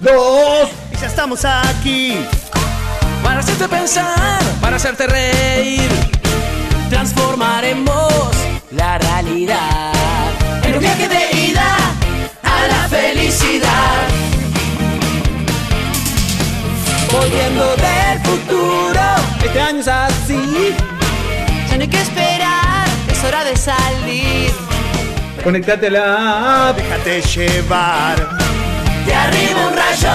dos y ya estamos aquí. Para hacerte pensar, para hacerte reír, transformaremos la realidad en un viaje de ida a la felicidad. Volviendo del futuro, Este año es así. ya no hay que esperar, es hora de salir. Conectate a la app, déjate llevar. De arriba un rayo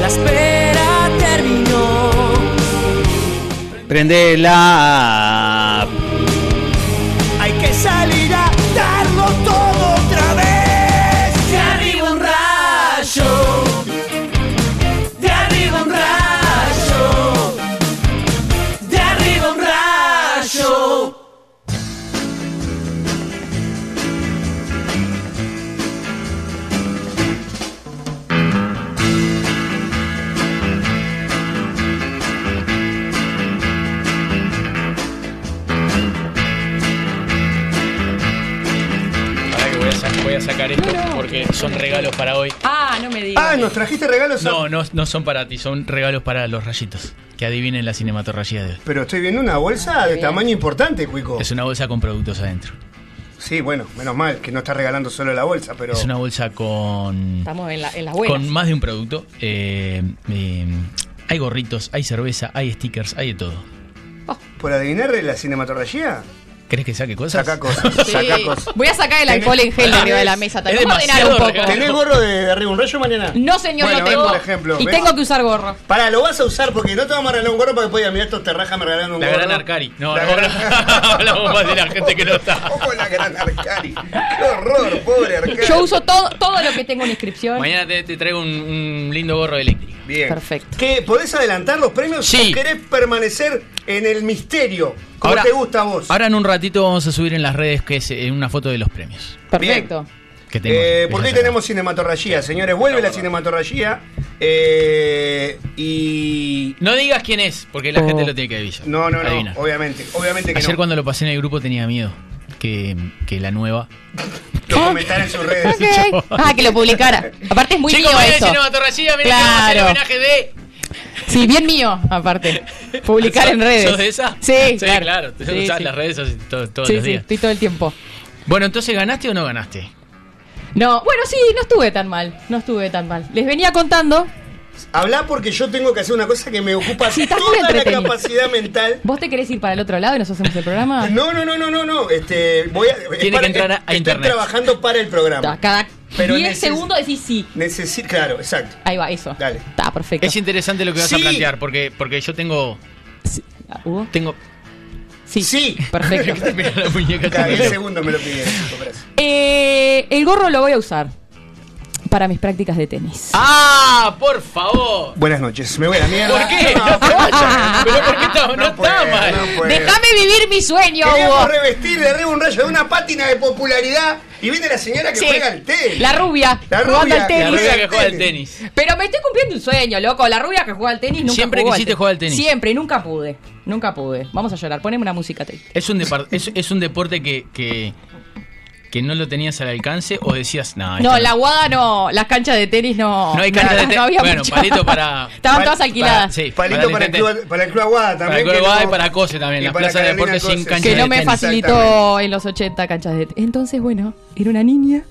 La espera terminó. Prende la app. Hay que salir a darlo todo otra vez. De arriba un rayo. De arriba un rayo. De arriba un rayo. Pará que voy a, sa- voy a sacar esto porque son regalos para hoy. Ah, no me digas. Ah, nos trajiste regalos. a- No, no, no son para ti, son regalos para los rayitos. Que adivinen la cinematografía de hoy. Pero estoy viendo una bolsa de tamaño importante, Cuico. Es una bolsa con productos adentro. Sí, bueno, menos mal que no está regalando solo la bolsa, pero. Es una bolsa con. Estamos en, la, en las buenas. Con más de un producto. Eh, eh, hay gorritos, hay cerveza, hay stickers, hay de todo. Por adivinar la cinematografía, ¿Crees que saque cosas? saca cosas. Sí. Saca cosas. Voy a sacar el alcohol en gel de arriba de la mesa Es también. Vamos a ordenar un demasiado poco. ¿Tenés gorro de arriba un rayo mañana? No, señor, Bueno, no ven, tengo. por ejemplo, y ven. tengo que usar gorro. Pará, lo vas a usar porque no te vamos a regalar un gorro para que puedas mirar estos terrajas me regalaron un La gorro. gran Arcari. No, La no, gran- no. hablamos más de la gente que no está. Ojo la gran Arcari. Qué horror, pobre Arcari. Yo uso todo, todo lo que tengo en inscripción. Mañana te, te traigo un, un lindo gorro eléctrico. Bien. Perfecto. ¿Qué, ¿Podés adelantar los premios Sí. o querés permanecer en el misterio? Como te gusta a vos. Ahora en un ratito vamos a subir en las redes que es eh, una foto de los premios. Perfecto. Que tengo, Eh, que porque ya hoy saco. tenemos cinematografía, señores. Vuelve la cinematografía. eh, y. No digas quién es, porque la Oh. gente lo tiene que avisar. No, no, no. Adivina. Obviamente. Obviamente que Ayer no. cuando lo pasé en el grupo tenía miedo que, que la nueva. Lo comentar en sus redes. Ok. Ah, que lo publicara. Aparte es muy Chicos, mío vayan a eso. Cinematografía, miren Claro. que vamos a hacer homenaje de. Sí, bien mío, aparte. Publicar en ¿Sos- redes. ¿Sos de esa? Sí, sí claro. claro. Sí, Usás sí. las redes así todo- todos Sí, los sí, días. estoy todo el tiempo. Bueno, entonces, ¿ganaste o no ganaste? No, bueno, sí, no estuve tan mal. No estuve tan mal. Les venía contando. Habla porque yo tengo que hacer una cosa que me ocupa Sí, estás muy toda la entretenido. capacidad mental. ¿Vos te querés ir para el otro lado y nos hacemos el programa? No, no, no, no, no, no. Este, voy a, es que para- eh, entrar a- a estoy internet. trabajando para el programa. Ta, Cada Pero 10 neces- segundos decís sí. Necesito, claro, exacto. Ahí va, eso. Dale. Está perfecto. Es interesante lo que vas a Sí. plantear, porque, porque yo tengo. Ah, ¿Hubo? Tengo. Sí. Sí. Perfecto. Mira la muñeca. Cada 10 segundos me lo pidieron. gracias. Eh, el gorro lo voy a usar para mis prácticas de tenis. ¡Ah! ¡Por favor! Buenas noches. Me voy a la mierda. ¿Por qué? No, Pero porque está- no, puedo, está mal. no puedo. Déjame vivir mi sueño, Queríamos Hugo. revestir de arriba un rayo de una pátina de popularidad y viene la señora que Sí. juega al tenis. La rubia, La jugando rubia, al La tenis. rubia que juega al tenis. Pero me estoy cumpliendo un sueño, loco. La rubia que juega al tenis nunca Siempre jugó quisiste jugar al tenis. Siempre, y nunca pude. Nunca pude. Vamos a llorar. Poneme una música triste. ¿Es un, depar- es, es un deporte que, que, que no lo tenías al alcance o decías, no, esto No, la guada no. Las canchas de tenis no. Ah, No hay cancha de tenis. no había Bueno, mucha. palito para- Estaban Pal- todas para- alquiladas. sí, Palito para para el, la gente- club, para el club Aguada Para el también. Club que Aguada y no- para Cose también, y las para plazas de Carolina deportes sin Cose, cancha que sí. no de me tenis. facilitó Exactamente. en los 80 canchas de tenis. Entonces, bueno, era una niña,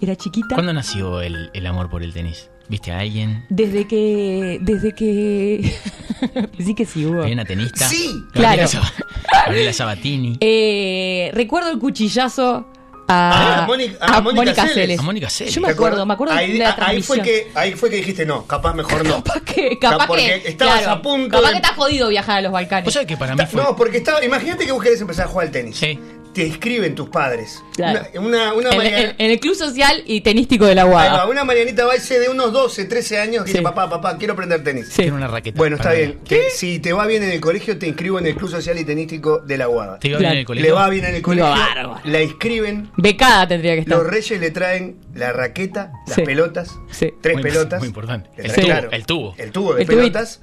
era chiquita. ¿Cuándo nació el, el amor por el tenis? ¿Viste a alguien? Desde que. Desde que. sí que sí hubo. ¿Hay una tenista? Sí, Gabriela claro. Sab- Gabriela Sabatini. Eh, recuerdo el cuchillazo a. Ah, a Mónica- a a Mónica Mónica Seles. Seles. a Mónica Seles. Yo me ¿Te acuerdo, acuerdas? me acuerdo ahí, de la ah, ahí fue transmisión. que Ahí fue que dijiste, no, capaz mejor no. Capaz que. Capaz Porque que. estabas claro, a punto Capaz de- que está jodido viajar a los ¿Vos Balcanes. sabés que para mí fue...? No, porque estaba. Imagínate que vos querés empezar a jugar al tenis. Sí. te escriben tus padres. Claro. Una, una, una En, mañana- en- en el Club Social y Tenístico de la Ahí va, Guada. una Marianita Valse de unos 12, 13 años que Sí. dice, papá, papá, quiero aprender tenis. Sí. Tiene una raqueta. Bueno, está para bien. mí. Te- si te va bien en el colegio, te inscribo en el Club Social y Tenístico de la Guada. ¿Te iba bien Claro. en el colegio? Le va bien en el colegio, bárbaro. la inscriben, Becada tendría que estar. los reyes le traen la raqueta, las Sí. pelotas, Sí. tres Muy- pelotas. muy importante. Le El traen, tubo, el tubo. El tubo de El tubito. pelotas.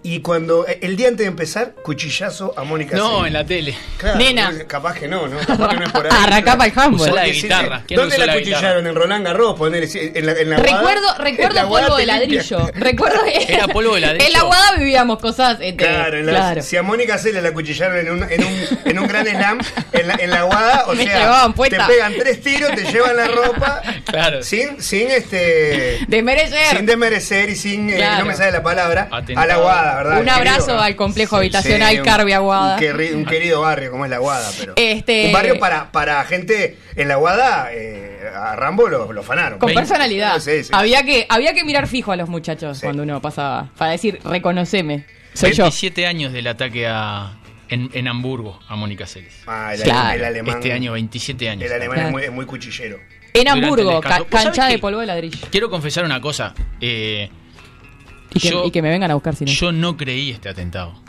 Y cuando, eh, el día antes de empezar, cuchillazo a Mónica No, Seles. en la tele. Claro, Nena. pues, Capaz que no, ¿no? Capaz que no es por ahí. Arrancá pa'l handball. Usá la Porque si- guitarra. ¿Quién ¿Dónde usó la, la guitarra? cuchillaron? En Roland Garros, poner en la, en la Recuerdo, guada- en recuerdo la guada polvo de te limpia. ladrillo. Recuerdo Era polvo de ladrillo. En la Guada vivíamos cosas. este, Claro, en la- claro. si a Mónica Cela la cuchillaron en un, en un, en un gran slam, en la, en la guada, o Me sea, llevaban te puesta. pegan tres tiros, te llevan la ropa, Claro. sin, sin este... Desmerecer. Sin desmerecer y sin... eh, Claro. no me sale la palabra. Atentado. A la guada, ¿verdad? Un abrazo al complejo habitacional un- Carvi Aguada. Un, querri- un querido barrio como es la guada, pero... Este- Un barrio para, para gente en la guada, eh, a Rambo lo, lo fanaron. Con Veinte. personalidad. Sí, sí. Había, que, había que mirar fijo a los muchachos Sí. cuando uno pasaba. Para decir, reconoceme. Soy yo. 27 años del ataque a, en, en Hamburgo a Mónica Seles. Ah, el, Claro. el alemán. Este año, 27 años. El alemán Claro. es, muy, es muy cuchillero. En Durante el Hamburgo, descanso. ca- ¿Vos sabés cancha de qué? polvo de ladrillo. Quiero confesar una cosa. eh, Y que, Yo- y que me vengan a buscar si no. yo no creí este atentado.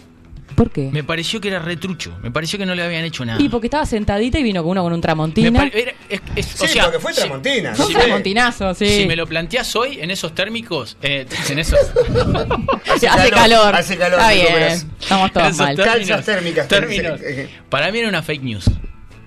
¿Por qué? Me pareció que era retrucho. Me pareció que no le habían hecho Ah. nada. Y porque estaba sentadita y vino con uno con un Me tramontina. pare- era- es- es- Sí, o sea, porque fue si- Tramontina. Fue un si me- tramontinazo, sí. Si me lo planteás hoy en esos térmicos, eh, en esos, hace, calor, calor. hace calor, Está te bien. recuperás. Estamos en todos esos mal. Calzas térmicas, términos. térmicas. Para mí era una fake news.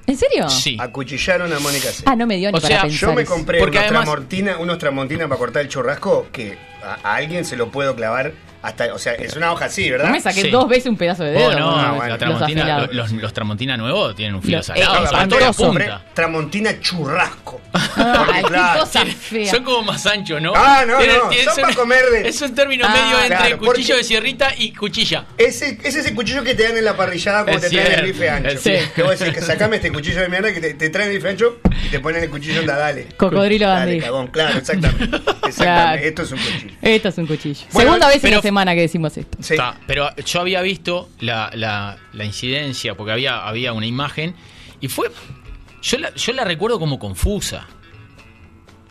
¿En serio? Sí. Acuchillaron a Mónica C. Ah, no me dio ni O para sea, pensar. Yo me eso. compré Porque unos, además- tramontina, unos tramontina para cortar el churrasco que a, a alguien se lo puedo clavar hasta... O sea, es una hoja así, Yo ¿verdad? me saqué Sí. dos veces un pedazo de dedo. Oh, no, boludo, bueno, la los tramontina- afilados. lo- los, los Tramontina nuevos tienen un filo Los- eh, salado, Ah, la sobre compré- todo la compré punta. Tramontina churrasco. Ah, Porque, qué claro, cosa fea. Son como más anchos, ¿no? Ah, no, no, son pa' comer de- Es un término Ah, medio entre claro, cuchillo porque- de sierrita y cuchilla. Ese, ese es el cuchillo que te dan en la parrillada cuando Es te traen el cierto, bife ancho. es cierto. Que vos decís que sacame este cuchillo de mierda que te, te traen el bife ancho y te ponen el cuchillo en la dale. Cocodrilo Dale, Dandy. cagón, claro, exactamente. Exactamente, Claro. esto es un cuchillo. Esto es un cuchillo. Bueno, Segunda vez en pero- la semana que decimos esto. Sí. Está, pero yo había visto la, la- la incidencia, porque había, había una imagen, y fue. Yo la, yo la recuerdo como confusa.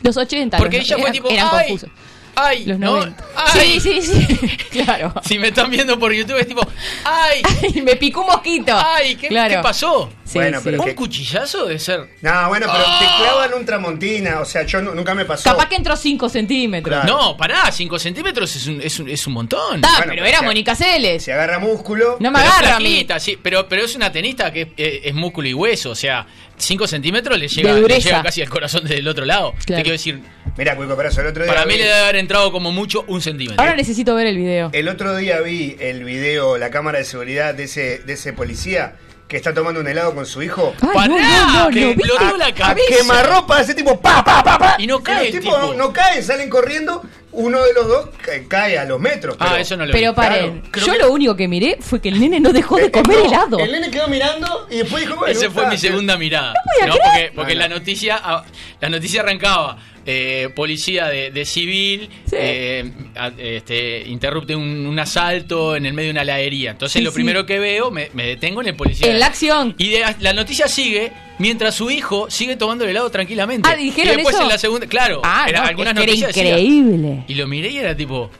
Los 80. Porque los- ella fue eran- tipo. Eran ¡Ay! confusos. ¡Ay! Los ¿no? 90. ¡Ay! Sí, sí, sí. claro. Si me están viendo por YouTube es tipo. ¡Ay! Me picó un mosquito. ¡Ay! ¿Qué, Claro. qué pasó? Sí, Bueno, sí. pero- Un cuchillazo de ser. ¡Oh! No, bueno, pero te clavan un tramontina. O sea, yo nu- nunca me pasó. Capaz que entró 5 centímetros. Claro. No, pará, 5 centímetros es un, es un, es un montón. Está, Bueno, pero pero era si- Mónica Celes. Se agarra músculo. No me Pero agarra a mí. flaquita, sí, pero, pero es una tenista que es, eh, es músculo y hueso, o sea, 5 centímetros le llega, le dureza. llega casi al corazón del otro lado. Claro. Te quiero decir, Mira, Cuico Perazo, el otro día. para mí vi- le debe haber entrado como mucho un centímetro. Ahora necesito ver el video. El otro día vi el video, la cámara de seguridad de ese, de ese policía que está tomando un helado con su hijo. Ay, Pará, no, no, no, lo vi. que Ah, lo- Explotó la cabeza. quemarropa, ese tipo, pa, pa, pa, pa. Y no cae Los el tipos tipo. No, no caen, salen corriendo. Uno de los dos ca- cae a los metros. ah, pero- eso no lo Pero vi. paren, creo yo que- lo único que miré fue que el nene no dejó de Eh, eh, comer no, helado. El nene quedó mirando y después dijo, bueno, Esa fue está, mi sí. segunda mirada. voy a No, creer. porque, porque No, la no. noticia ah, la noticia arrancaba. eh, policía de, de civil Sí. eh, a- este, interrumpe un, un asalto en el medio de una heladería. Entonces Sí, lo sí. primero que veo, me, me detengo en el policía. En la acción. Y de- la noticia sigue mientras su hijo sigue tomando el helado tranquilamente. Ah, ¿dijeron y después eso? en la segunda, claro, Ah, era, no, algunas es que era noticias decía- increíble. y lo miré y era tipo...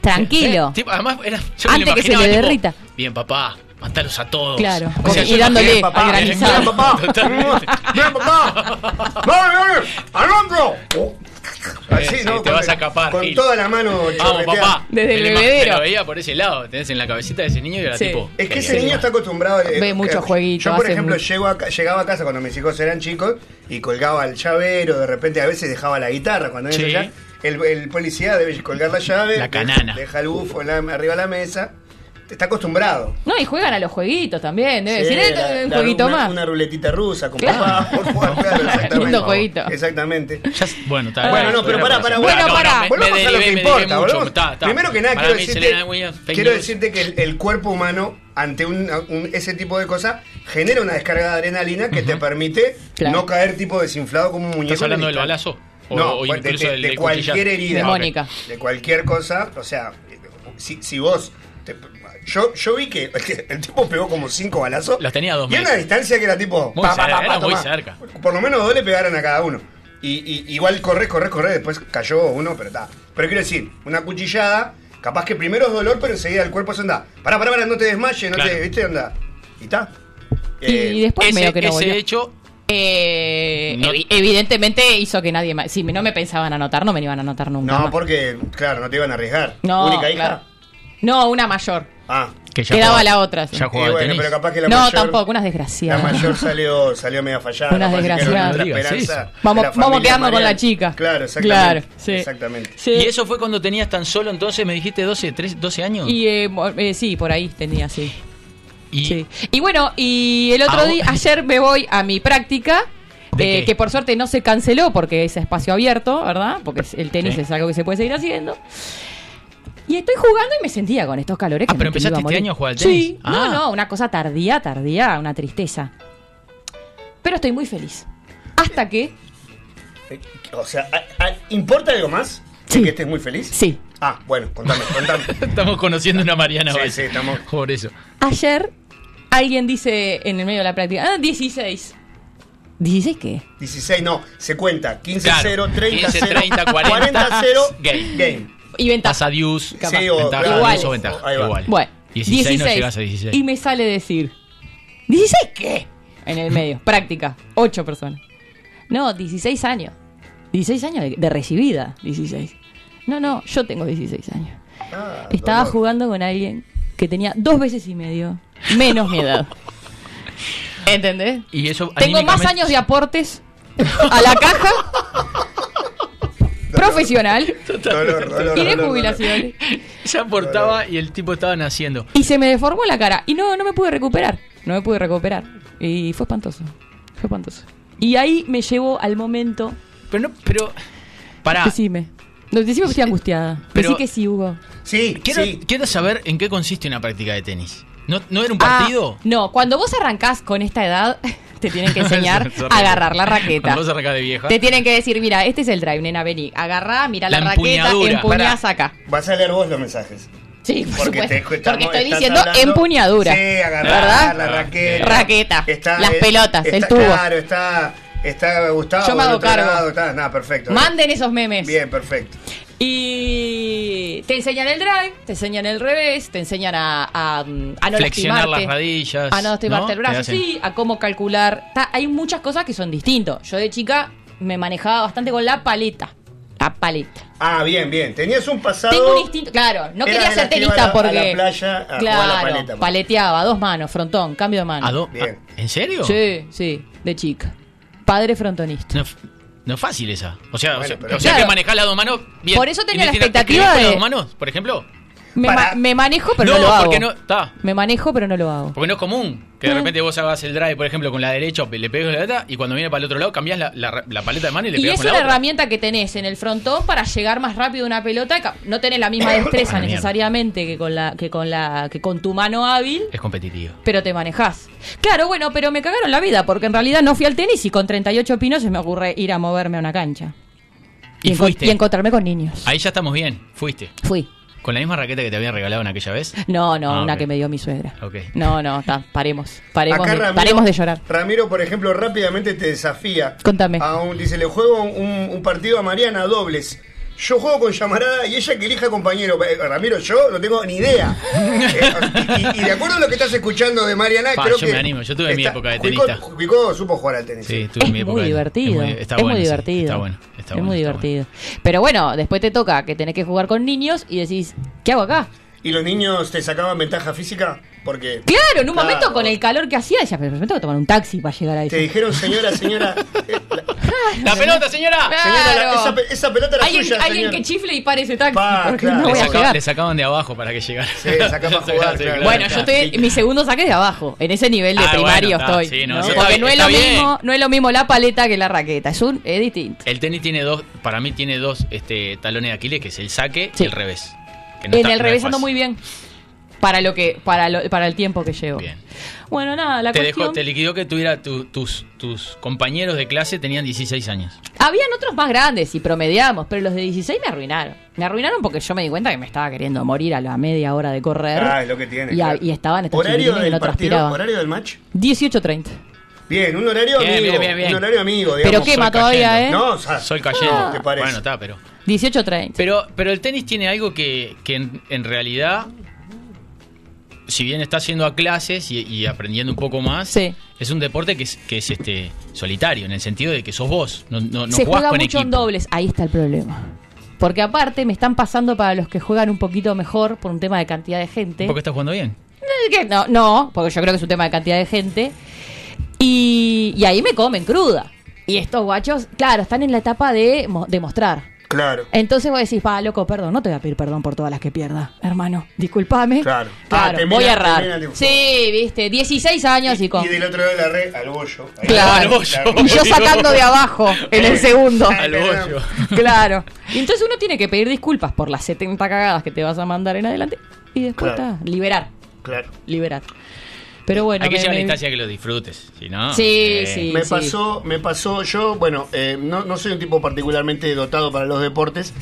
Tranquilo. eh, tipo, además, era, yo me lo Antes que se le imaginaba, tipo, derrita. Bien, papá, matalos a todos. Claro, O sea, y yo dándole imaginé- al granizado. Bien, papá. Totalmente. Bien, papá. Vamos, vamos. Al hombro. Sí, Así, Ah, ¿no? Eh, te Con- vas a escapar, Con Gil. toda la mano Vamos, chorreteada. papá. Desde el Me lo- bebedero. Me lo veía por ese lado. Tenés en la cabecita de ese niño y era Sí. tipo. Es que ese genial. niño está acostumbrado a... Ve mucho jueguito, Yo, por hace ejemplo, mucho. llego a ca- llegaba a casa cuando mis hijos eran chicos y colgaba el llavero, de repente a veces dejaba la guitarra cuando Sí. era allá. El, el policía debe colgar la llave, La canana. de- deja el bufo en la- arriba de la mesa. Está acostumbrado. No, y juegan a los jueguitos también. Debe Sí, decir, "Eh, la- un la- jueguito una, más. Una ruletita rusa con Claro. papá. por jugar, claro, exactamente. Lindo jueguito. Exactamente. Ya s- Bueno, está Bueno, no, pero pará, pará, bueno, Bueno, pará. me- Volvamos me a lo derivé, que me importa. derivé mucho. volvamos. Está, está. Primero que nada, Para quiero mí, decirte, Selena Williams, fake quiero news. decirte que el, el cuerpo humano, ante un, un- ese tipo de cosas, genera una descarga de adrenalina que te permite Claro. no caer tipo desinflado como un muñeco. ¿Estás hablando en el del instante. balazo? O- no, pues, o de- incluso de, del- de del cualquier cuchillazo. herida. De Mónica. De cualquier cosa. O sea, si, si vos te- yo, yo vi que el tipo pegó como cinco balazos. Los tenía a dos Y a una metros. distancia que era tipo. Muy cerca, era muy tomá. cerca. Por lo menos dos le pegaron a cada uno. Y, y- igual corres, corres, corres, después cayó uno, pero está. Pero quiero decir, una cuchillada, capaz que primero es dolor, pero enseguida el cuerpo se anda. Pará, pará, pará, no te desmayes, no Claro. te. ¿Viste? Anda. Y está. Y Eh, después medio Ese, que no ese volvió. hecho, Eh, No- evi- evidentemente hizo que nadie más. Si no me pensaban anotar, no me iban a anotar nunca. no, más. porque, claro, no te iban a arriesgar. No, ¿Única hija? claro. No, una mayor. Ah. que ya Quedaba jugaba- la otra, sí. Ya Y jugaba al bueno, tenis. pero capaz que la no, mayor- tampoco, unas La desgraciadas. mayor salió, salió media fallada. Una capaz que quedaron desgraciada. con otra No digas esperanza eso. de Vamos, la vamos a familia quedarnos con Mariana. la chica. Claro, exactamente. Claro, sí. Exactamente. Sí. Y eso fue cuando tenías tan solo, entonces me dijiste 12, 13, 12 años. Y, eh, mo- eh, sí, por ahí tenía, sí. Y- Sí. Y bueno, y el otro Ahora- día, ayer me voy a mi práctica. ¿De eh, qué? que por suerte no se canceló porque es espacio abierto, ¿verdad? Porque es- el tenis Sí. es algo que se puede seguir haciendo. Y estoy jugando y me sentía con estos calores. Ah, que pero me iba empezaste este morir. año a jugar al Sí, tenis. no, Ah. no, una cosa tardía, tardía, una tristeza. Pero estoy muy feliz. Hasta que, Eh, O sea, ¿a- a- ¿importa algo más? ¿Es Sí. ¿Que estés muy feliz? sí, Ah, bueno, contame, contame. Estamos conociendo una Mariana Sí, Valle. sí, estamos- Por eso. ayer alguien dice en el medio de la práctica, ah, 16. ¿16 qué? 16, no, se cuenta. 15, Claro. 0, 30, 15, 0, 30, 40, 0, game. game. Y ventaja. Pasa Dius, Capaz. Sí, o- ventaja, claro. Dius Iguales. o ventaja. Ahí va. Igual. Bueno, 16, no llegas a 16. Y me sale decir, ¿16 qué? En el medio, práctica, 8 personas. No, 16 años. 16 años de, de recibida, 16. No, no, yo tengo 16 años. Ah, Estaba dolor. jugando con alguien que tenía dos veces y medio menos mi edad. ¿Entendés? Y eso Tengo más anímicamente- años de aportes a la caja profesional Dolor, dolor, y de dolor, jubilación. Ya aportaba y el tipo estaba naciendo. Y se me deformó la cara. Y no, no me pude recuperar. No me pude recuperar. Y fue espantoso. Fue espantoso. Y ahí me llevó al momento. Pero no, pero. Pará. Eh, Decime. No, decime que estoy angustiada. Pero- Decí que sí, Hugo. dolor. Sí, Quiero, sí. quiero saber en qué consiste una práctica de tenis. ¿No, no era un partido? Ah, no, cuando vos arrancás con esta edad, te tienen que enseñar Sorry. a agarrar la Cuando raqueta. vos arrancás de vieja. Te tienen que decir, mira, este es el drive, nena, vení. Agarrá, mira la, La raqueta, empuñadura. empuñás acá. Vas a leer vos los mensajes. Sí, por Porque, te, supuesto. porque estamos- estoy estás diciendo hablando- empuñadura. Sí, agarrar ¿Verdad? la raqueta. Raqueta, las pelotas, el está- tubo. Claro, está, está Gustavo. Yo me del hago otro cargo. lado, está- nada, perfecto. Manden esos memes. Bien, perfecto. Y te enseñan el drive, te enseñan el revés, te enseñan a, a, a no Flexionar lastimarte. las rodillas, A no lastimarte ¿no? el brazo, Te hacen- sí, a cómo calcular. Ta- hay muchas cosas que son distintos. Yo de chica me manejaba bastante con la paleta. La paleta. Ah, bien, bien. Tenías un pasado. Tengo un instinto, claro, no Era quería de ser las que iba tenista a la- porque. a la playa ah, a jugar a la claro, paleta. paleteaba, dos manos, frontón, cambio de mano. ¿A do- Bien. a- ¿En serio? Sí, sí, de chica. Padre frontonista. No, es- no es fácil esa. O sea, Bueno, o sea, pero- o sea Claro. que manejás las dos manos bien. Por eso tenía la ¿Y no tiene- expectativa escribís con de- las dos manos, por ejemplo? Me, Para- ma- me manejo, pero no, lo hago. Mm. porque no, está. Me manejo, pero no lo hago. Porque no es común que de repente vos hagas el drive, por ejemplo, con la derecha, le pegas la derecha y cuando viene para el otro lado cambias la, la- la paleta de mano y le Y pegas es con la una otra. herramienta que tenés en el frontón para llegar más rápido a una pelota. Ca- No tenés la misma destreza Ah, mierda. necesariamente que con la que con la que con tu mano hábil, Es competitivo. pero te manejás. Claro, bueno, pero me cagaron la vida porque en realidad no fui al tenis y con 38 pinos se me ocurre ir a moverme a una cancha Y, enco- fuiste. y encontrarme con niños. Ahí ya estamos bien. Fuiste. Fui. ¿Con la misma raqueta que te habían regalado en aquella vez? No, no, Ah, una ok. que me dio mi suegra. Ok. No, no, ta, paremos, paremos, Acá de, Ramiro- paremos de llorar. Ramiro, por ejemplo, rápidamente te desafía. Contame. A un- dice, le juego un, un partido a Mariana a dobles. Yo juego con llamarada y ella que elija compañero. Eh, Ramiro, yo no tengo ni idea. Eh, y, y de acuerdo a lo que estás escuchando de Mariana, Pa, creo yo que. me animo, yo tuve mi época de Cuicó- tenista. Cuicó supo jugar al tenis. Sí, tuve Es mi época muy de- divertido. Es muy, está bueno, sí, divertido. está bueno. está es bueno, muy está divertido. Pero bueno, después te toca que tenés que jugar con niños y decís, ¿qué hago acá? ¿Y los niños te sacaban ventaja física? Porque. Claro, en un Claro. momento con el calor que hacía, decía, pero me tengo que tomar un taxi para llegar a eso. Te dijeron, señora, señora. eh, bueno. la- ¡La pelota, señora! señora, la- Claro. esa, pe- esa pelota era Alguien, suya. alguien señora. que chifle y pare ese taxi. Pa, porque claro. no Le, voy a saca- llegar. le sacaban de abajo para que llegara. Sí, le sacaban para jugar, Sí, claro. Bueno, Claro, yo estoy, sí. mi segundo saque es de abajo. En ese nivel de Ah, bueno, primario está, estoy. sí, no, ¿no? sí, Porque está no es, bien, lo está mismo, no es lo mismo la paleta que la raqueta. Es, un, es distinto. El tenis tiene dos, para mí tiene dos este, talones de Aquiles, que es el saque Sí. y el revés. Que no en está- el no revés es ando fácil. muy bien. para lo que para lo- para el tiempo que llevo. Bien. Bueno, nada, la Te, cuestión... dejó, te liquidó que tuviera tu- tus, tus compañeros de clase tenían 16 años. Habían otros más grandes y promediamos, pero los de 16 me arruinaron. Me arruinaron porque yo me di cuenta que me estaba queriendo morir a la media hora de correr. Ah, es lo que tiene. Y, a- claro. y estaban estos ¿Horario chiquitines que del no partido? transpiraban. ¿Horario del match? 18.30. Bien, un horario Bien, amigo. bien, bien, bien. Un horario amigo, Pero digamos. quema soy todavía, ¿eh? cayendo. No, o sea, Soy cayendo. ¿Te parece? Bueno, está, pero. 18.30. Pero, pero el tenis tiene algo que, que en, en realidad, si bien está haciendo a clases y, y aprendiendo un poco más, Sí. es un deporte que es, que es este solitario, en el sentido de que sos vos, no, no, no Se jugás juega con mucho equipo. en dobles. Ahí está el problema. Porque aparte me están pasando para los que juegan un poquito mejor por un tema de cantidad de gente. Porque estás jugando bien. Eh, que No, no, porque yo creo que es un tema de cantidad de gente. Y, y ahí me comen cruda. Y estos guachos, claro, están en la etapa de mo- demostrar. Claro. Entonces vos decís, pa, loco, perdón, no te voy a pedir perdón por todas las que pierda, hermano. Disculpame. Claro. Claro, Ah, te voy a miran- errar. te miran de- Sí, viste, 16 años y con. Y del otro lado de la red, al bollo. Ahí. Claro. Al bollo. Y yo sacando de abajo en el segundo. Al bollo. Claro. Y entonces uno tiene que pedir disculpas por las 70 cagadas que te vas a mandar en adelante y después Claro. ta, liberar, Claro. liberar. Pero bueno, Hay que me- llegar a la me- instancia que lo disfrutes, si no. Sí, eh, sí. Me pasó, me pasó, yo, bueno, eh, no, no soy un tipo particularmente dotado para los deportes,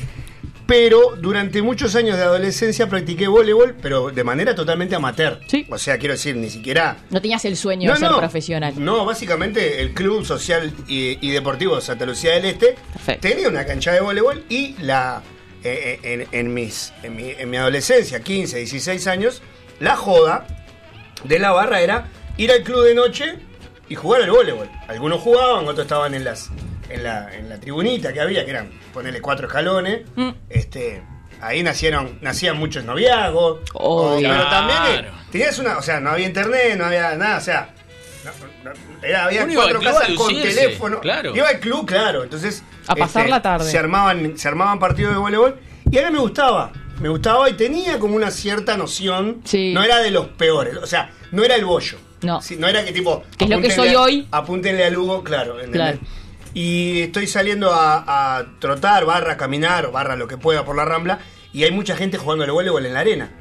pero durante muchos años de adolescencia practiqué voleibol, pero de manera totalmente amateur. Sí. O sea, quiero decir, ni siquiera... no tenías el sueño de ser profesional. No, básicamente el Club Social y, y Deportivo Santa Lucía del Este Perfecto. tenía una cancha de voleibol y la eh, eh, en, en mis, en, mi, en mi adolescencia, 15, 16 años, la joda de la barra era ir al club de noche y jugar al voleibol. Algunos jugaban, otros estaban en las en la, en la tribunita que había, que eran ponerle cuatro escalones. Mm. Este, ahí nacieron, nacían muchos noviazgos. Oh, pero también eh, claro. tenías una, o sea, no había internet, no había nada, o sea, no, no, era, había Uno iba cuatro al club a casas con lucirse, teléfono. claro. Iba al club, claro. Entonces. este, A pasar la tarde. Se armaban, se armaban partidos de voleibol. Y a mí me gustaba. Me gustaba y tenía como una cierta noción. Sí. No era de los peores. O sea, no era el bollo. No. Sí, no era que tipo. Que es lo que apúntenle soy a- hoy. Apúntenle a Lugo, claro. ¿entendés? Claro. Y estoy saliendo a, a trotar, barra, caminar, o barra lo que pueda por la rambla. Y hay mucha gente jugando al voleibol en la arena.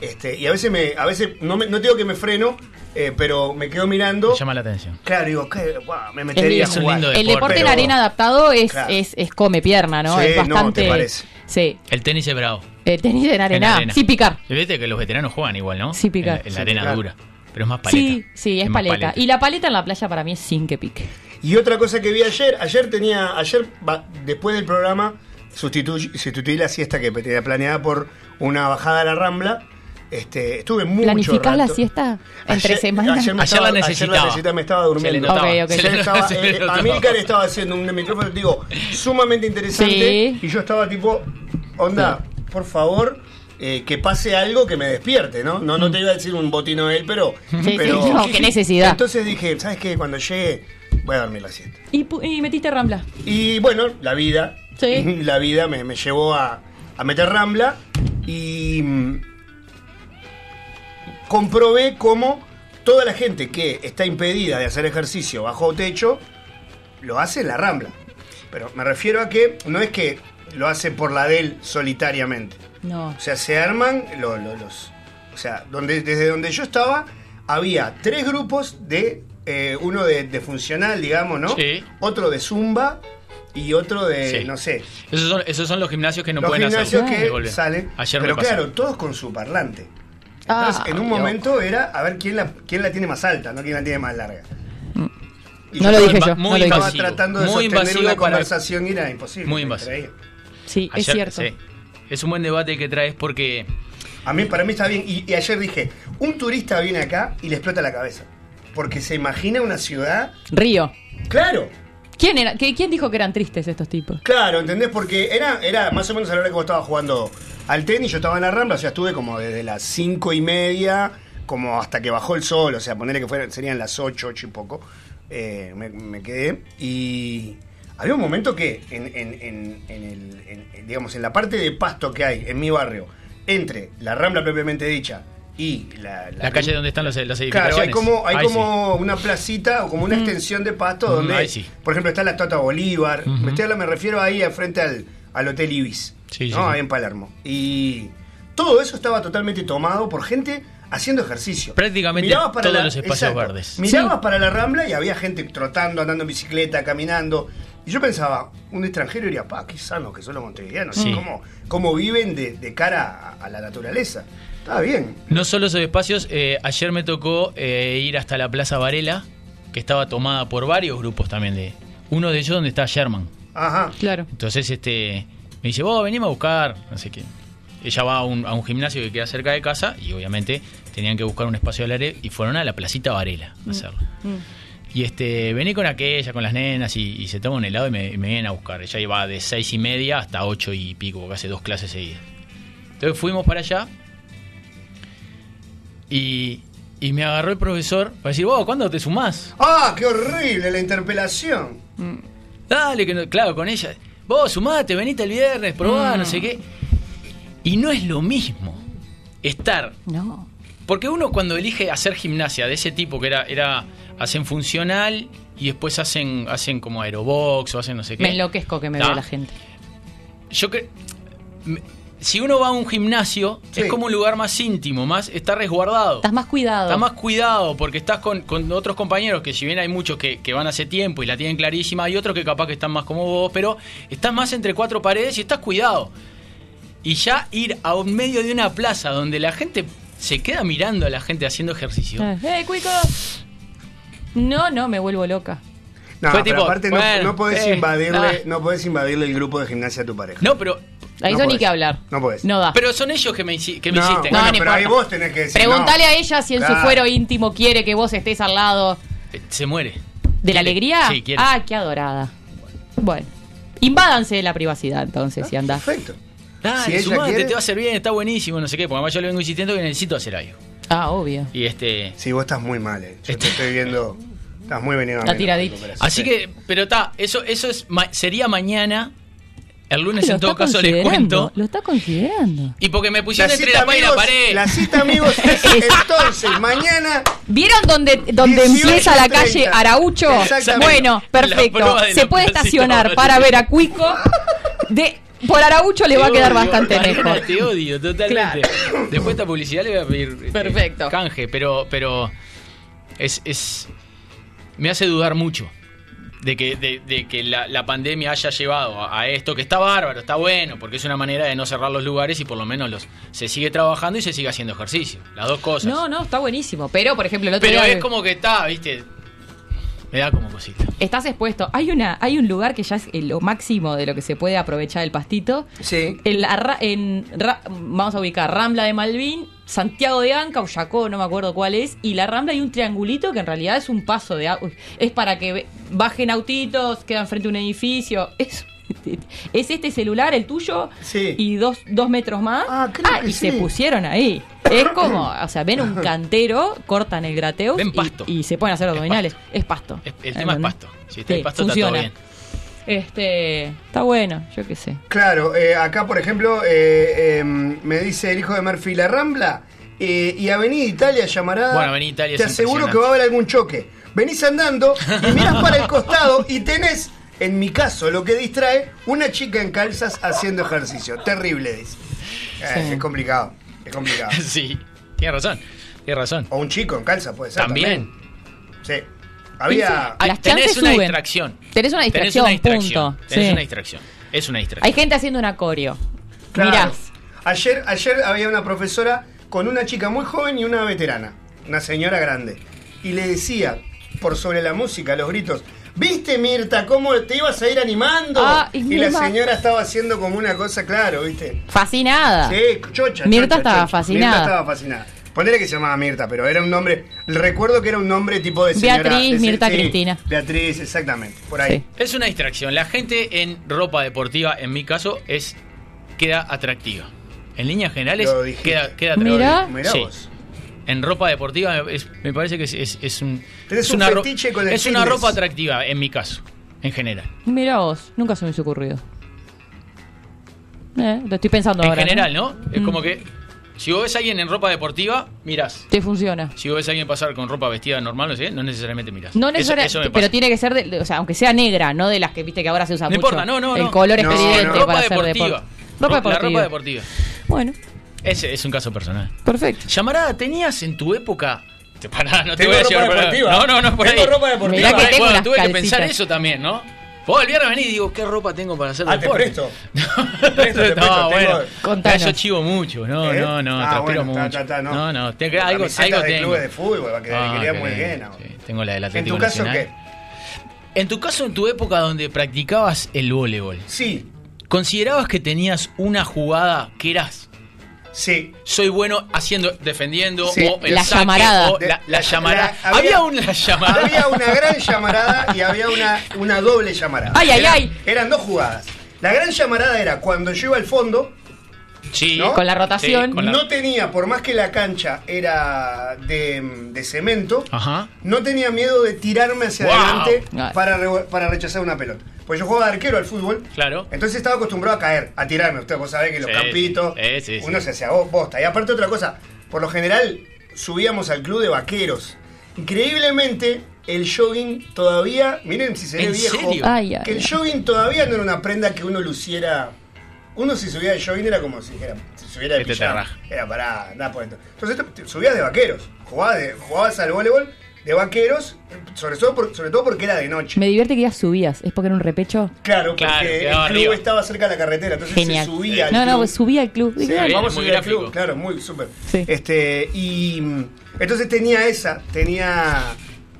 Este, y a veces me, a veces no, me, no te digo que me freno, eh, pero me quedo mirando. me llama la atención. Claro, digo, que, guau, me metería a lindo. Es un jugar. lindo El deporte en pero- arena adaptado es, Claro. es, es come pierna, ¿no? Sí, es no, ¿te bastante. parece? Sí, El tenis es bravo. el tenis en en arena. arena. Sí, picar. Viste que los veteranos juegan igual, ¿no? Sí, picar. En la, en la Sí, arena picar. dura. Pero es más paleta. Sí, sí, es, más paleta. Y la paleta en la playa para mí es sin que pique. Y otra cosa que vi ayer, ayer tenía, ayer va- después del programa sustitu- sustituí la siesta que tenía planeada por una bajada a la Rambla. Este, estuve mucho ¿Planificás rato. la siesta entre Ayer- semanas? Ayer, me Ayer la necesitaba. estaba, Ayer la necesitaba, me estaba Se le durmiendo. notaba. Ok, ok. Se Ayer le estaba, se le eh, notaba. Amílcar estaba haciendo un micrófono, digo, sumamente interesante. Sí. Y yo estaba tipo, onda, por favor, eh, que pase algo que me despierte, ¿no? No, no te iba a decir un botino de él, pero. sí, pero- no, qué necesidad. Entonces dije, ¿sabes qué? Cuando llegue, voy a dormir la siesta. Y, pu- y metiste Rambla. Y bueno, la vida. Sí. La vida me, me llevó a, a meter Rambla y mm, comprobé cómo toda la gente que está impedida de hacer ejercicio bajo techo lo hace en la Rambla. Pero me refiero a que no es que lo hace por la del solitariamente. No. O sea, se arman lo- lo- los. O sea, donde, desde donde yo estaba había tres grupos de. eh, uno de, de funcional, digamos, ¿no? Sí. Otro de zumba y otro de. Sí. No sé. Esos son, esos son los gimnasios que no los pueden gimnasios hacer. que Volver. salen. Ayer pero me pasó. claro, todos con su parlante. Ah, Entonces, en un Dios. momento era a ver quién la, quién la tiene más alta, no quién la tiene más larga. Y No yo lo estaba- dije yo, Muy no lo dije. Estaba Invasivo. tratando de Muy sostener invasivo una para- conversación y era imposible. Muy me invasivo. creía. Sí, es Ayer- cierto. sí. Es un buen debate el que traes porque A mí, para mí está bien. Y, y ayer dije, un turista viene acá y le explota la cabeza. Porque se imagina una ciudad. Río. Claro, ¿Quién, era, qué- ¿Quién dijo que eran tristes estos tipos? claro, ¿entendés? Porque era, era más o menos a la hora que vos estabas jugando al tenis, yo estaba en la rambla, o sea, estuve como desde las cinco y media, como hasta que bajó el sol, o sea, ponerle que fueran, serían las ocho, ocho y poco. eh, me, me quedé. Y había un momento que en, en- en- en el- en- en, digamos, en la parte de pasto que hay en mi barrio, entre la rambla propiamente dicha y la, la calle donde están los, e-, las edificaciones. Claro, hay como, hay Ahí como una placita o como una extensión de pasto Mm, donde, ahí sí. por ejemplo, está la estatua de Bolívar. Me, estoy hablando- me refiero ahí al frente al, al Hotel Ibis, Sí, ¿no? sí, sí. Ahí en Palermo. Y Todo eso estaba totalmente tomado por gente haciendo ejercicio. Prácticamente Mirabas para todos la- los espacios exacto. verdes. Mirabas Sí. para la rambla y había gente trotando, andando en bicicleta, caminando. Y yo pensaba, un extranjero diría, pa, qué sanos que son los montevideanos. Sí. ¿Cómo, cómo viven de, de cara a, a la naturaleza? Estaba bien. No solo esos espacios, eh, ayer me tocó eh, ir hasta la Plaza Varela, que estaba tomada por varios grupos también de. Uno de ellos donde está Sherman. Ajá. Claro. Entonces este me dice, vos venime a buscar, no sé qué. Ella va a un, a un gimnasio que queda cerca de casa y obviamente tenían que buscar un espacio al aire y fueron a la placita Varela Mm. a hacerlo. Y este, vení con aquella, con las nenas y, y se toma un helado y me, y me vienen a buscar. Ella iba de seis y media hasta ocho y pico, porque hace dos clases seguidas. Entonces fuimos para allá y, y me agarró el profesor para decir, vos, ¿cuándo te sumás? Mm. ¡Ah, qué horrible la interpelación! Dale, que no- claro, con ella. Vos sumate, venite el viernes, probá, Mm. no sé qué. Y no es lo mismo estar. No. Porque uno cuando elige hacer gimnasia de ese tipo, que era, era hacen funcional y después hacen, hacen como aerobox o hacen no sé qué. Me enloquezco que me Ah. vea la gente. Yo que. me- Si uno va a un gimnasio, Sí. es como un lugar más íntimo, más está resguardado. Estás más cuidado. Está más cuidado porque estás con, con otros compañeros que si bien hay muchos que, que van hace tiempo y la tienen clarísima, hay otros que capaz que están más como vos, pero estás más entre cuatro paredes y estás cuidado. Y ya ir a un medio de una plaza donde la gente se queda mirando a la gente haciendo ejercicio. Ah. ¡Eh, cuico! No, no, me vuelvo loca. No, Fue pero tipo, aparte no- bueno, no, podés eh, invadirle, ah. no podés invadirle el grupo de gimnasia a tu pareja. No, pero Ahí No son ni podés. que hablar. No podés. No da. pero son ellos que me, insi- que me No, insisten. bueno, no pero ahí importa. vos tenés que decir. Preguntale no. a ella si en Claro. su fuero íntimo quiere que vos estés al lado. Eh, Se muere. ¿De la alegría? Sí, quiere. ah, qué adorada. Bueno. Invádanse de la privacidad entonces, si andás. Ah, Perfecto. Si Dale, ella sumate, quiere- te va a hacer bien, está buenísimo, no sé qué, porque además yo le vengo insistiendo que necesito hacer algo. Ah, obvio. Y este. Sí, vos estás muy mal, eh. Yo te estoy viendo. Estás muy venido a Está menos, tiradito. Nicolás. Así Sí. que, pero está, eso, eso es, ma- sería mañana. El lunes Lo en todo está caso les considerando, cuento. Oh, Lo está considerando. Y porque me pusieron La entre cita, la paz y la amigos, pared. la cita, amigos, es entonces, mañana. ¿Vieron donde, donde 18 empieza la 30? calle Araucho? Exactamente. Bueno, La perfecto. prueba de Se la puede placita, estacionar Manuel. para ver a Cuico. De, por Araucho le va a Te quedar odio, bastante Mariana, lejos. Te odio, totalmente. Después de esta publicidad le voy a pedir este, Perfecto. canje, pero, pero es, es. Me hace dudar mucho de que, de, de que la, la pandemia haya llevado a, a esto, que está bárbaro, está bueno, porque es una manera de no cerrar los lugares y por lo menos los se sigue trabajando y se sigue haciendo ejercicio. Las dos cosas. No, no, está buenísimo. Pero, por ejemplo, el otro pero día- es como que está, viste. Me da como cosita. Estás expuesto. Hay una, hay un lugar que ya es eh, lo máximo de lo que se puede aprovechar el pastito. Sí. En la ra- en ra- vamos a ubicar Rambla de Malvin, Santiago de Anca, Yacó, no me acuerdo cuál es. Y la Rambla hay un triangulito que en realidad es un paso de au- es para que ve- bajen autitos, quedan frente a un edificio. Es, es este celular, el tuyo, Sí. y dos, dos metros más. Ah, creo que y se sí. pusieron ahí. Es como, o sea, ven un cantero, cortan el grateo Ven y- pasto. Y, se pueden hacer los Es abdominales. Es pasto. Es- El tema es ¿Entendés? pasto. Si está Sí, el pasto, funciona. está todo bien. Este, está bueno, yo qué sé. Claro, eh, acá, por ejemplo, eh, eh, me dice el hijo de Murphy La Rambla eh, y Avenida Italia llamará. Bueno, Avenida Italia Te es aseguro impresionante. que va a haber algún choque. Venís andando y mirás para el costado y tenés, en mi caso, lo que distrae, una chica en calzas haciendo ejercicio. Terrible, dice. Eh, Sí. Es complicado, es complicado. sí, tiene razón. Tiene razón. O un chico en calza, puede ser. También. Sí. Había. Las Ay, tenés chances una suben. distracción. Tenés una distracción, punto. Tenés Sí. una distracción. Es una distracción. Hay gente haciendo un acorio. Claro. Mirás. Ayer, ayer había una profesora con una chica muy joven y una veterana, una señora grande. Y le decía, por sobre la música, los gritos, ¿viste Mirta cómo te ibas a ir animando? Ah, y y mi la ma- señora estaba haciendo como una cosa, claro, ¿viste? Fascinada. Sí, chocha. Ah. Mirta chocha, estaba chocha. fascinada. Mirta estaba fascinada. Ponele que se llamaba Mirta, pero era un nombre, recuerdo que era un nombre tipo de señora. Beatriz, de se- Mirta, Cristina. Beatriz, exactamente, por ahí. Sí. Es una distracción. La gente en ropa deportiva, en mi caso, es queda atractiva. En líneas generales, Lo dijiste. queda, queda Mirá. atractiva. Mirá Sí. vos. En ropa deportiva es- me parece que es, es- es un, Tenés es un ro- fetiche con el es una fitness. ropa atractiva, en mi caso, en general. Mirá vos, nunca se me hubiese ocurrido. Eh, lo estoy pensando en ahora. Mm. general, ¿no? Es como que si vos ves a alguien en ropa deportiva, mirás. Te funciona. Si vos ves a alguien pasar con ropa vestida normal, no, sé, no necesariamente mirás. No Eso- necesariamente, eso me pasa. pero tiene que ser, de- de- o sea, aunque sea negra, no de las que viste que ahora se usa No mucho. importa, no, no, El no. color es No, presidente no. para ropa hacer deportiva. deporte. Ropa La deportiva. ropa deportiva. Bueno, Ese es un caso personal. Perfecto. Llamarada, ¿tenías en tu época? Te pará, no te Tengo voy a ropa llevar por ahí. deportiva. No, no, no, por Tengo ahí. ropa deportiva. Mirá que Por ahí, tengo bueno, unas tuve que pensar calcitas. eso también, ¿no? Vos el viernes venís y digo, ¿qué ropa tengo para hacer Ah, te deporte? presto. no, presto, te presto, bueno. tengo- Contanos. Yo chivo mucho, no, ¿Eh? no, no, Ah, transpiro bueno, ta, mucho. ta, ta, no. no. no, tengo que- La algo, camiseta algo de tengo. clubes de fútbol, va, que Ah, quería qué muy lindo, bien, ¿no? sí. Tengo la del ¿En Atlético tu caso Nacional. qué? En tu caso, en tu época donde practicabas el voleibol, Sí, ¿considerabas que tenías una jugada que eras sí. soy bueno haciendo, defendiendo Sí. o el La saque, llamarada. o Oh, la, la De- llamarada. la- había, había- una llamarada. Había una gran llamarada y había una, una doble llamarada. Ay, ay, Eran- ay. Eran dos jugadas. La gran llamarada era cuando yo iba al fondo, Sí, ¿no? Con la rotación. Sí, con la- no tenía, por más que la cancha era de, de cemento, Ajá. no tenía miedo de tirarme hacia Wow. adelante Ah. para, re- para rechazar una pelota. Pues yo jugaba de arquero al fútbol. Claro. Entonces estaba acostumbrado a caer, a tirarme. Usted, vos sabés que los Sí, campitos, sí. Eh, sí, uno sí. se hacía bo- bosta. Y aparte otra cosa, por lo general subíamos al club de vaqueros. Increíblemente, el jogging todavía, miren si se ve ¿En viejo, serio? Ay, ay, que el ay. jogging todavía no era una prenda que uno luciera. Uno si subía de jogging era como si dijera, si subiera de Este te pijama. raja. Era para nada por esto. Entonces te- te subías de vaqueros, jugabas, de- jugabas al voleibol de vaqueros, sobre todo, por- sobre todo porque era de noche. Me divierte que ya subías. ¿Es porque era un repecho? Claro, Claro, porque el quedaba club arriba. estaba cerca de la carretera, entonces Genial. se subía. al no, no, club. pues subí al club. Sí, Dije, "Ay, bien, vamos a muy subir al gráfico. club, claro, muy súper. Sí. Este, y mm, entonces tenía esa, tenía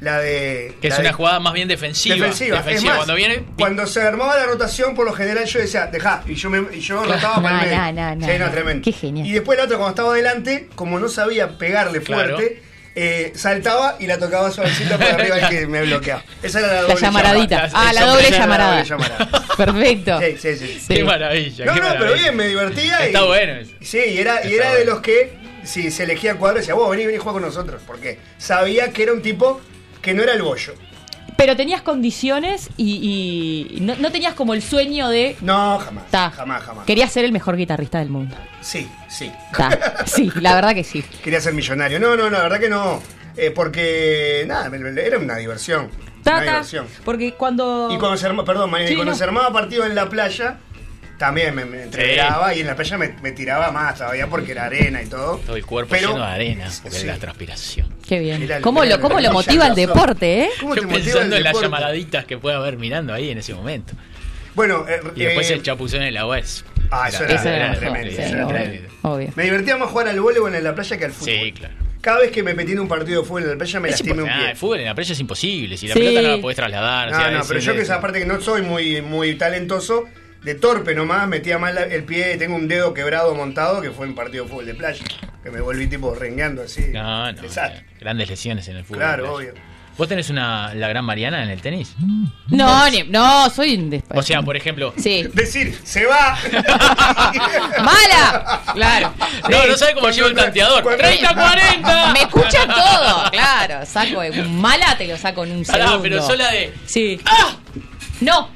la de. que es la de- una jugada más bien defensiva. defensiva. Es más, cuando viene. cuando se armaba la rotación, por lo general yo decía, dejá, y yo, me, y yo rotaba para el No, medio. no, no, Sí, no, no. tremendo. Qué genial. Y después la otra, cuando estaba adelante, como no sabía pegarle Claro. fuerte, eh, saltaba y la tocaba suavecito por arriba el que me bloqueaba. Esa era la La doble llamaradita. llamada. Ah, Esa la era doble doble llamarada. llamarada. Perfecto. Sí, sí, sí. Qué Sí. maravilla. No, qué no, pero maravilla. bien, me divertía. y- Está bueno eso. Sí, y era, Está y era de bueno. los que, si se elegía cuadro, decía, vos vení, vení, juega con nosotros. Porque sabía que era un tipo que no era el bollo. Pero tenías condiciones y, y no, no tenías como el sueño de. No, jamás. Ta, Jamás, jamás. Querías ser el mejor guitarrista del mundo. Sí, sí. Ta. Sí, la verdad que sí. Quería ser millonario. No, no, la verdad que no. Eh, porque, nada, me- me- era una diversión. Ta, una ta, diversión. porque cuando. Y cuando se armaba, perdón, Mariana, y Sí, cuando no. se armaba partido en la playa, también me, me entreveraba y en la playa me, me tiraba más todavía porque era arena y todo. Todo el cuerpo Pero- lleno de arena porque Sí. es la transpiración. Qué bien. Mirá, ¿Cómo mirá, lo, cómo mirá, lo mirá, motiva el razón. deporte, eh? ¿Cómo te Yo motiva el pensando en las deporte? llamaraditas que puede haber mirando ahí en ese momento. Bueno, eh, Y después eh, el chapuzón en la UES. Ah, eso era- Eso era era mejor, tremendo, sí, eso era obvio, tremendo. Obvio. Me divertía más jugar al voleibol en la playa que al fútbol. Sí, claro. Cada vez que me metí en un partido de fútbol en la playa me Es lastimé un importante. pie. Ah, el fútbol en la playa es imposible. Si la Sí. pelota no la podés trasladar. No, o sea, no, es- pero yo que es- esa parte que no soy muy, muy talentoso, de torpe nomás, metía mal la- el pie, tengo un dedo quebrado montado que fue en partido de fútbol de playa, que me volví tipo rengueando así. No, no. Desastre. Grandes lesiones en el fútbol. Claro, Claro. obvio. ¿Vos tenés una, la gran Mariana en el tenis? No, ni- no, soy un despacho. O sea, por ejemplo. Sí. Decir, se va. ah, ¡Mala! Claro. No, no sabes cómo llevo el tanteador. Cuando- ¡30, 40! Me escuchan todo, claro. Saco de- un mala, te lo saco en un Pará, segundo. pero sola de- ¡Ah! Sí. No,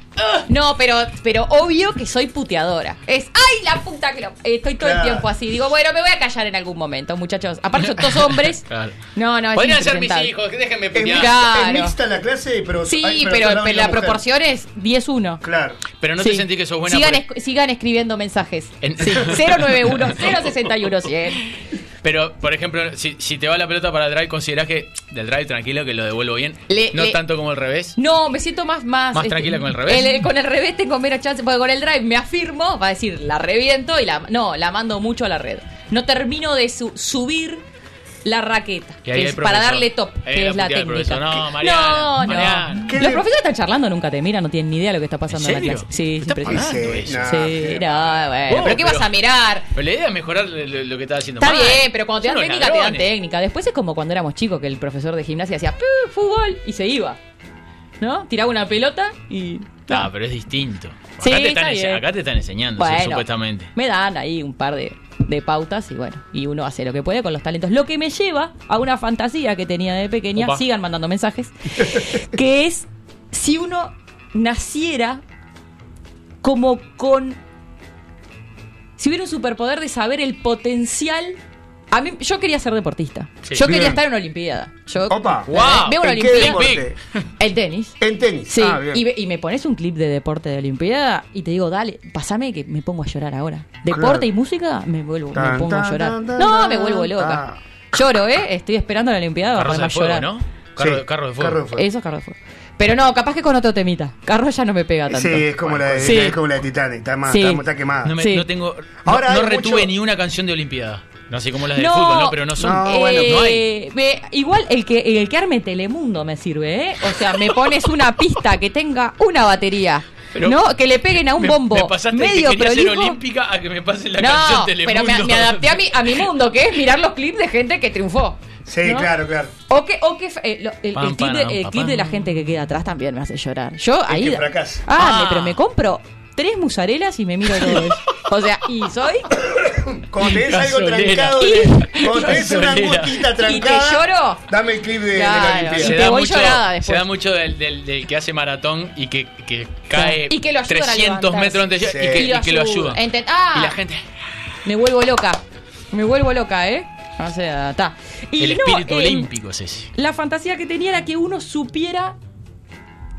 no, pero, pero obvio que soy puteadora. Es, ¡ay, la puta que lo! Eh, Estoy todo el Claro. tiempo así. Digo, bueno, me voy a callar en algún momento, muchachos. Aparte son todos hombres. Claro. No, no, es Podrían ser mis impresentable. hijos, déjenme Es, mixta- putear. Mirá. es Claro. mixta la clase, pero Sí, ay, pero, está pero la mujer. proporción es 10-1. Claro. Pero no Sí. te sentí que sos buena. Sigan, por- esc- sigan escribiendo mensajes. En- Sí, 091 061 100. Pero, por ejemplo, si, si te va la pelota para drive, considerás que del drive tranquilo que lo devuelvo bien. Le- no le- tanto como el revés. No, me siento más. Más, Más tranquila con el revés. con el revés tengo menos chance. Porque con el drive me afirmo, va a decir, la reviento y la. No, la mando mucho a la red. No termino de su- subir la raqueta. Y ahí que el es para profesor. darle top, Ahí que la es la puteada del técnica. profesor. No, Mariana, no, no. Mariana. ¿Qué Los le- profesores están charlando, nunca te miran, no tienen ni idea de lo que está pasando en, serio? la clase. Sí, Está impresionante. Ah, Ese- eso. nah, Sí, qué no, bueno. Vos, ¿Pero qué vas Oh, pero- a mirar? Pero la idea es mejorar lo, lo- lo que estás haciendo. Está mal. bien, pero cuando te dan Son técnica, unos te dan ladrones. técnica. Después es como cuando éramos chicos que el profesor de gimnasia hacía "Pu, fútbol y se iba. ¿No? Tiraba una pelota y. No, pero es distinto. Acá, Sí, te, está están ense- bien. acá te están enseñando, Bueno, supuestamente. Me dan ahí un par de, de pautas y bueno, y uno hace lo que puede con los talentos. Lo que me lleva a una fantasía que tenía de pequeña, Opa. sigan mandando mensajes, que es si uno naciera como con... Si hubiera un superpoder de saber el potencial A mí, yo quería ser deportista. Sí. yo quería Bien. estar en una Olimpiada. Yo eh, Opa. Guau. veo una ¿En qué Olimpiada. deporte? El tenis. En tenis. Sí, Ah, bien. y, ve- y me pones un clip de deporte de Olimpiada y te digo, dale, pasame que me pongo a llorar ahora. Deporte Claro. y música, me vuelvo, Tan, me pongo tan, a llorar. tan, tan, no, tan, me vuelvo tan. loca. Lloro, ¿eh? Estoy esperando la Olimpiada para Carros ponerme de a fuego, llorar. ¿no? Carro, Sí, carro de fuego. carro de fuego. Eso es carro de fuego. Pero no, capaz que con otro temita. Carro ya no me pega tanto. Sí, es como, pues, la de, Sí. es como la de Titanic, está, más, Sí. está, está quemada. No, me- Sí. no tengo. Ahora no hay no retuve mucho- ni una canción de Olimpiada. No sé cómo las del fútbol, ¿no? Pero no son. Oh, No, eh, bueno, no hay. me- igual el que, el que arme Telemundo me sirve, ¿eh? O sea, me pones una pista que tenga una batería. Pero- no, que le peguen a un Me- bombo. Me, pasaste medio de que quería ser prolijo. olímpica a que me pasen la No, canción pero Telemundo. me, me adapté a mi, a mi mundo, que es mirar los clips de gente que triunfó. Sí, ¿no? claro, claro. O que, o que eh, lo- el, Pam, el clip, de, pam, el pam, clip pam. de la gente que queda atrás también me hace llorar. Yo ahí. que fracasa. Ah, Ah. me- pero me compro tres musarelas y me miro todo eso. O sea, y soy. Cuando tenés algo Gasolera. trancado, Y- cuando tenés una Gasolera. angustita Y te trancada, lloro. dame el clip de, de la Claro. Olimpiada. Y se te da, voy mucho, llorada se después. da mucho del, del- del que hace maratón y que, que cae Y que lo ayudan a 300 levantarse. metros antes de Sí. llegar y que, Y y que lo ayuda. Enten- ah, Y la gente. Me vuelvo loca. Me vuelvo loca, ¿eh? O sea, está. Y El no, espíritu eh, olímpico es ese. La fantasía que tenía era que uno supiera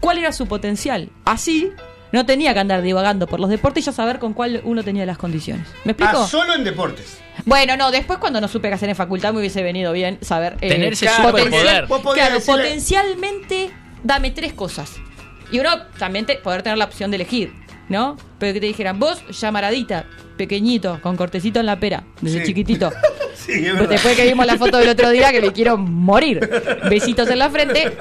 cuál era su potencial. Así no tenía que andar divagando por los deportes y ya saber con cuál uno tenía las condiciones. ¿Me explico? Ah, solo en deportes. Bueno, no, después cuando no supe qué hacer en facultad me hubiese venido bien saber. eh, Tener ese potencial- superpoder. Vos podías Claro, decirle- potencialmente dame tres cosas. Y uno también te- poder tener la opción de elegir, ¿no? Pero que te dijeran, vos, llamaradita, pequeñito, con cortecito en la pera, desde Sí. chiquitito. Sí, es Pues verdad. después que vimos la foto del otro día que me quiero morir. Besitos en la frente.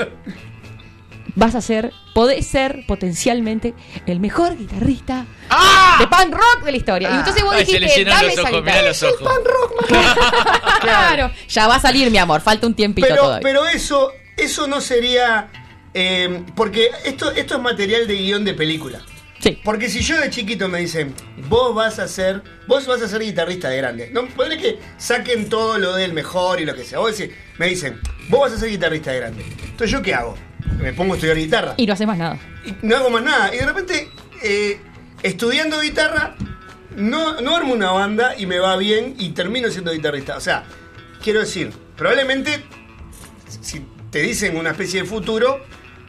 Vas a ser, podés ser potencialmente el mejor guitarrista ¡Ah! de punk rock de la historia. Y entonces vos Ay, se le dijiste, llenan dame los esa ojos, guitarra. mirá los ojos. claro. Ya va a salir, mi amor. Falta un tiempito pero, todavía. pero eso, eso no sería. eh, porque esto, esto es material de guión de película. sí. Porque si yo de chiquito me dicen, vos vas a ser, vos vas a ser guitarrista de grande. No, ponele que saquen todo lo del mejor y lo que sea. Vos decís, me dicen, vos vas a ser guitarrista de grande. Entonces yo qué hago? Me pongo a estudiar guitarra. Y no hace más nada. Y no hago más nada. Y de repente, eh, estudiando guitarra, no, no armo una banda y me va bien y termino siendo guitarrista. O sea, quiero decir, probablemente, si te dicen una especie de futuro,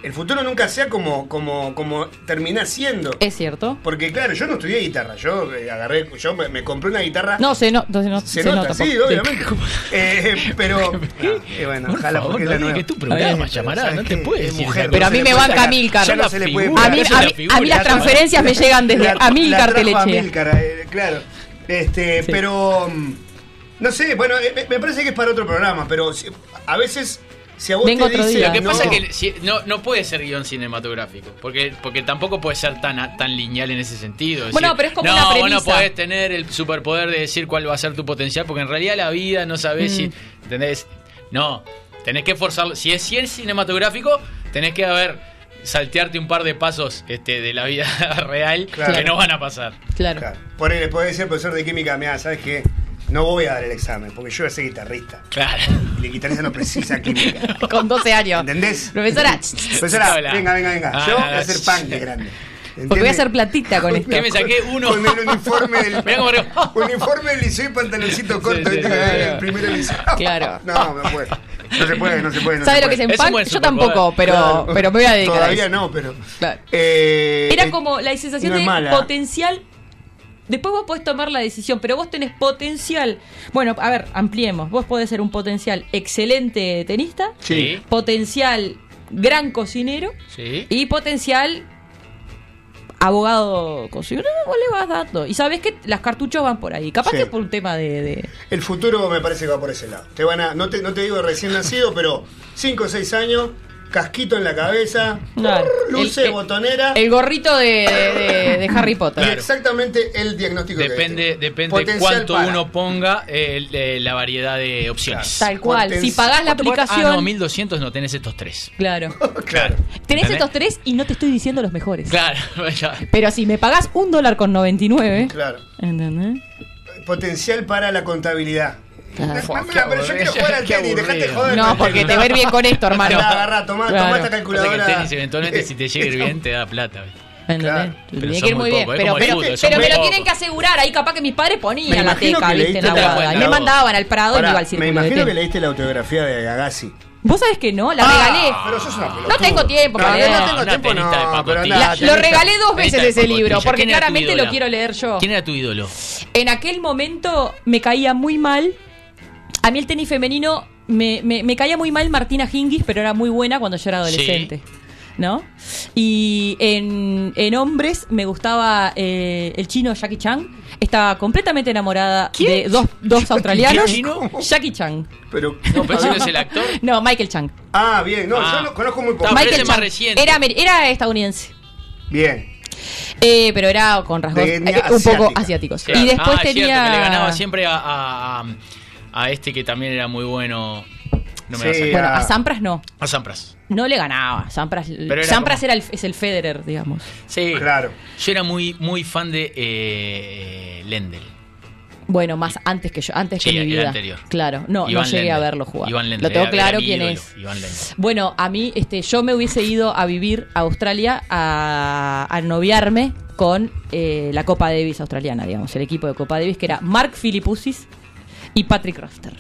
el futuro nunca sea como, como, como termina siendo. Es cierto. Porque claro, yo no estudié guitarra, yo eh, agarré, yo me, me compré una guitarra. No, se, no, entonces no, se, nota, tampoco. sí, obviamente. Eh, pero eh, bueno, Por ojalá favor, porque es la no, nueva. que es tu programa, Pero, llamará, ¿sabes no te qué? puedes Es decir mujer, nada. no Pero a se mí le me puede van sacar. Camilcar. Ya La no se le puede figura, A mí, es a la mí- figura. a mí las transferencias me llegan desde La- Amilcar la trajo Telechea. Amilcar, eh, claro. Este, Sí. pero mm, no sé, bueno, eh, me, me parece que es para otro programa, pero si- a veces si a vos Vengo te otro dicen, día. Lo que no, pasa es que si- no, no puede ser guión cinematográfico, porque, porque tampoco puede ser tan, a- tan lineal en ese sentido. Es Bueno, pero es como no, una vos no premisa. podés tener el superpoder de decir cuál va a ser tu potencial, porque en realidad la vida no sabés si. Mm. ¿Entendés? No, tenés que forzarlo. Si es, si es cinematográfico, tenés que haber saltearte un par de pasos este, de la vida real Claro. que no van a pasar. Claro. Claro. Por él, podés ser profesor de química, mira, ¿sabes qué? No voy a dar el examen, porque yo voy a ser guitarrista. Claro. Y el guitarrista no precisa química. Con 12 años. ¿Entendés? Profesora, Profesora, Hola. venga, venga, venga. Ah, yo voy nada, a ser sí. punk de grande. ¿Entendés? porque voy a hacer platita con esto. Que me saqué uno. Con el uniforme del. Mirá cómo arriba. uniforme del liceo y pantaloncito corto. sí, ¿viste? sí, el sí. primero liceo. Claro. No, no puede. No se puede, no se puede. No ¿Sabe se lo que se puede. Es un empanca? buen Yo superpoder. tampoco, pero, Claro. pero me voy a dedicar. a Todavía eso. no, pero. Claro. Eh, Era eh, como la sensación no es ¿ah? de mala. potencial. Después vos podés tomar la decisión, pero vos tenés potencial. Bueno, a ver, ampliemos. Vos podés ser un potencial excelente tenista, Sí. potencial gran cocinero Sí. y potencial abogado cocinero. Vos le vas dando. Y sabés que las cartuchos van por ahí. Capaz Sí. que por un tema de. de- El futuro me parece que va por ese lado. Te van a, no, te, no te digo recién nacido, pero 5 o 6 años, casquito en la cabeza, Claro. luces, El- el- botonera. El gorrito de, de- de- de Harry Potter. Y exactamente el diagnóstico que Depende, tengo. depende Potencial cuánto para. uno ponga eh, eh, la variedad de opciones. Tal cual. Potencial. Si pagás la ¿Cuánto podés- aplicación. Ah, no, 1200 no tenés estos tres. Claro. Claro. Tenés ¿Entendés? estos tres y no te estoy diciendo los mejores. Claro, ya. Pero si me pagás un dólar con 99, Claro. ¿entendés? Potencial para la contabilidad. Claro. Mamá, qué pero yo quiero aburrido, jugar al qué tenis, dejate aburrido. joder. No, con el porque tenis. te va a ir bien con esto, hermano. Andá, agarrá, tomá, Claro. tomá esta Pasa que el calculadora. tenis eventualmente si te llega a ir bien te da plata. ¿viste? ¿Entendés? Claro. Pero Tiene que son ir muy muy bien. poco, es Pero, como el pero, fútbol, pero, son muy me lo poco. tienen que asegurar ahí. Capaz que mis padres Me ponían la imagino teca, que ¿viste? En la leíste la- guada. Y me la- mandaban al Prado Pará, iba al círculo. me de imagino té. que leíste la autobiografía de Agassi. ¿Vos sabés que no? La regalé. Ah, Pero sos una pelotuda. No tengo tiempo para No, leer. no tengo Una tiempo, tenista de no, pacotilla. pero La- nada, La- lo tenista. regalé dos veces Tenista ese de libro, pacotilla. porque ¿Quién era tu claramente lo ídola? quiero leer yo. ¿Quién era tu ídolo? En aquel momento me caía muy mal. A mí el tenis femenino me, me- me caía muy mal Martina Hingis, pero era muy buena cuando yo era adolescente. ¿No? Y en, en hombres me gustaba eh, el chino Jackie Chan. Estaba completamente enamorada de dos, dos australianos. Chan? ¿Cómo? Jackie Chan. Pero, No, pero ese no es el actor. No, Michael Chan. Ah, bien, no, Ah. yo lo conozco muy poco. Ah, pero ese Michael es más Chan. reciente. Era, amer- era estadounidense. Bien. Eh, pero era con rasgos De etnia eh, un poco asiática. asiáticos. Claro. Y después Ah, es tenía. cierto, que le ganaba siempre a, a- a- a este que también era muy bueno. No me Sí. va a salir. Bueno, a- a Sampras no. A Sampras. No le ganaba. Sampras, Pero era Sampras como- era el, es el Federer, digamos. Sí. Claro. Yo era muy, muy fan de eh, Lendl. Bueno, más antes que yo, antes Sí, que mi el vida. anterior. Claro, no, Iván no llegué a Lendl. verlo jugar. Iván Lendl, Lo tengo era- claro era mi quién ídolo, es. Iván Lendl. Bueno, a mí, este, yo me hubiese ido a vivir a Australia a, a noviarme con eh, la Copa Davis australiana, digamos, el equipo de Copa Davis, que era Mark Philippusis y Patrick Rafter.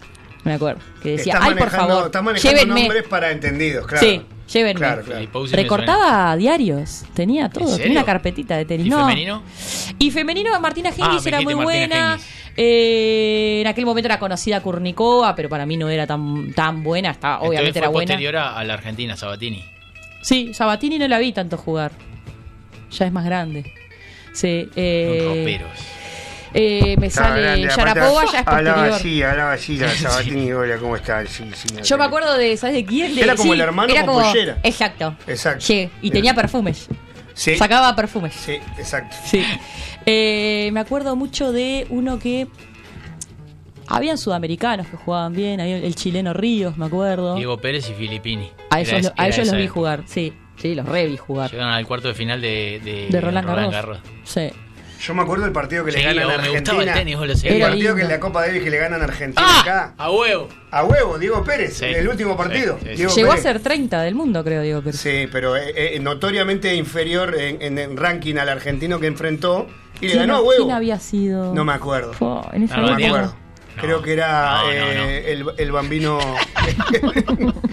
Me acuerdo. Que decía, Estás ay, por manejando- favor, estás manejando llévenme. nombres para entendidos, claro. Sí, llévenme. Claro, claro. Pausi me Recortaba diarios, tenía todo, serio? tenía una carpetita de suena. tenis. ¿Y no. femenino? Ah, Y femenino, Martina Hingis me era muy dijiste Martina buena. Hingis. Eh, en aquel momento era conocida Kurnikova, pero para mí no era tan, tan buena. Estaba, Entonces obviamente fue era buena. posterior a, a la Argentina, Sabatini. Sí, Sabatini no la vi tanto jugar. Ya es más grande. Sí, eh, Un ropero. eh, me sale Yarapova, ya es Hablaba posterior. así, hablaba así, la Sabatini, hola, ¿cómo estás? Sí, sí, Yo me acuerdo de, ¿sabes de quién? De- Era como el hermano era con como- pollera. Exacto. Exacto. Sí, y Bien. tenía perfumes. Sí, Sacaba perfumes. sí, exacto. Sí. Eh, me acuerdo mucho de uno que. Habían sudamericanos que jugaban bien, había el chileno Ríos, me acuerdo. Diego Pérez y Filippini. a Era ellos, es- lo- a era ellos los esa vi época. jugar, sí. Sí, los revi jugar. Llegaron al cuarto de final de, de, de Roland, Garros. Sí. Yo me acuerdo del partido que le Sí, ganan a me Argentina. gustaba el tenis, boludo, sí. el Era partido que en lindo. la Copa Davis que le ganan a Argentina ¡Ah! acá. A huevo. A huevo, Diego Pérez, Sí, el último sí, partido. sí, sí. Diego Llegó a Pérez. ser 30 del mundo, creo, digo. Pero... Sí, pero eh, eh, notoriamente inferior en, en- en ranking al argentino que enfrentó. Y le ¿Quién, ganó a huevo. quién había sido? No me acuerdo. Fue en esa No, No me época. Diego. acuerdo. No. Creo que era No, no, eh, El, el bambino.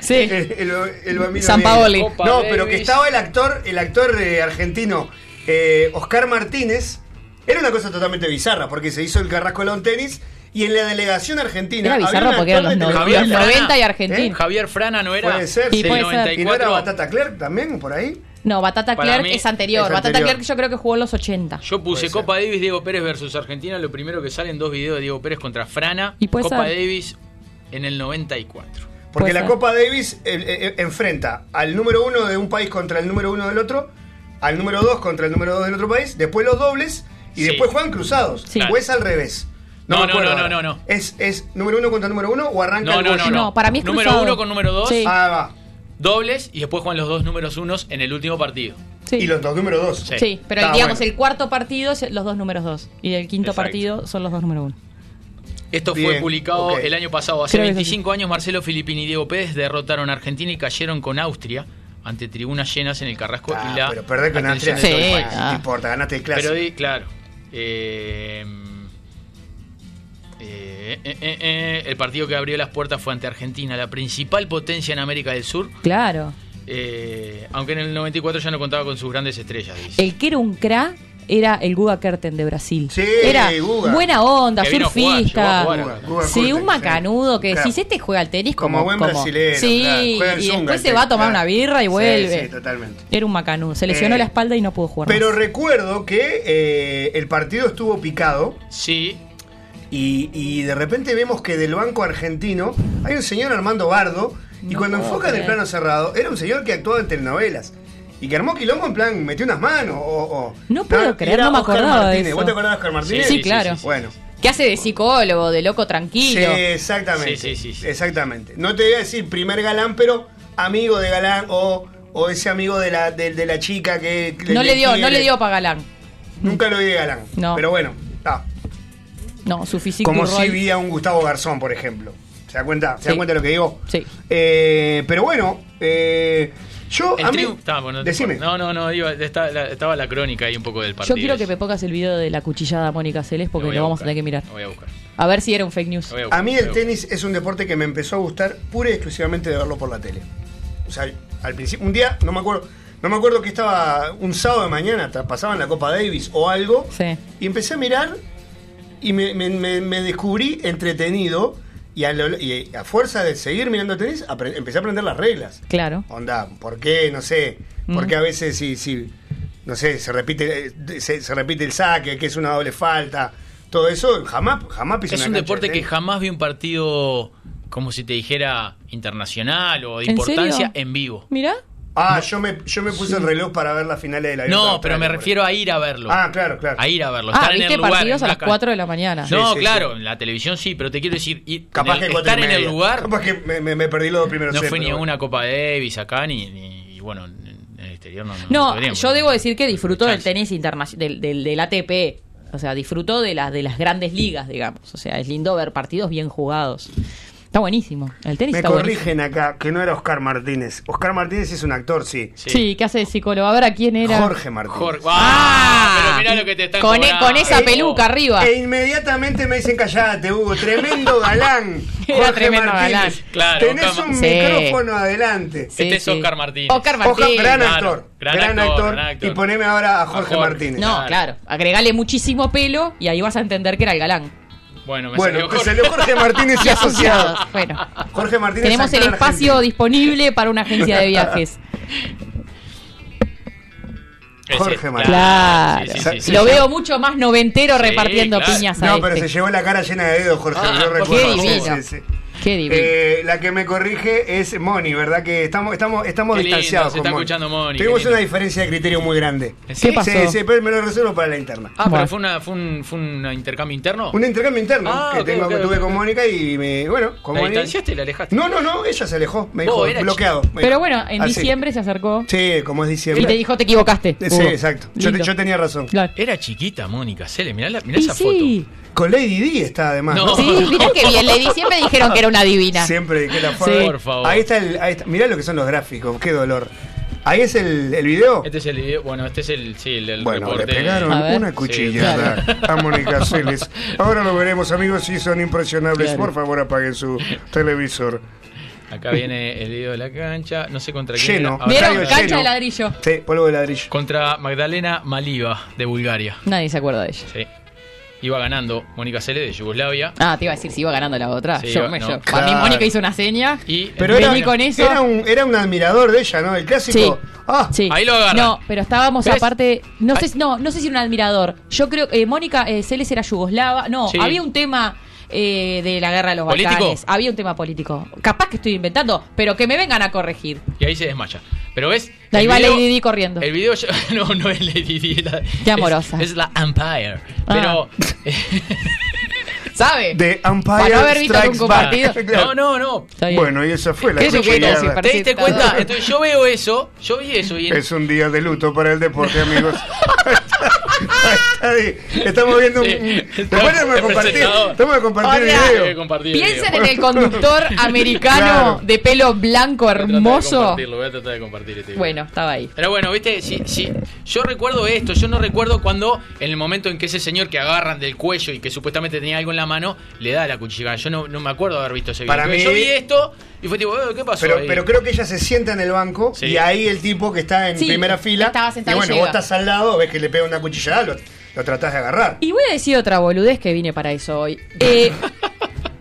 Sí. el, el bambino. San negro. Paoli. Copa No, pero que Davis. estaba el actor, el actor eh, argentino eh, Oscar Martínez. Era una cosa totalmente bizarra porque se hizo el Carrasco en tenis y en la delegación argentina. Era había bizarro un porque actor eran de los no- telenovela. los 90 y Argentina. Javier Frana no era. Puede ser, Y sí. puede Del ser. ¿Y no era 94. Batata Clerk también por ahí? No, Batata Para Clark mí es anterior. es Batata anterior. Clark yo creo que jugó en los 80. Yo Puede puse ser. Copa Davis, Diego Pérez versus Argentina. Lo primero que salen dos videos de Diego Pérez contra Frana. Y puede Copa ser. Davis en el 94. Porque Puede la ser. Copa Davis eh, eh, enfrenta al número uno de un país contra el número uno del otro, al número dos contra el número dos del otro país, después los dobles y Sí. después juegan cruzados. Sí. O es al revés. No, No, me no, acuerdo no, ahora. no, no, no. ¿Es, ¿Es número uno contra número uno o arranca No, el no, bollo? no, No, para mí es Número cruzado. uno con número dos. Sí. Ah, va. Dobles y después juegan los dos números unos en el último partido. Sí. Y los dos número dos. Sí. Sí, pero Está digamos, bueno. el cuarto partido es los dos números dos. Y el quinto Exacto. partido son los dos número uno. Esto Bien, fue publicado ok. el año pasado. Hace Creo que es 25 años, Marcelo Filippini y Diego Pérez derrotaron a Argentina y cayeron con Austria ante tribunas llenas en el Carrasco Ah, y la. pero perder con atención Andrea. de todo el Sí. ah. país. No importa, ganaste el clásico. Pero di, claro. Eh, eh, eh, eh, eh, el partido que abrió las puertas fue ante Argentina, la principal potencia en América del Sur. Claro. eh, aunque en el 94 ya no contaba con sus grandes estrellas. dice. El que era un cra era el Guga Kerten de Brasil. Sí, era Guga. buena onda, Que vino a jugar, surfista. llegó a jugar. Guga, Guga sí, Curtis, un macanudo que Claro. decís, este juega al tenis como, Como buen brasilero, Sí, claro. Juega al y zunga, después sí, se va a tomar claro. una birra y Sí, vuelve. sí, totalmente. Era un macanudo. Se lesionó Eh, la espalda y no pudo jugar. Pero más. recuerdo que eh, el partido estuvo picado. Sí, Y, y de repente vemos que del Banco Argentino hay un señor Armando Bardo. Y No cuando puedo enfocan el creer. plano cerrado, era un señor que actuaba en telenovelas. Y que armó quilombo en plan, metió unas manos. O, o- No puedo y creer, era no me Oscar acordaba de Martínez. eso. ¿Vos te acordás de Oscar Martínez? sí, claro. Bueno. ¿Qué hace de psicólogo, de loco Sí, tranquilo? exactamente. Sí, sí, sí, sí. Exactamente. No te voy a decir primer galán, pero amigo de galán o, o ese amigo de la, de, de la chica que. que no le dio, no quiere. le dio para Galán. Nunca lo vi de galán. No. Pero bueno, está. No, su físico Como y si rol. vi a un Gustavo Garzón, por ejemplo. ¿Se da cuenta? ¿Se da Sí. cuenta lo que digo? Sí. Eh, pero bueno, Eh, yo, El a mí- triunfo- está, bueno, no te decime. importa. no, no, no, iba- está- la- estaba la crónica ahí un poco del Yo partido. quiero que me pongas el video de la cuchillada a Mónica Celes porque voy lo a vamos a buscar, tener que mirar. lo voy a buscar. A ver si era un fake news. lo voy a buscar, A mí lo el voy a buscar. tenis es un deporte que me empezó a gustar pura y exclusivamente de verlo por la tele. O sea, al principio, un día, no me acuerdo, no me acuerdo que estaba un sábado de mañana, tra- pasaban la Copa Davis o algo, Sí. y empecé a mirar y me, me- me- me descubrí entretenido y a, lo- y a fuerza de seguir mirando tenis, apre- empecé a aprender las reglas. Claro. Onda, ¿por qué? No sé. Mm. ¿Por qué a veces si, si no sé, se repite, eh, se, se repite el saque, que es una doble falta? Todo eso, jamás, jamás pisé Es una un cancha ¿eh? de deporte que tenis. jamás vi un partido como si te dijera internacional o de ¿En serio? importancia en vivo. Mira. Ah, yo me, yo me puse el reloj para ver las finales de la Abierto de No, pero Australia, me por refiero a ir a verlo. ejemplo. Ah, claro, claro. A ir a verlo. Ah, estar en viste el lugar. partidos en a una las cancha. 4 de la mañana. Sí. No, claro, en la televisión sí, pero te quiero decir, ir, Capaz en que el- cuatro y estar en el media. lugar. Capaz que me, me- me perdí los dos primeros No sets, fue ni pero bueno. una Copa Davis acá, ni, ni- y bueno, en el exterior no. No, podríamos, yo debo decir que no disfruto chance. del tenis internacional, del, del, del ATP. O sea, disfruto de, las de las grandes ligas, digamos. O sea, es lindo ver partidos bien jugados. Está buenísimo. El tenis Me está buenísimo. corrigen acá que no era Oscar Martínez. Oscar Martínez es un actor, sí. Sí. Sí. ¿qué hace de psicólogo? Ahora, ¿quién era? Jorge Martínez. Jorge. Ah, ¡Ah! Pero mirá lo que te están con, e- cobrando. con esa Oh. peluca arriba. E inmediatamente me dicen callate, Hugo. Tremendo galán. Era Jorge tremendo galán. Martínez. Claro, Tenés Oscar- un Sí. micrófono adelante. Sí, este es sí. Oscar Martínez. Oscar Martínez. Oja- gran, Claro, actor, gran, gran actor, actor, gran actor. Y poneme ahora a Jorge, Jorge. Martínez. No, claro. Agregale muchísimo pelo y ahí vas a entender que era el galán. Bueno, me Bueno, salió pues Jorge. salió Jorge Martínez y asociado. Bueno, Jorge Martínez. tenemos el actor espacio argentino. disponible para una agencia de viajes. Ese, Jorge Martínez. Claro. Sí, sí, sí, sí. Lo sí. veo mucho más noventero Sí, repartiendo claro. piñas a No, pero este. se llevó la cara llena de dedos, Jorge. Ah, yo por recuerdo. favor. Sí, Divino. sí, sí. Qué divino. Eh, la que me corrige es Moni, ¿verdad? Que estamos, estamos, estamos Qué lindo, distanciados. se con está Moni. escuchando Moni, qué Tuvimos lindo. una diferencia de criterio muy grande. ¿En ¿Qué serio? pasó? Sí, sí, pero me lo resuelvo para la interna. Ah, Bueno. pero fue, una, fue, un, fue un intercambio interno. Un intercambio interno Ah, que ok, tengo, ok, que ok, tuve ok. con Mónica y me. Bueno, con ¿La Moni- distanciaste y la alejaste? No, no, no, ella se alejó. Me Vos dijo, eras bloqueado. me Pero dijo. bueno, en Así. diciembre se acercó Sí, como es diciembre. y te dijo, te equivocaste. Sí, Hugo. exacto. Yo, te- Lindo. yo tenía razón. Claro. Era chiquita Mónica Cele, mirá, la- Y mirá esa sí, Con Lady Di está además. No. ¿no? sí, mirá que bien. Le siempre dijeron que era una divina. Siempre que la foto. fue. Por favor. Ahí está el. Ahí está. Mirá lo que son los gráficos, qué dolor. Ahí es el, el video. Este es el video, bueno, este es el, sí, el, el Bueno, le reporte. pegaron A ver. una cuchillada a Mónica Celes. Ahora lo veremos, amigos, si son impresionables. Claro. Por favor, apaguen su televisor. Acá viene el video de la cancha, no sé contra quién. Lleno. era. Ahora- Estadio ¿Vieron? Cancha lleno. de ladrillo. Sí, polvo de ladrillo. Contra Magdalena Maliva de Bulgaria. Nadie se acuerda de ella. Sí. Iba ganando Mónica Cele de Yugoslavia. Ah, te iba a decir si iba ganando la otra. Sí, yo iba- me no. yo. Para mí Claro. Mónica hizo una seña. Y Pero era, Vení con eso. era un, era un admirador de ella, ¿no? El clásico. Sí. Ah, Sí. Ahí lo agarran. No, pero estábamos ¿Ves? aparte. No sé, si- no, no sé si era un admirador. Yo creo que eh, Mónica eh, Celes era yugoslava. No, Sí. había un tema eh, de la guerra de los ¿Político? Balcanes. Había un tema político. Capaz que estoy inventando, pero que me vengan a corregir. Y ahí se desmaya. Pero ves. De ahí el va video- Lady Di corriendo. El video. ya- No, no es Lady Di. es la- Qué amorosa. Es, es la Empire. Ah. Pero. ¿Sabe? de Para Empire no haber visto Strikes nunca un Back. partido. Claro. No, no, no. Está bien. Bueno, y esa fue la ¿Qué se puede cuchillada. decir, ¿Te diste Perfecto. cuenta? Entonces yo veo eso. Yo vi eso. Y en- Es un día de luto para el deporte, amigos. Ahí está, ahí. Estamos viendo un. Sí. Después tenemos que El compartir. presentador. Tenemos que compartir el Hola. video. Tengo que compartir el video. Piensen en el conductor americano Claro. de pelo blanco Voy a tratar de hermoso. compartirlo, Voy a tratar de compartir este video. Oh. Bueno, estaba ahí. Pero bueno, viste, sí, sí. yo recuerdo esto, yo no recuerdo cuando, en el momento en que ese señor que agarran del cuello y que supuestamente tenía algo en la mano, le da la cuchillada. Yo no, no me acuerdo de haber visto ese video. Para Pero mí- Yo vi este. esto y fue tipo, "Eh, ¿qué pasó? Pero, ahí?" pero creo que ella se sienta en el banco Sí. y ahí el tipo que está en Sí, primera fila. estaba sentado y y bueno, llega. vos estás al lado, ves que le pega una cuchillada, lo, lo tratás de agarrar. Y voy a decir otra boludez que vine para eso hoy. Eh,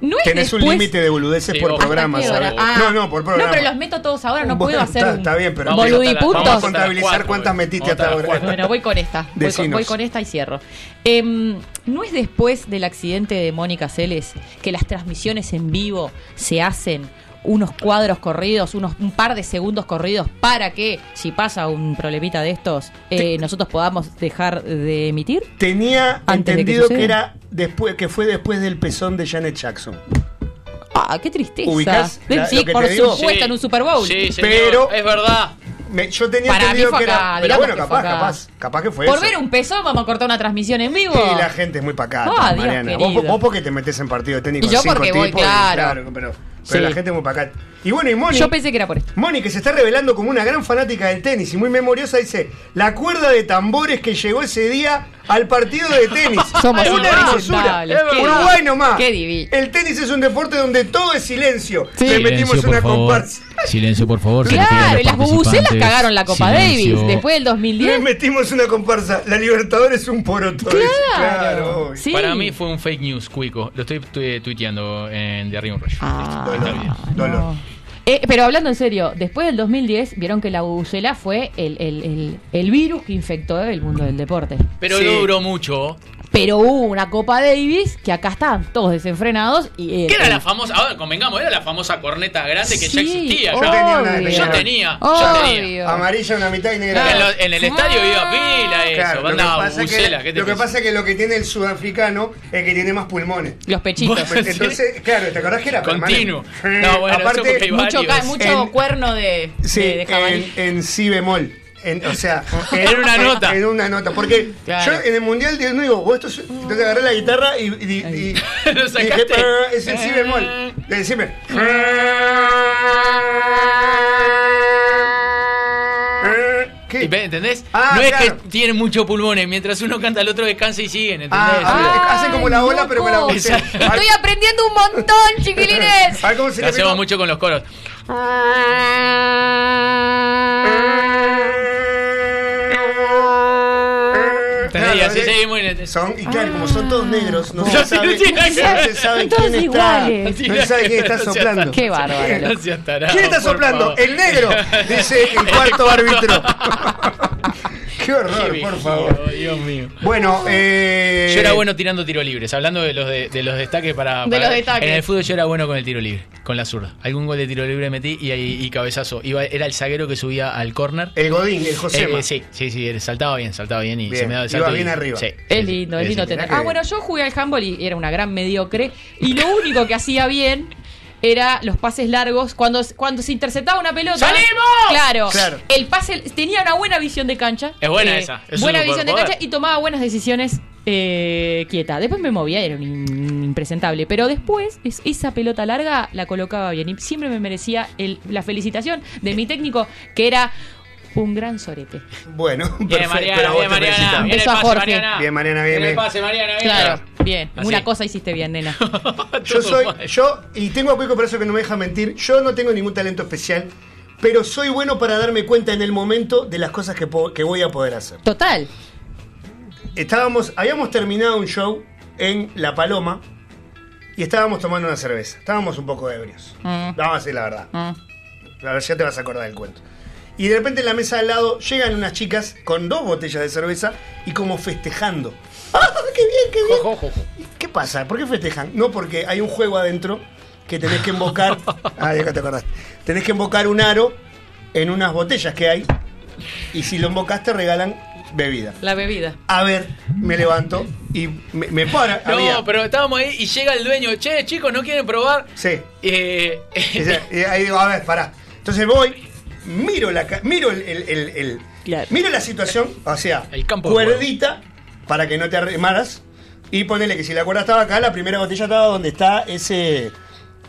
no es Tenés un después- límite de boludeces Sí, por ojo. ¿Hasta programa, qué hora? ¿sabes? Ah. no, no, por programa. No, pero los meto todos ahora, no Bueno, puedo hacer. está- está bien, pero- Vamos hasta las- boludipuntos. vamos hasta las Contabilizar cuatro, cuántas güey. metiste hasta Vamos ahora. las cuatro. Bueno, voy con esta. Voy con, Decinos. voy con esta y cierro. Em, ¿No es después del accidente de Mónica Celes que las transmisiones en vivo se hacen unos cuadros corridos, unos, un par de segundos corridos, para que si pasa un problemita de estos, eh, nosotros podamos dejar de emitir? Tenía Antes de que entendido que, suceda. era después, que fue después del pezón de Janet Jackson. ¡Ah, qué tristeza! ¿Ubicás la- sí, lo que por te digo? supuesto, en un Super Bowl. Sí, señor, Pero- Es verdad. Me- yo tenía Para mí entendido fue que acá, era. Pero digamos bueno, que fue capaz, acá. capaz. Capaz que fue Por eso. ver un peso, vamos a cortar una transmisión en vivo. Y la gente es muy pacata, Ah, Dios Mariana. Vos, querido. vos porque te metes en partido de tenis Y con yo cinco porque voy, tipos y- claro. pero Pero Sí. la gente muy para acá. Y bueno, y Moni. Yo pensé que era por esto. Moni, que se está revelando como una gran fanática del tenis y muy memoriosa, dice: La cuerda de tambores que llegó ese día al partido de tenis. Somos una hermosura. insoportables. Qué Uruguay divino. nomás. Qué divino. El tenis es un deporte donde todo es silencio. Sí. Le metimos Silencio, por una favor. comparsa. Silencio, por favor. se le pide a Claro, los y las bubucelas participantes. cagaron la Copa Silencio. Davis después del Le 2010. metimos una comparsa. La Libertadores es un poroto. Dice, claro. Sí. Para mí fue un fake news, cuico. Lo estoy tu- tuiteando en De Arriba un Rayo. Ah, Listo, está bien. no. Dolor. Eh, pero hablando en serio, después del 2010 vieron que la bubucela fue el, el- el- el virus que infectó el mundo del deporte. Pero Sí. no duró mucho. Pero hubo una Copa Davis que acá estaban todos desenfrenados y... eh, Que era la famosa, ahora convengamos, era la famosa corneta grande que ya Sí, existía. Yo ya. tenía una obvio. de Yo Peñarol. tenía, yo tenía. Obvio. Amarilla una mitad y negra. En, lo- en el estadio iba pila eso, Claro, lo, que andaba pasa bubucela, que, ¿qué te lo que pensás? pasa que lo que tiene el sudafricano es que tiene más pulmones. Los pechitos. Bueno, Pues, Entonces, claro, ¿te acordás que era Continuo. permanente? No, bueno, eso porque aparte, iba- mucho varios. ca- mucho En- cuerno de, sí, de, de jabalí. en, en si bemol. En, o sea, en, En una nota. En una nota. Porque Claro. yo en el mundial yo digo, vos esto es- entonces agarré la guitarra y, y- y- y- Lo y dije, sacaste. "Ah, es en si bemol. Le decime. ¿Qué? Eh, Y ve, ¿Entendés? Ah, no es claro. que tienen mucho pulmones, mientras uno canta el otro descansa y siguen, ¿entendés? Ah, ah, hacen como la ola, loco. pero con la voz. Exacto. A ver- Estoy aprendiendo un montón, chiquilines. a ver cómo se Lo le hacemos pegó. mucho con los coros. ¿Entendés? Y así seguimos y- eh, Son, y claro, como son todos negros, no, No, se sí, sabe, sí, sí. no se sabe Todos quién iguales. está. No se sabe quién está soplando. Qué bárbaro. No seas tarado, ¿Quién está por soplando? favor. El negro, dice el cuarto árbitro. Qué horror, Qué por favor. vejigo, Dios mío. Bueno, eh. Yo era bueno tirando tiro libres. Hablando de los de, de los destaques para, De para- los destaques. En el fútbol yo era bueno con el tiro libre, con la zurda. Algún gol de tiro libre metí y, y- y cabezazo. Iba, era el zaguero que subía al córner. El Godín, el José. Eh, sí, sí, sí, era- saltaba bien, saltaba bien y Bien, se me daba el iba salto. bien y- arriba. sí, sí, Es sí, lindo, sí, es lindo sí. tener. que Ah, bien. bueno, yo jugué al handball y era una gran mediocre. Y lo único que hacía bien era los pases largos. Cuando, cuando se interceptaba una pelota. ¡Salimos! Claro. Claro. El pase tenía una buena visión de cancha. Eh, Es buena esa, es un buena visión de superpoder. cancha y tomaba buenas decisiones eh, quieta. Después me movía y era un in- impresentable. Pero después, es- esa pelota larga la colocaba bien. Y siempre me merecía el- la felicitación de mi técnico, que era un gran sorete. Bueno, Bien, perfecto. Mariana, a vos bien, te Mariana. felicitamos. Bien, el Beso a pase, Jorge. Mariana. Bien, Mariana, bien, Bien, el bien. pase, Mariana, bien. Claro, bien. Así. Una cosa hiciste bien, nena. Yo Todo soy, mal. yo, y tengo a Cuico por eso que no me deja mentir, yo no tengo ningún talento especial, pero soy bueno para darme cuenta en el momento de las cosas que, po- que voy a poder hacer. Total. Estábamos, habíamos terminado un show en La Paloma y estábamos tomando una cerveza. Estábamos un poco ebrios. Vamos a decir la verdad. Mm. La verdad, ya te vas a acordar del cuento. Y de repente en la mesa de al lado llegan unas chicas con dos botellas de cerveza y como festejando. ¡Ah, qué bien, qué bien! Ojo, ojo, ojo. ¿Qué pasa? ¿Por qué festejan? No, porque hay un juego adentro que tenés que embocar. Ah, ya te acordaste. Tenés que embocar un aro en unas botellas que hay. Y si lo embocas, te regalan bebida. La bebida. A ver, me levanto y me, me para. No, había- pero estábamos ahí y llega el dueño. Che, chicos, ¿no quieren probar? Sí. Eh, O sea, y ahí digo, a ver, pará. Entonces voy, miro la ca- miro el, el- el- el- Claro. miro la situación, o sea, El campo de cuerdita para que no te arremaras y ponele que si la cuerda estaba acá, la primera botella estaba donde está ese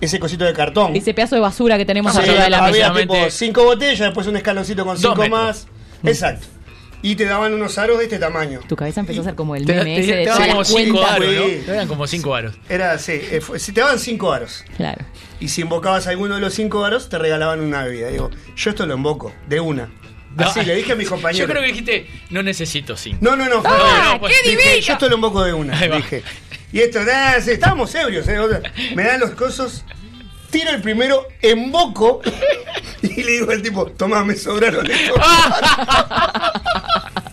ese cosito de cartón. Ese pedazo de basura que tenemos Sí, arriba de la mesa. había precisamente. tipo cinco botellas, después un escaloncito Dos con cinco metros. Mm. más. Exacto. Y te daban unos aros de este tamaño. Tu cabeza empezó a ser como el te- meme te- ese de te daban todas como las cinco cuentas. aros, Sí. ¿no? Eran como cinco aros. Era, sí, eh, fue- si te daban cinco aros. Claro. Y si invocabas alguno de los cinco varos, te regalaban una bebida. Digo, yo esto lo invoco, de una. Así No. le dije a mis Yo compañeros. creo que dijiste, no necesito cinco. pues No, no, no. fue ¡Ah, de una. qué Dije, divino! Yo esto lo invoco de una, Ahí va. dije. Y esto, nada, sí, estábamos ebrios. eh, o sea, Me dan los cosos, tiro el primero, emboco y le digo al tipo, tomá, me sobraron estos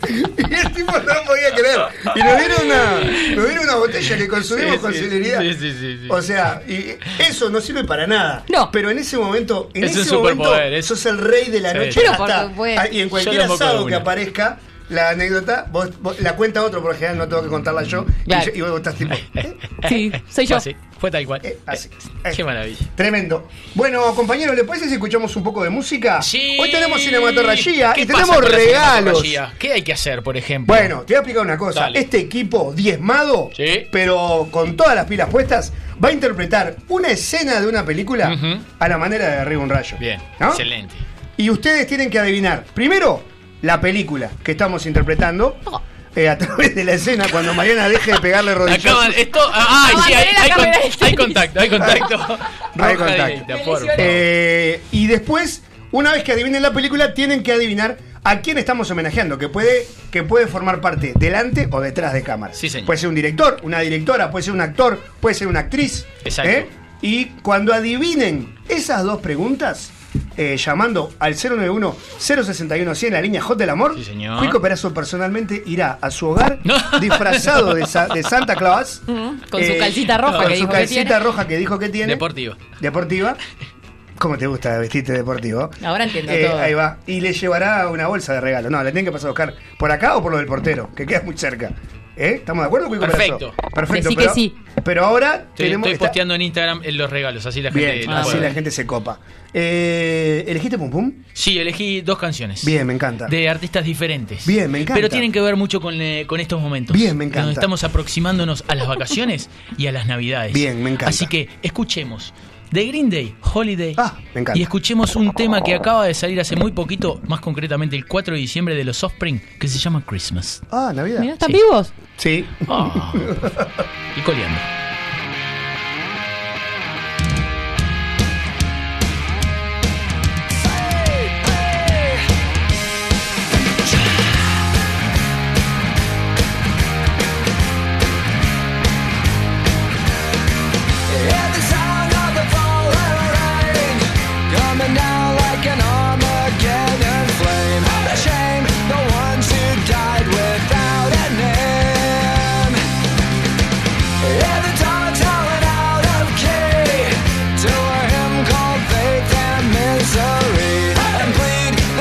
Y el tipo no podía creer. Y nos dieron una, nos dieron una botella que consumimos Sí, con sí, celeridad. sí, sí, sí, sí. O sea, y eso no sirve para nada. No. Pero en ese momento, en Es un ese momento, superpoder, es- sos el rey de la Sí. noche. Pero por hasta, supuesto. y en cualquier Yo tampoco asado de que una. aparezca, la anécdota, vos, vos- la cuenta otro, por lo general no tengo que contarla yo. Y Claro. yo- Y, vos estás tipo. Sí, soy yo. Fue así. Fue tal cual. Eh, así. Eh, Qué maravilla. Tremendo. Bueno, compañeros, ¿le parece si escuchamos un poco de música? Sí. Hoy tenemos cinematografía ¿Qué y pasa tenemos con la regalos. cinematografía? ¿Qué hay que hacer, por ejemplo? Bueno, te voy a explicar una cosa. Dale. Este equipo diezmado, Sí. pero con todas las pilas puestas, va a interpretar una escena de una película Ujú. a la manera de Arriba un Rayo. Bien, ¿No? excelente. Y ustedes tienen que adivinar, primero, la película que estamos interpretando. eh, a través de la escena, cuando Mariana deje de pegarle rodillas. Acaban, esto, ah, ay, sí, hay, Abandoné la hay con- carrera de tenis. hay contacto, hay contacto. Hay Roja contacto. directa, Me por favor. Eh, y después, una vez que adivinen la película, tienen que adivinar a quién estamos homenajeando, que puede, que puede formar parte delante o detrás de cámara. Sí, señor. Puede ser un director, una directora, puede ser un actor, puede ser una actriz. Exacto. ¿eh? Y cuando adivinen esas dos preguntas, eh, llamando al 091-061-100, la línea Hot del Amor, Sí, señor. Cuico Perazo personalmente irá a su hogar No. disfrazado de, sa- de Santa Claus. Con su calcita roja Eh, con que su dijo que calcita tiene. roja que dijo que tiene. Deportiva. Deportiva. ¿Cómo te gusta vestirte deportivo? Ahora entiendo Eh, todo. Ahí va. Y le llevará una bolsa de regalo. No, la tienen que pasar a buscar por acá o por lo del portero, que queda muy cerca. ¿Eh? ¿Estamos de acuerdo, Cuico Perfecto. Perazo? Perfecto. Decí que pero, sí. pero ahora Estoy, tenemos estoy está- posteando en Instagram eh, los regalos, así la gente. Bien, lo así puede la ver. gente se copa. Eh, ¿Elegiste Pum Pum? Sí, elegí dos canciones. Bien, me encanta. De artistas diferentes. Bien, me encanta. Pero tienen que ver mucho con, eh, con estos momentos. Bien, me encanta. Cuando estamos aproximándonos a las vacaciones y a las navidades. Bien, me encanta. Así que escuchemos. The Green Day, Holiday. Ah, me encanta. Y escuchemos un tema que acaba de salir hace muy poquito, más concretamente el 4 de diciembre de los Offspring, que se llama Christmas. Ah, Navidad. Mirá, ¿están Sí. vivos? Sí. Ah. y coleando.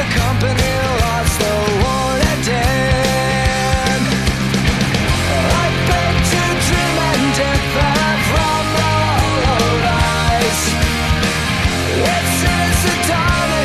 Company lost the war again. I beg to dream and differ from all lies. It's just a darling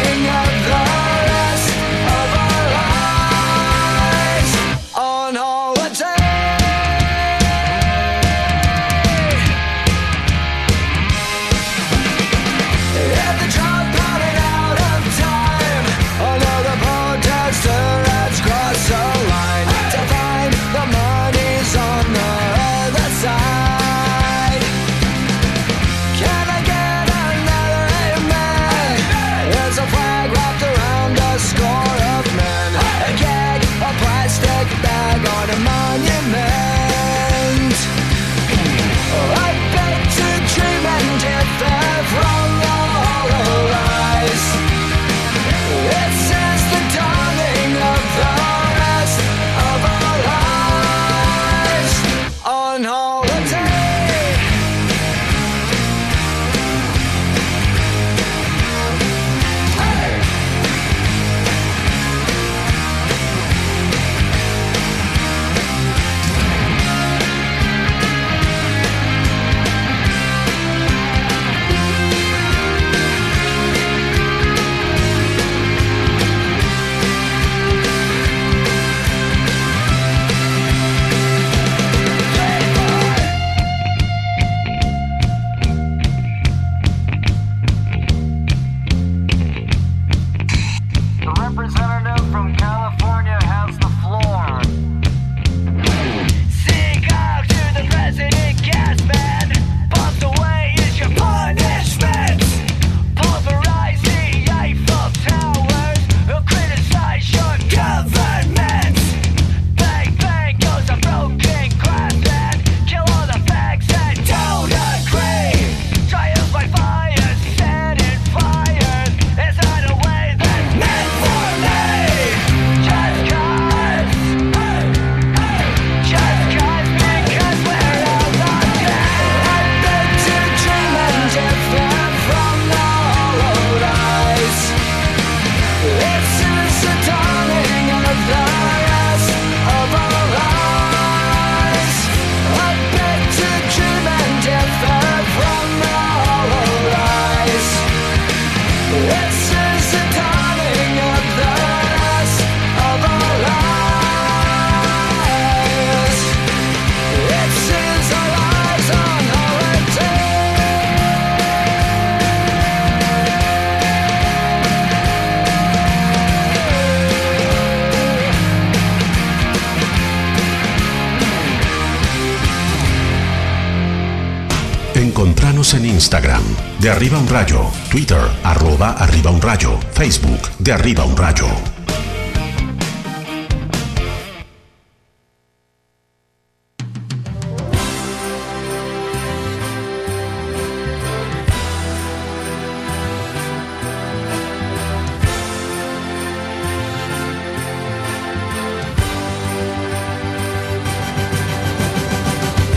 Instagram, de arriba un rayo, Twitter, arroba arriba un rayo, Facebook, de arriba un rayo.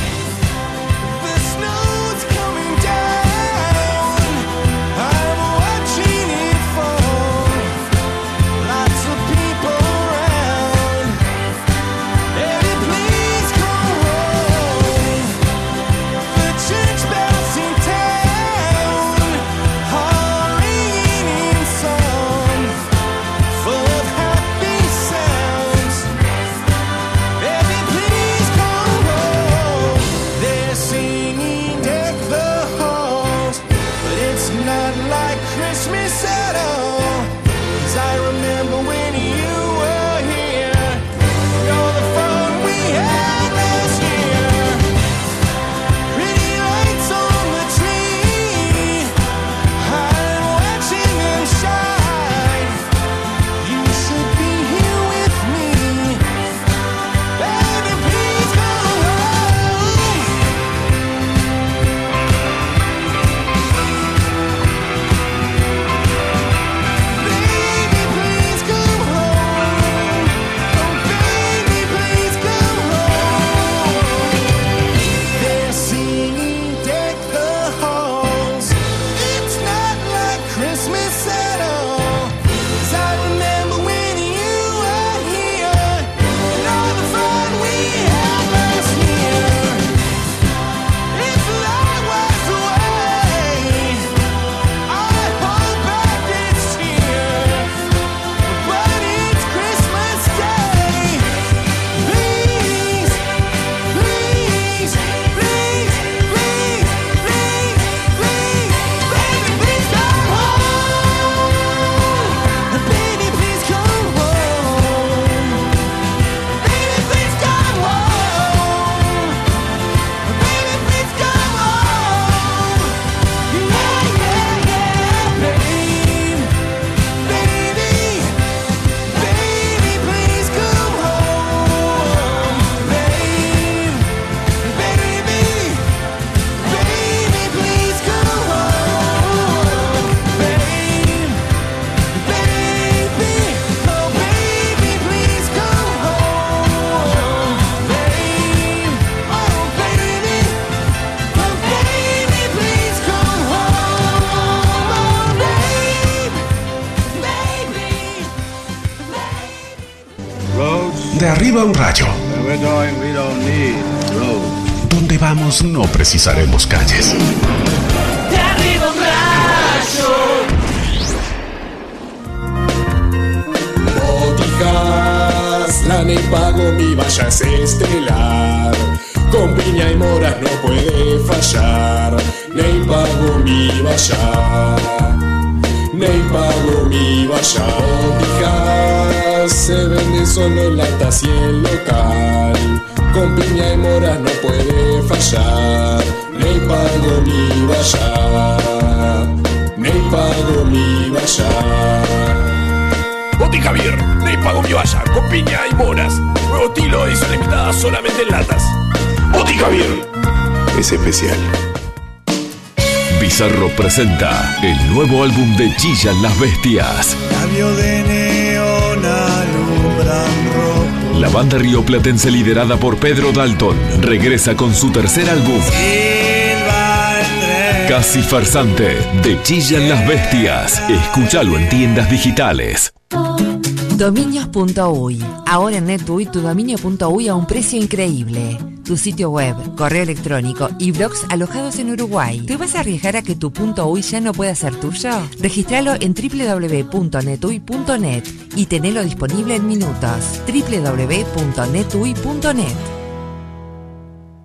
The snow's coming down. I'm watching it fall. Lots of people around. Baby, please come home. The church bells in town are ringing in song, full of happy sounds. Baby, please come home. They're singing at the halls, but it's not like Christmas at all. 'Cause I remember when you were here and all the fun we had last year. Pretty lights on the tree, I'm watching them shine. You should be here with me. Baby, please come home. Baby, please come home. Oh, baby, please come home. They're singing deck the halls. It's not like Christmas at all. 'Cause I remember when you were here and all the fun we had last year. If I was away. I hold back this year, but it's Christmas Day. Please, please, please, please, please, please, baby, please come home. Baby, please come home. Baby, please come home. Baby, please come home. Yeah, yeah, yeah, babe. Baby, baby, please come home. Babe, baby, baby, please come home. Babe, baby, oh baby, please come home. Babe, oh baby. Oh, baby, please come home. baby, baby. De arriba un rayo. Donde vamos no precisaremos calles. De arriba un rayo. Boticas, la pago mi valla es estelar. Con piña y moras no puede fallar. pago mi valla. pago mi valla. Boticas, se vende solo en latas y en local. Con piña y moras no puede fallar. pago mi valla. pago mi valla. Botica Beer, Ney Pago Mi Valla, con piña y moras. Nuevo estilo, edición limitada solamente en latas. Botica Beer. es especial. Bizarro presenta el nuevo álbum de Chillan las Bestias. Labio de neón alumbran rojo. La banda rioplatense liderada por Pedro Dalton regresa con su tercer álbum, Silva entre Casi Farsante, de Chillan las Bestias. Escúchalo en tiendas digitales. Dominios.uy. Ahora en NetUy, tu dominio.uy a un precio increíble. Tu sitio web, correo electrónico y blogs alojados en Uruguay. ¿Te vas a arriesgar a que tu .uy ya no pueda ser tuyo? Registralo en www.netuy.net y tenelo disponible en minutos. www.netuy.net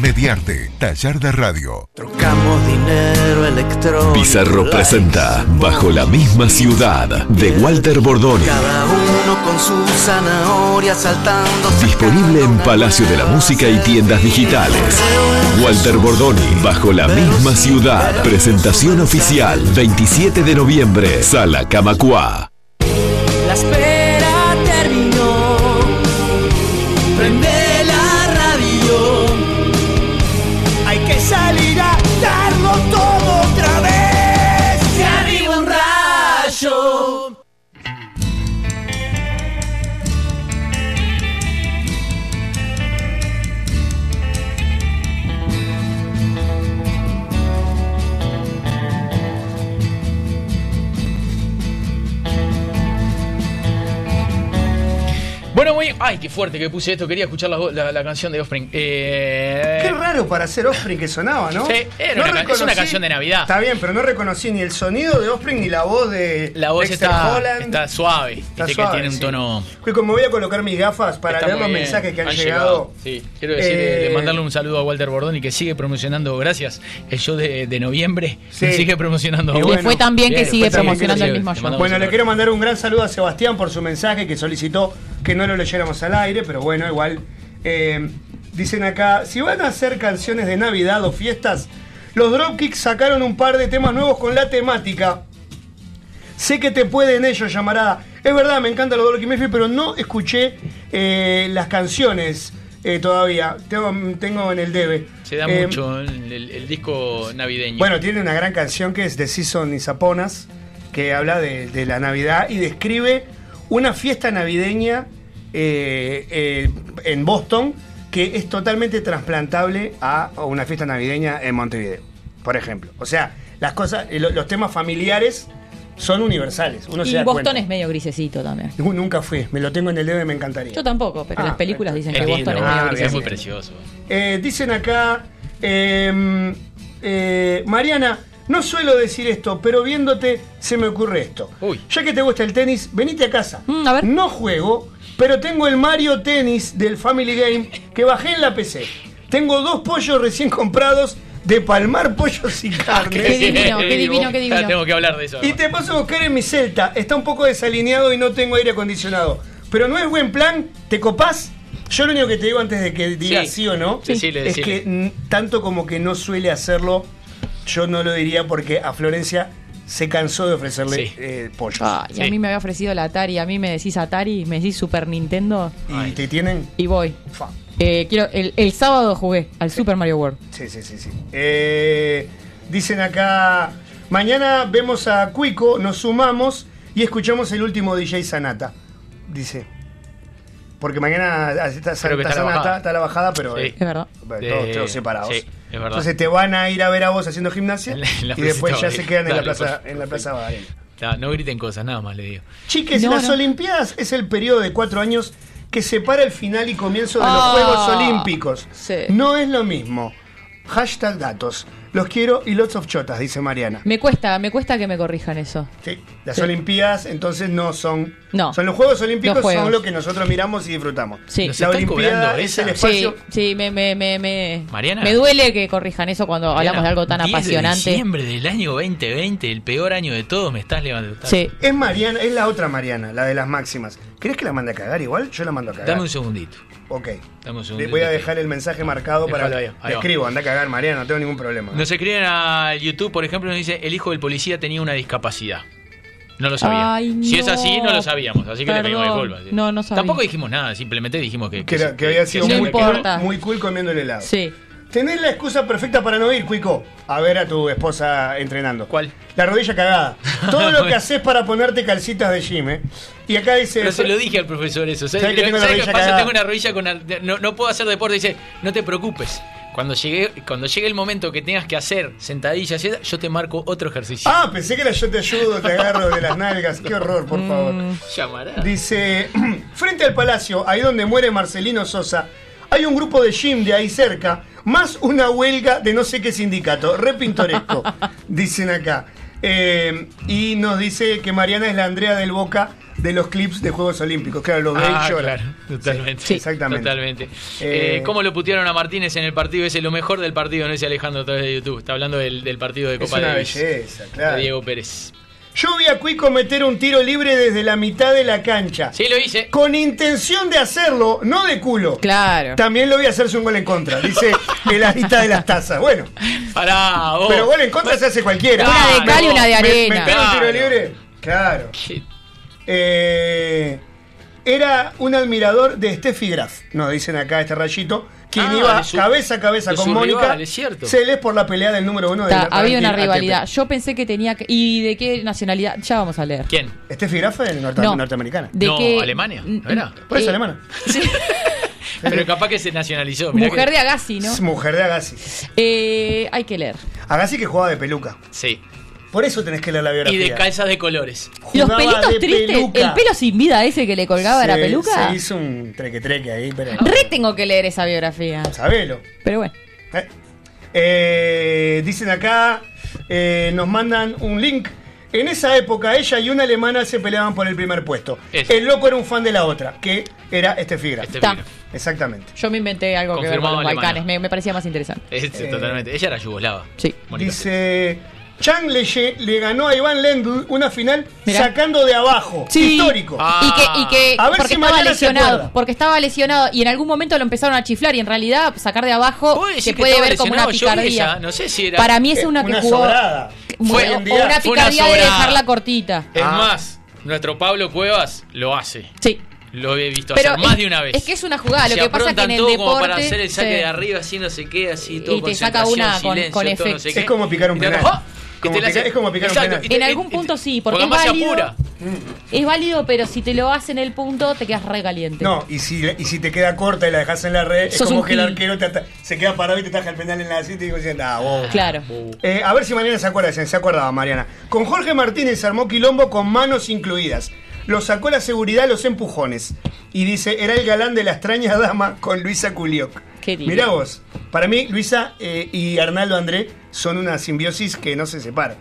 Mediarte, taller de radio. Buscamos dinero electrónico. Pizarro presenta Bajo la misma ciudad de Walter Bordoni. Cada uno con su zanahoria saltando. Disponible en Palacio de la Música y tiendas digitales. Walter Bordoni, Bajo la misma ciudad. Presentación oficial, 27 de noviembre, Sala Camacua. La espera terminó. Prende la radio. Hay que salir a darlo todo otra vez. Se arriba un rayo. Bueno, muy. Ay, qué fuerte que puse esto. Quería escuchar la, vo- la- la canción de Offspring. Eh, Qué raro para ser Offspring que sonaba, ¿no? Sí, era No una ca- es una reconocí- canción de Navidad. Está bien, pero no reconocí ni el sonido de Offspring ni la voz de La voz Dexter está, Holland. está suave. Está Viste suave, que tiene un sí. tono. Fui como voy a colocar mis gafas para Está leer muy los bien. mensajes que han, Sí, quiero decir, eh, Eh, de mandarle un saludo a Walter Bordón y que sigue promocionando, gracias, el show de, de noviembre. Sí. Sigue promocionando. Y a Le Walter. fue tan bien que le fue sigue tan bien promocionando que el mismo le mandamos Bueno, un le saludo. quiero mandar un gran saludo a Sebastián por su mensaje que solicitó que no lo leyéramos al aire, pero bueno, igual. eh, dicen acá, si van a hacer canciones de Navidad o fiestas, los Dropkicks sacaron un par de temas nuevos con la temática. Sé que te pueden ellos, llamarada. Es verdad, me encantan los Dropkick Murphys, pero no escuché eh, las canciones eh, todavía. Tengo, tengo en el debe. Se da Eh, mucho el, el- el disco navideño. bueno, tiene una gran canción que es The Season y Saponas, que habla de, de la Navidad y describe una fiesta navideña eh, eh, en Boston que es totalmente trasplantable a una fiesta navideña en Montevideo, por ejemplo. O sea, las cosas, eh, lo- los temas familiares son universales. Uno se y da Boston cuenta. es medio grisecito también. Uh, nunca fui, me lo tengo en el debe, me encantaría. Yo tampoco, pero Ah, las películas dicen que Es Boston lindo, es medio Ah, es grisecito. muy precioso. Eh, dicen acá, eh, eh, Mariana, no suelo decir esto, pero viéndote se me ocurre esto. Ya que te gusta el tenis, venite a casa. No juego, pero tengo el Mario Tennis del Family Game que bajé en la PC. Tengo dos pollos recién comprados de palmar pollos y carne. Ah, Tengo que hablar de eso. Y te paso a buscar en mi celta. Está un poco desalineado y no tengo aire acondicionado. Pero no es buen plan, ¿te copás? Yo lo único que te digo antes de que digas sí, Sí. o no Decile, es decile. que mm, tanto como que no suele hacerlo, yo no lo diría porque a Florencia se cansó de ofrecerle Sí. eh, pollos. Y a mí me había ofrecido la Atari, a mí me decís Atari, me decís Super Nintendo. ¿Y te tienen? Y voy. Eh, quiero, el, el sábado jugué al Super Mario World. Sí, sí, sí, sí. Eh, dicen acá, mañana vemos a Cuico, nos sumamos y escuchamos el último DJ Sanata. Dice. Porque mañana ah, está, Creo que está está la Sanata, bajada. está la bajada, pero Sí. eh, Es verdad. pero Sí. todos, todos separados. Sí, es verdad. Entonces te van a ir a ver a vos haciendo gimnasia la y placita después ya Varela. se quedan en la Dale, plaza, perfecto. en la plaza Varela. No, no griten cosas, nada más le digo. Chiques, No, las no. Olimpiadas es el periodo de cuatro años que separa el final y comienzo de los Ah, Juegos Olímpicos. sí. No es lo mismo. Hashtag datos. Los quiero y lots of chotas, dice Mariana. Me cuesta, me cuesta que me corrijan eso. Sí, Las Sí. Olimpiadas entonces no son... No. Son los Juegos Olímpicos, Los Juegos. son lo que nosotros miramos y disfrutamos. Sí. La Olimpiada es el espacio... Sí, sí, me, me, me, me, Mariana. me duele que corrijan eso cuando hablamos de algo tan 10 de apasionante. diciembre del año 2020, el peor año de todos, me estás levantando. Es Mariana, es la otra Mariana, la de las máximas. ¿Crees que la mande a cagar igual? Yo la mando a cagar. Dame un segundito. Ok. Dame un Le segundito. voy a dejar el mensaje marcado Me para... falta ahí, ahí Te va. escribo, anda a cagar Mariana, no tengo ningún problema. Nos escriben al YouTube, por ejemplo, nos dice, el hijo del policía tenía una discapacidad. No lo sabía. Ay, Si es no. así, no lo sabíamos, así que le pedimos Perdón. disculpas. No, no sabía. Tampoco dijimos nada, simplemente dijimos que... Que, era- que había sido se muy, había quedado- cool, muy cool comiendo el helado. Sí. Tenés la excusa perfecta para no ir, Cuico, a ver a tu esposa entrenando. ¿Cuál? La rodilla cagada. Todo lo que haces para ponerte calcitas de gym, ¿eh? Y acá dice... Pero se lo dije al profesor eso. ¿Sabes, ¿Sabes ¿sabes que qué tengo la pasa? rodilla cagada? Tengo una rodilla con... ar- No, no puedo hacer deporte. Dice, no te preocupes. Cuando llegue, cuando llegue el momento que tengas que hacer sentadilla, seta, yo te marco otro ejercicio. Ah, pensé que era yo te ayudo, te agarro de las nalgas. Qué horror, por favor. Mm. Llamará. Dice, frente al palacio, ahí donde muere Marcelino Sosa, hay un grupo de gym de ahí cerca, más una huelga de no sé qué sindicato, re pintoresco, dicen acá. Eh, y nos dice que Mariana es la Andrea del Boca de los clips de Juegos Olímpicos. Claro, los ve Ah, y llora. claro, totalmente. exactamente. Totalmente. Eh, Eh, ¿Cómo lo putearon a Martínez en el partido? Ese es lo mejor del partido, no dice Alejandro a través de YouTube. Está hablando del, del partido de Es Copa una Davis. belleza, claro. De Diego Pérez. Yo vi a Cuico meter un tiro libre desde la mitad de la cancha. Sí, lo hice. Con intención de hacerlo, no de culo. Claro. También lo vi hacerse un gol en contra, dice el arista de las tazas. Bueno. Pará, vos. Pero gol en contra se hace cualquiera. Una de cal y una de Me- arena. ¿Meter un tiro Claro. libre? Claro. Eh, era un admirador de Steffi Graf, nos dicen acá este rayito, quien Ah, iba de su- cabeza a cabeza de con su Mónica. rival, es cierto. Se les por la pelea del número uno de Ta, la había una ranking ATP. rivalidad. Yo pensé que tenía que. ¿Y de qué nacionalidad? Ya vamos a leer. ¿Quién? ¿Steffi Graf ¿Este es norte- No. norteamericana? ¿De qué- ¿no era? Por eso Eh, alemana. Pero capaz que se nacionalizó. mirá Mujer que- de Agassi, ¿no? Es mujer de Agassi. Eh, hay que leer. Agassi que jugaba de peluca. Sí. Por eso tenés que leer la Y biografía. de calzas de colores. Los Jugaba de pelitos tristes, peluca. el pelo sin vida ese que le colgaba de la Se- peluca. Se hizo un treque-treque ahí, pero... Re tengo que leer esa biografía. Sabelo. Pero bueno. Eh, eh, dicen acá, eh, nos mandan un link. En esa época ella y una alemana se peleaban por el primer puesto. Eso. El loco era un fan de la otra, que era este figura. Ta. Graf. Exactamente. Yo me inventé algo que ver con Confirmado los alemana. Balcanes. Me, me parecía más interesante. Este, Eh, totalmente. Ella era yugoslava. Sí. Mm. Dice, Chang le, lle- le ganó a Iván Lendl una final sacando de abajo. Sí. Histórico. Y que, y que A ver porque si estaba mañana se lesionado, acuerda. porque estaba lesionado y en algún momento lo empezaron a chiflar y en realidad sacar de abajo se Sí que puede estaba ver como una lesionado, yo vi picardía. esa, No sé si era. Para mí es Eh, una que jugó Eh, sobrada. Fue o- un o día- una fue una picardía de sobrada. dejarla cortita. Es Ah. más, nuestro Pablo Cuevas lo hace. Sí. Lo he visto Pero hacer más es- de una vez. es que es una jugada, lo Se que pasa que aprontan en el todo como para deporte, hacer el saque sí. de arriba, así no sé qué, así todo Y te saca concentración, una con- silencio, con todo efecto. no sé qué. Es como picar un Y te la- penal. ¡Ah! Y Como te la pica- hace- es como picar un Exacto, penal. y te- En algún punto sí, porque porque es además se válido. apura. Es válido, pero si te lo hacen en el punto, te quedas re caliente. No, y si, y si te queda corta y la dejas en la red, es Sos como un que el gil. arquero te ata- se queda parado y te taja el penal en la cinta y digo, ah, vos. Claro. Eh, a ver si Mariana se acuerda, se se acordaba Mariana. Con Jorge Martínez armó quilombo con manos incluidas. Lo sacó la seguridad a los empujones. Y dice, era el galán de la extraña dama con Luisa Culioc. Qué divino. Mirá vos, para mí Luisa eh, y Arnaldo André son una simbiosis que no se separa.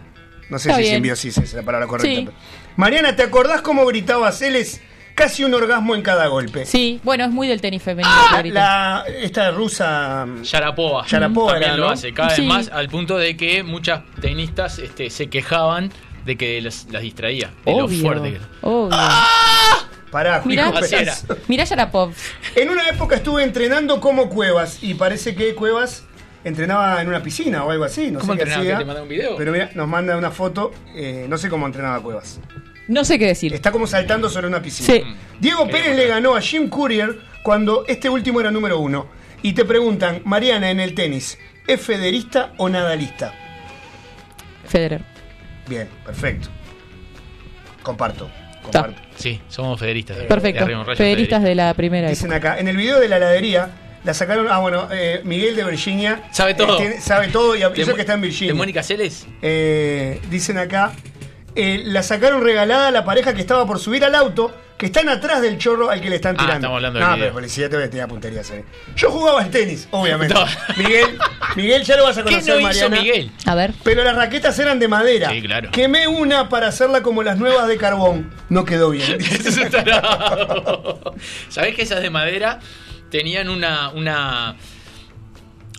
No sé Está si bien. simbiosis es la palabra correcta. Sí. pero- Mariana, ¿te acordás cómo gritaba Celes? Casi un orgasmo en cada golpe. Sí, bueno, es muy del tenis femenino ahorita. Ah, La, esta rusa... mm, Yarapova. Yarapova También era, lo ¿no? hace. Cada Sí. vez más al punto de que muchas tenistas este, se quejaban de que las, las distraía. De lo Obvio. fuerte que era. Obvio. Ah. Pará, Mirá, Julio, Así era. pero- Mirá Yarapov. En una época estuve entrenando como Cuevas y parece que Cuevas entrenaba en una piscina o algo así, no ¿Cómo sé qué entrenaba? hacía. ¿Que te mandaba un video? Pero mira, nos manda una foto, eh, no sé cómo entrenaba Cuevas. No sé qué decir. Está como saltando sobre una piscina. Sí. Diego Pérez le ganó a Jim Courier cuando este último era número uno. Y te preguntan, Mariana, en el tenis, ¿es federista o nadalista? Federer. Bien, perfecto. Comparto. comparto. Sí, somos federistas. Perfecto. Arriba un rayo Federistas de la primera Dicen época. acá, en el video de la heladería, la sacaron. Ah, bueno, eh, Miguel de Virginia. Sabe todo. eh, tiene- sabe todo y De avisó Mo- que está en ¿De Virginia. Mónica Celes? Eh, dicen acá, eh, la sacaron regalada a la pareja que estaba por subir al auto, que están atrás del chorro al que le están Ah, tirando. estamos hablando del no, video. pero policía te voy a tirar punterías. eh. Yo jugaba al tenis, obviamente. No. Miguel, Miguel, ya lo vas a ¿Qué conocer, no hizo Mariana. Miguel? A ver. Pero las raquetas eran de madera. Sí, claro. Quemé una para hacerla como las nuevas de carbón. No quedó bien. Eso es un tarado. ¿Sabés que esas de madera tenían una. una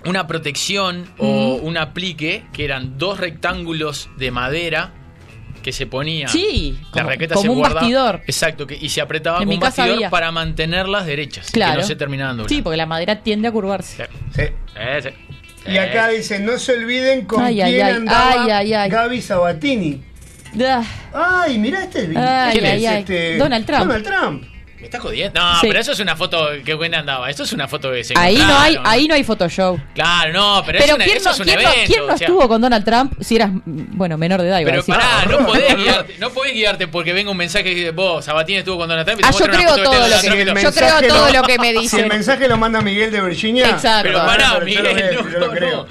una protección o Mm. un aplique que eran dos rectángulos de madera que se ponía Sí, la como- raqueta como se un guardaba- bastidor. exacto que- y se apretaba En con mi un casa bastidor había. para mantenerlas derechas que Claro. no se terminaban doblando. Sí, porque la madera tiende a curvarse. Sí. Eh, sí. Y acá Eh, dice, no se olviden con Ay, ay, quién ay, andaba ay, ay, ay. Gaby Sabatini. Ah, Ay, mirá este es Ay, ¿Quién ay, es? Este, ay. Donald Trump. Donald Trump. ¿Me estás jodiendo? No, Sí. pero eso es una foto que buena andaba. Esto es una foto que se Ahí no hay, encontraron. ahí no hay Photoshop. Claro, no, pero, es Pero una, ¿quién eso no, es un quién no- evento. quién no o sea, estuvo con Donald Trump si eras, mm, bueno, menor de edad? iba a Pero decir. pará, no podés, guiarte, no podés guiarte porque venga un mensaje que dice, vos, Sabatini estuvo con Donald Trump y te Ah, yo muestra una creo foto de todo Donald lo que- Trump y lo- yo creo mensaje todo lo que me Si dicen. el mensaje lo manda Miguel de Virginia. Exacto. Pero pará, yo lo Miguel, veo, no, yo lo no. creo.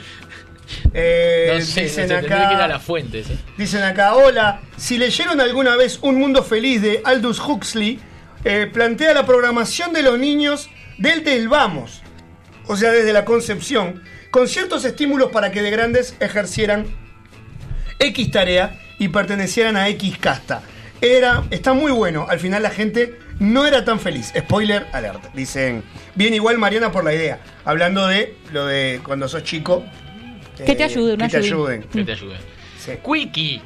Eh, No sé, dicen no sé, tendría que ir a acá. las fuentes. eh. Dicen acá, hola, si leyeron alguna vez Un Mundo Feliz de Aldous Huxley, eh, plantea la programación de los niños desde el vamos, o sea, desde la concepción, con ciertos estímulos para que de grandes ejercieran X tarea y pertenecieran a X casta. Era, está muy bueno, al final la gente no era tan feliz. Spoiler alert, dicen. Bien igual Mariana por la idea, hablando de lo de cuando sos chico. eh, Que te ayude, una Que te ayudín. ayuden. Que te ayude. Sí. Quickie.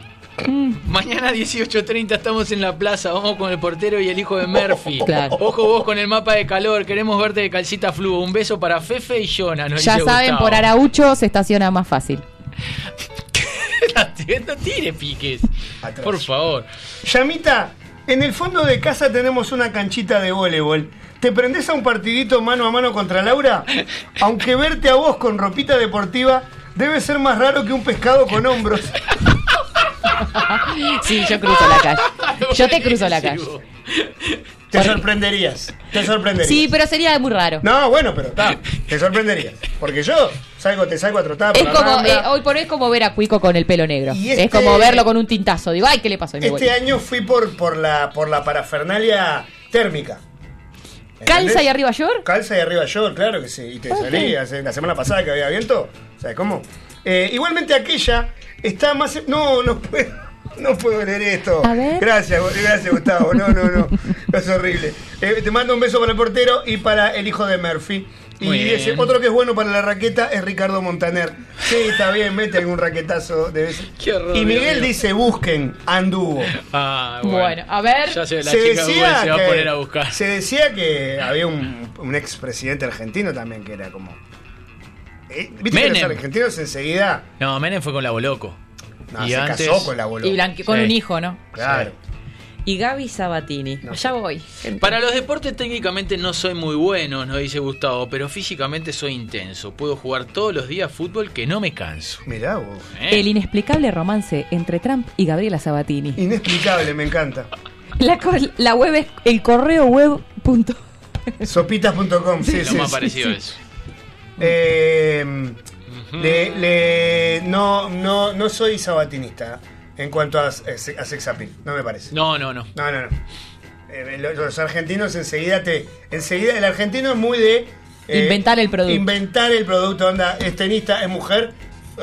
Mm. Mañana 18.30 estamos en la plaza, vamos con el portero y el hijo de Murphy. Claro. Ojo vos con el mapa de calor, queremos verte de calcita fluo. Un beso para Fefe y Jonah. nos Ya dice saben, Gustavo. por Araucho se estaciona más fácil. no tire piques. Por favor. Llamita, en el fondo de casa tenemos una canchita de voleibol. ¿Te prendés a un partidito mano a mano contra Laura? Aunque verte a vos con ropita deportiva debe ser más raro que un pescado con hombros. Sí, yo cruzo la calle. Ah, Yo te cruzo la calle. Te sorprenderías. Te sorprenderías. Sí, pero sería muy raro. No, bueno, pero está. Te sorprenderías. Porque yo salgo, te salgo a trotar. por Es la como, rambla. eh, hoy por hoy es como ver a Cuico con el pelo negro. Y este- Es como verlo con un tintazo. Digo, ay, ¿qué le pasó? Y me voy. Este año fui por, por, la, por la parafernalia térmica. ¿Calza ¿Entendés? y arriba short? Calza y arriba yo, claro que sí. Y te Ah, Ok. salí hace- la semana pasada que había viento. ¿Sabes cómo? Eh, igualmente aquella está más. e- No, no puedo. No puedo leer esto. A ver. Gracias, Gu- gracias, Gustavo. No, no, no. Es horrible. Eh, te mando un beso para el portero y para el hijo de Murphy. Y Muy bien. ese otro que es bueno para la raqueta es Ricardo Montaner. Sí, está bien, mete algún raquetazo de vez. Qué horror, Y Dios Miguel mío. dice, busquen, anduvo. Ah, bueno. Bueno, a ver. Ya se, la chica Google se va a poner a buscar. Se decía que había un, un expresidente argentino también que era como. Eh, ¿Viste que Menem. los argentinos enseguida No, Menem fue con la Boloco. no, Y se antes- casó con la boluda? Y blanque- con Sí. un hijo, ¿no? Claro. Y Gaby Sabatini. Ya voy. Para los deportes técnicamente no soy muy bueno, nos dice Gustavo, pero físicamente soy intenso. Puedo jugar todos los días fútbol que no me canso. Mirá vos. ¿eh? El inexplicable romance entre Trump y Gabriela Sabatini. Inexplicable, me encanta. La, co- la web es el correo web. Punto. Sopitas.com, sí, no sí. me ha sí. parecido eso. Eh, le- le- no, no, no soy sabatinista en cuanto a, a sex appeal, no me parece. No, no, no. No, no, no. Eh, lo- los, argentinos enseguida te. Enseguida, el argentino es muy de. eh, Inventar el producto. Inventar el producto. Onda, es tenista, es mujer.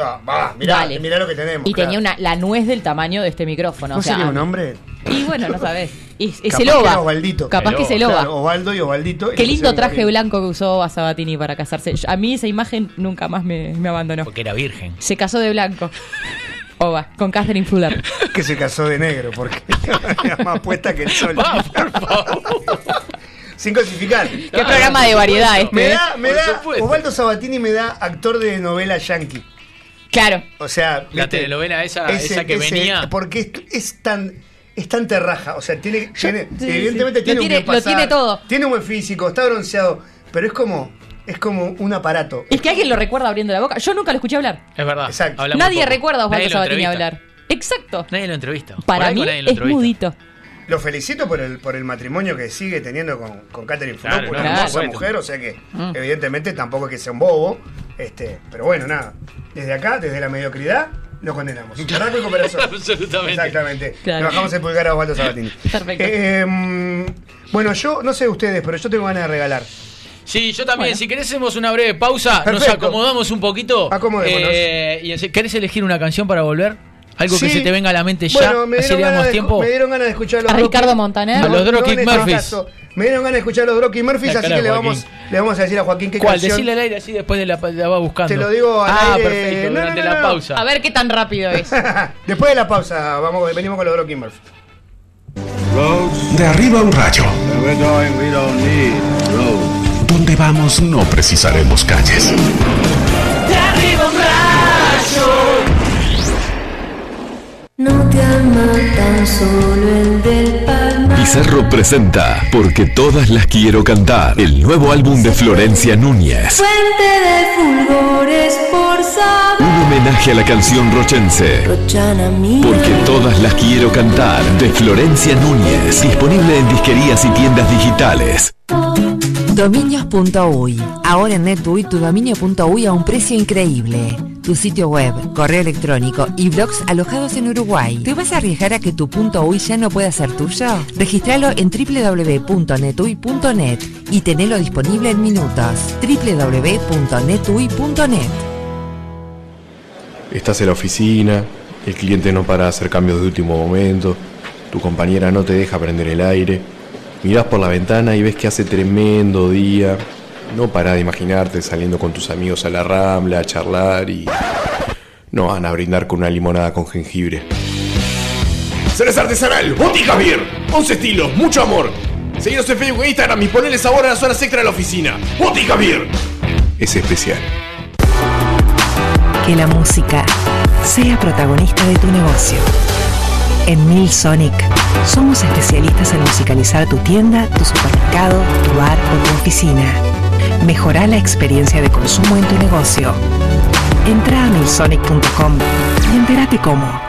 Ah, va, mirá, Dale. mirá lo que tenemos. Y claro. tenía una, la nuez del tamaño de este micrófono. ¿No o sea, sería un hombre? Y bueno, no sabés. Y, y Capaz se que loba. era Osvaldito. Capaz que se Claro, loba. Claro, Osvaldo y Osvaldito. Qué lindo traje blanco. blanco que usó a Sabatini para casarse. Yo- A mí esa imagen nunca más me, me abandonó. Porque era virgen. Se casó de blanco. Oba, con Catherine Fuller. Que se casó de negro, porque era más puesta que el sol. Va, por favor. Sin cosificar. Qué programa de variedad este. Me ¿eh? da, me Por da. supuesto. Osvaldo Sabatini me da actor de novela yankee. Claro. O sea, La ¿viste? telenovela esa- esa que venía. Porque es, es tan es tan terraja, o sea, tiene, tiene- sí, evidentemente sí. tiene, Lo un tiene- buen lo pasar, tiene todo. Tiene un buen físico, está bronceado, pero es como es como un aparato. Es que alguien lo recuerda abriendo la boca. Yo nunca lo escuché hablar. Es verdad. Exacto. habla muy nadie poco. recuerda a Osvaldo Nadie lo Sabatini entrevista. hablar. Exacto. Nadie lo entrevista. Por Para algo mí nadie lo es entrevista. mudito. Lo felicito por el por el matrimonio que sigue teniendo con, con Catherine Claro, Fulop, una claro. hermosa Bueno. mujer, o sea que evidentemente tampoco es que sea un bobo, este, pero bueno, nada. Desde acá, desde la mediocridad, lo condenamos. ¿Verdad, Cuico Perazón? Absolutamente. Exactamente. Claro. Le bajamos el pulgar a Osvaldo Sabatini. Perfecto. Eh, mm, bueno, yo no sé ustedes, pero yo tengo ganas de regalar. Sí, yo también. Bueno. Si querés hacemos una breve pausa, nos Perfecto. acomodamos un poquito. Acomodémonos. Eh, y así- ¿Querés elegir una canción para volver? Algo que Sí. se te venga a la mente ya. Bueno, me así dieron, le damos ganas de, tiempo. me dieron ganas de escuchar los A Ricardo Rocky- Montaner. A los Rocky en este Murphys. caso. Me dieron ganas de escuchar los Rocky Murphys, La cara así que de le vamos, Joaquín. le vamos a decir a Joaquín qué ¿Cuál? canción. Decirle al aire así después de la, la va buscando. Te lo digo al Ah, aire. perfecto. No, no, durante no, la no. pausa. A ver qué tan rápido es. Después de la pausa, vamos, venimos con los Rocky Murphys. De arriba un rayo. Donde vamos no precisaremos calles. De arriba un rayo. No te ama tan solo el del palmar. Bizarro presenta Porque todas las quiero cantar, el nuevo álbum de Florencia Núñez. Fuente de fulgores por saber. Un homenaje a la canción rochense. Porque todas las quiero cantar de Florencia Núñez, disponible en disquerías y tiendas digitales. Dominios.uy. Ahora en NetUy, tu dominio.uy a un precio increíble. Tu sitio web, correo electrónico y blogs alojados en Uruguay. ¿Te vas a arriesgar a que tu punto .uy ya no pueda ser tuyo? Registralo en www.netuy.net y tenelo disponible en minutos. www.netuy.net Estás en la oficina, el cliente no para de hacer cambios de último momento, tu compañera no te deja prender el aire, mirás por la ventana y ves que hace tremendo día, no para de imaginarte saliendo con tus amigos a la rambla a charlar y no van a brindar con una limonada con jengibre. Ceres artesanal, Botica Beer, 11 estilos, mucho amor. Seguinos en Facebook e Instagram y ponele sabor a las horas extra de la oficina. Botica Beer. Es especial. Que la música sea protagonista de tu negocio. En Mil Sonic somos especialistas en musicalizar tu tienda, tu supermercado, tu bar o tu oficina. Mejorá la experiencia de consumo en tu negocio. Entra a milsonic.com y entérate cómo.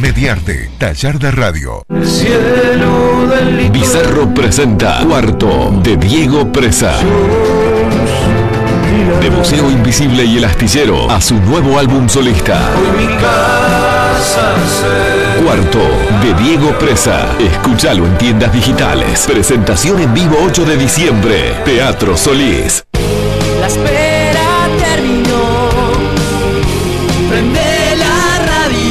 Mediarte, taller de radio. Bizarro presenta Cuarto de Diego Presa. De Museo Invisible y El Astillero a su nuevo álbum solista. Cuarto de Diego Presa. Escúchalo en tiendas digitales. Presentación en vivo 8 de diciembre. Teatro Solís. La espera terminó. Prende la radio.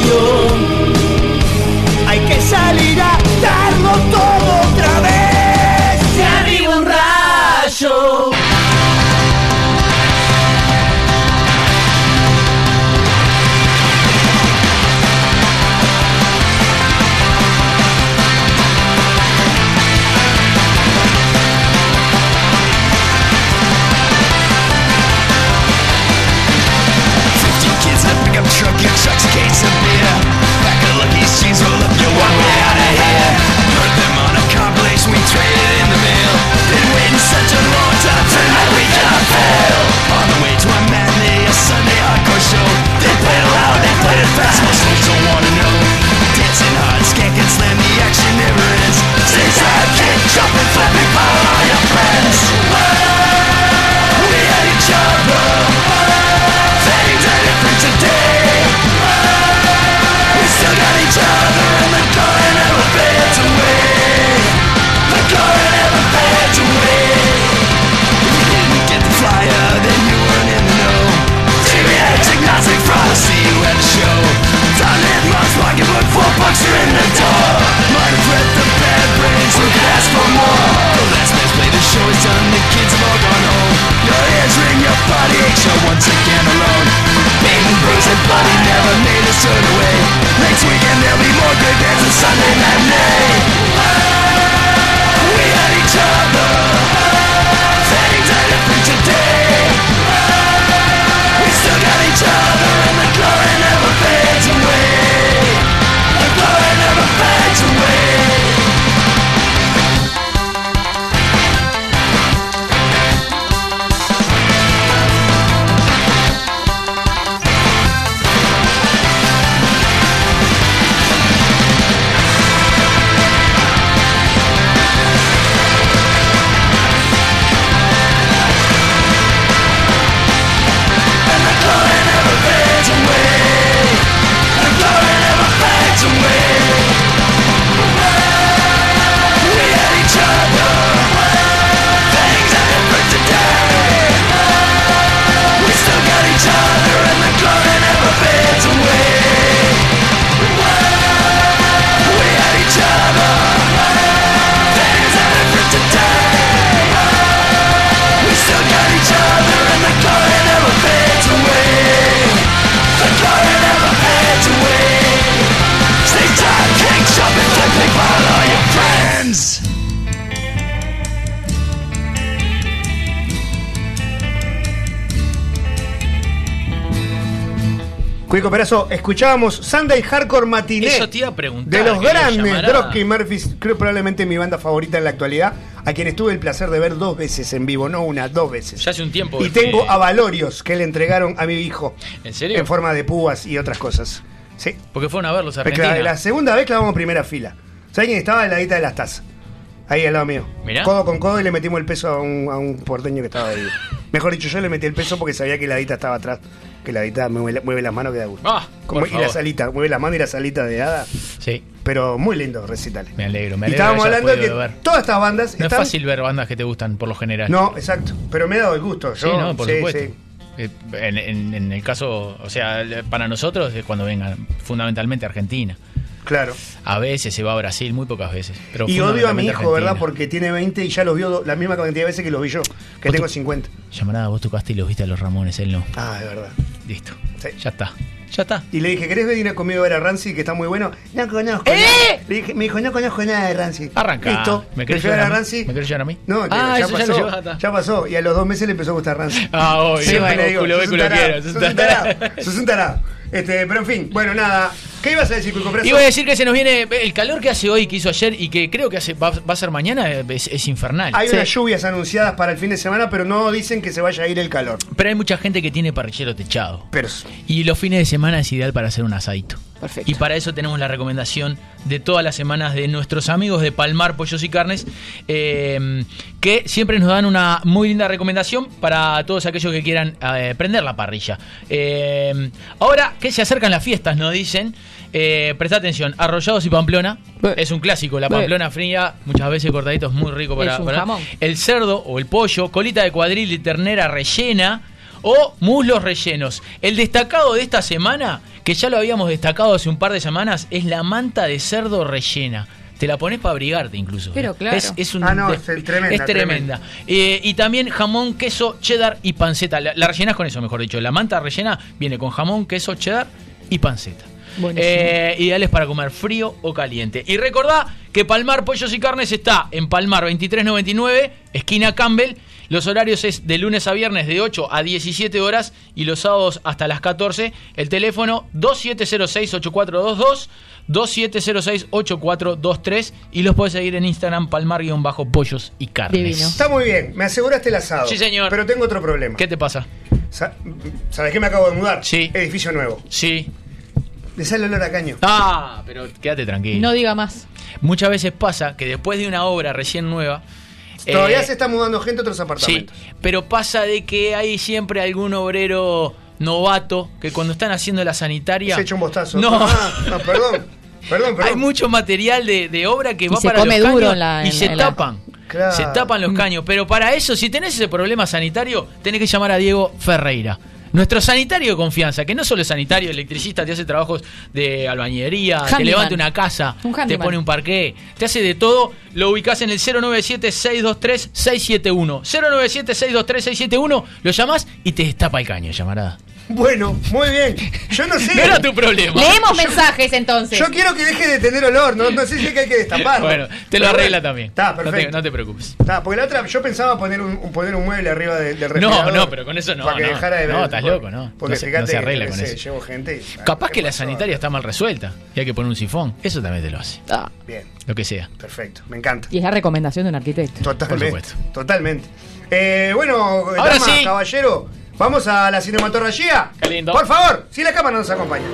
Hay que salir a darlo todo otra vez. Se arriba un rayo. Fifty kids in a pickup truck, your truck's case of beer. Pack of Lucky Cheese, roll up your one way out of here. Heard them on a compilation, we traded in the mail. Been waiting such a long time, tonight we gotta fail. On the way to a matinee, a Sunday hardcore show. They played loud, they played it fast, most folks don't wanna know. Dancing hard, skanking slam, the action never ends. Six out, kick, jumping, flipping, power on your friends. Oh, we hate each other. Things are different today. We still got each other, and the color never fades away. The color never fades away. If you didn't get the flyer, then you weren't in the know. TBH agnostic fraud, I'll see you at the show. Time in one's pocketbook, four bucks are in the door. Might have read the bad brains, who could ask for more? The last man's play, the show is done, the kids have all gone home. Your ears ring, your body aches, you're once again alone. Beaten, bruised, and bloody never made us turn away. Next weekend there'll be more good bands on Sunday matinee. Oh, we had each other. Things are different today. Oh, we still got each other, and the glory never fades away. The glory never fades away. Cuico Perazo, escuchábamos Sunday Hardcore Matiné. Eso te iba a preguntar, De los que lo grandes, llamará. Drosky y Murphys, creo probablemente mi banda favorita en la actualidad, a quienes tuve el placer de ver dos veces en vivo, no una, dos veces. Ya hace un tiempo. eh, Y que- tengo a Valorios que le entregaron a mi hijo. ¿En serio? En forma de púas y otras cosas. Sí. Porque fueron a verlos a Me clavé. La Argentina. segunda vez clavamos primera fila. ¿Sabes quién estaba? La guita de las tazas. Ahí al lado mío. Mirá. Codo con codo y le metimos el peso a un, a un porteño que estaba ahí. Mejor dicho, yo le metí el peso porque sabía que la guita estaba atrás. Que la guita mueve, la- mueve las manos que da gusto. Ah, Como- por y favor. la salita, mueve las manos y la salita de hada. Sí. Pero muy lindo recitales. Me alegro, me Y alegro. estábamos que hayas hablando de que podido ver. todas estas bandas No es están. fácil ver bandas que te gustan por lo general. No, exacto. Pero me he dado el gusto. Sí, Yo, no, por sí, supuesto. sí. Eh, En, en- en el caso, o sea, le- para nosotros es cuando vengan, fundamentalmente Argentina. Claro. A veces se va a Brasil, muy pocas veces. Pero Y odio a mi hijo, fundamentalmente ¿verdad? Argentina. Porque tiene 20 y ya los vio do- la misma cantidad de veces que los vi yo, que Vos tengo te- 50. Llamarada, vos tocaste y los viste a los Ramones, él no. Ah, de verdad. Listo. Sí. Ya está. Ya está. Y le dije, ¿querés venir conmigo a ver a Rancy, que está muy bueno? No conozco. nada. Le dije, me dijo, no conozco nada de Rancy. ¿Eh? Arranca. Listo. ¿Me querés Le fui a llevar ver a a mí? Rancy? ¿Me querés llevar a mí? No, Ah, ya eso ya lo pasó. llevas. ya pasó. Y a los dos meses le empezó a gustar Rancy. Ah, obvio. Siempre Sí, le digo, culo ve, sos un culo tarado, quiero, Sos un tarado. sos un tarado. Este, pero en fin, bueno, nada. ¿Qué ibas a decir, Cuico Preso? Iba a decir que se nos viene el calor que hace hoy, que hizo ayer y que creo que hace, va, va a ser mañana, eh, es, es infernal. Hay Sí. unas lluvias anunciadas para el fin de semana, pero no dicen que se vaya a ir el calor. Pero hay mucha gente que tiene parrillero techado. Pero Y los fines de semana es ideal para hacer un asadito. Perfecto. Y para eso tenemos la recomendación de todas las semanas de nuestros amigos de Palmar Pollos y Carnes, eh, que siempre nos dan una muy linda recomendación para todos aquellos que quieran eh, prender la parrilla. Eh, ahora que se acercan las fiestas, nos dicen, eh, presta atención, arrollados y pamplona, es un clásico, la Bue. pamplona fría, muchas veces cortadito, es muy rico para... Es un para- jamón. el cerdo o el pollo, colita de cuadril y ternera rellena o muslos rellenos. El destacado de esta semana, que ya lo habíamos destacado hace un par de semanas, es la manta de cerdo rellena. Te la pones para abrigarte incluso. ¿eh? Pero claro. Es, es un Ah, no, de- es tremenda, es tremenda. Eh, y también jamón, queso, cheddar y panceta. La, la rellenas con eso, mejor dicho. La manta rellena viene con jamón, queso, cheddar y panceta. Eh, ideales para comer frío o caliente. Y recordá que Palmar Pollos y Carnes está en Palmar 2399, esquina Campbell. Los horarios es de lunes a viernes de 8 a 17 horas y los sábados hasta las 14. El teléfono 2706-8422, 2706-8423 y los podés seguir en Instagram palmar-pollos y carnes. Está muy bien, me aseguraste el asado. Sí, señor. Pero tengo otro problema. ¿Qué te pasa? Sa- ¿Sabes qué me acabo de mudar? Sí. Edificio nuevo. Sí. Le sale el olor a caño. Ah, pero quédate tranquilo. No diga más. Muchas veces pasa que después de una obra recién nueva... Todavía eh, se está mudando gente a otros Sí, apartamentos. pero pasa de que hay siempre algún obrero novato que cuando están haciendo la sanitaria... Se echa un bostazo. No. Ah, no, perdón. Perdón, perdón. Hay mucho material de, de obra que Y va se para come los duro caños en la- y en- se en la- tapan. Claro. Se tapan los caños. Pero para eso, si tenés ese problema sanitario, tenés que llamar a Diego Ferreira. Nuestro sanitario de confianza, que no solo es sanitario, electricista, te hace trabajos de albañería, te Handyman. levanta una casa, Un te handyman. pone un parqué, te hace de todo. Lo ubicás en el 097-623-671. 097-623-671, lo llamás y te destapa el caño, llamarada. Bueno, muy bien. Yo no sé. No era tu problema. Leemos Yo- mensajes entonces. Yo quiero que deje de tener olor. No, no sé si es que hay que destaparlo. Bueno, te lo Pero arregla bueno, también. Está, No te- perfecto. no te preocupes. Está, porque la otra, yo pensaba poner un, un- poner un mueble arriba de- del No, respirador no, pero con eso no. Para que no, dejara de No, estás loco, ¿no. Porque no, se, no fíjate se arregla que, con no sé, eso. Llevo gente. Ah, Capaz que la sanitaria está mal resuelta y hay que poner un sifón. Eso también te lo hace. Bien, Lo que sea. perfecto. Me encanta. Y es la recomendación de un arquitecto. Totalmente. Totalmente. Eh, bueno, Ahora dama, sí. caballero, vamos a la cinematografía. Qué lindo. Por favor, si la cámara nos acompaña.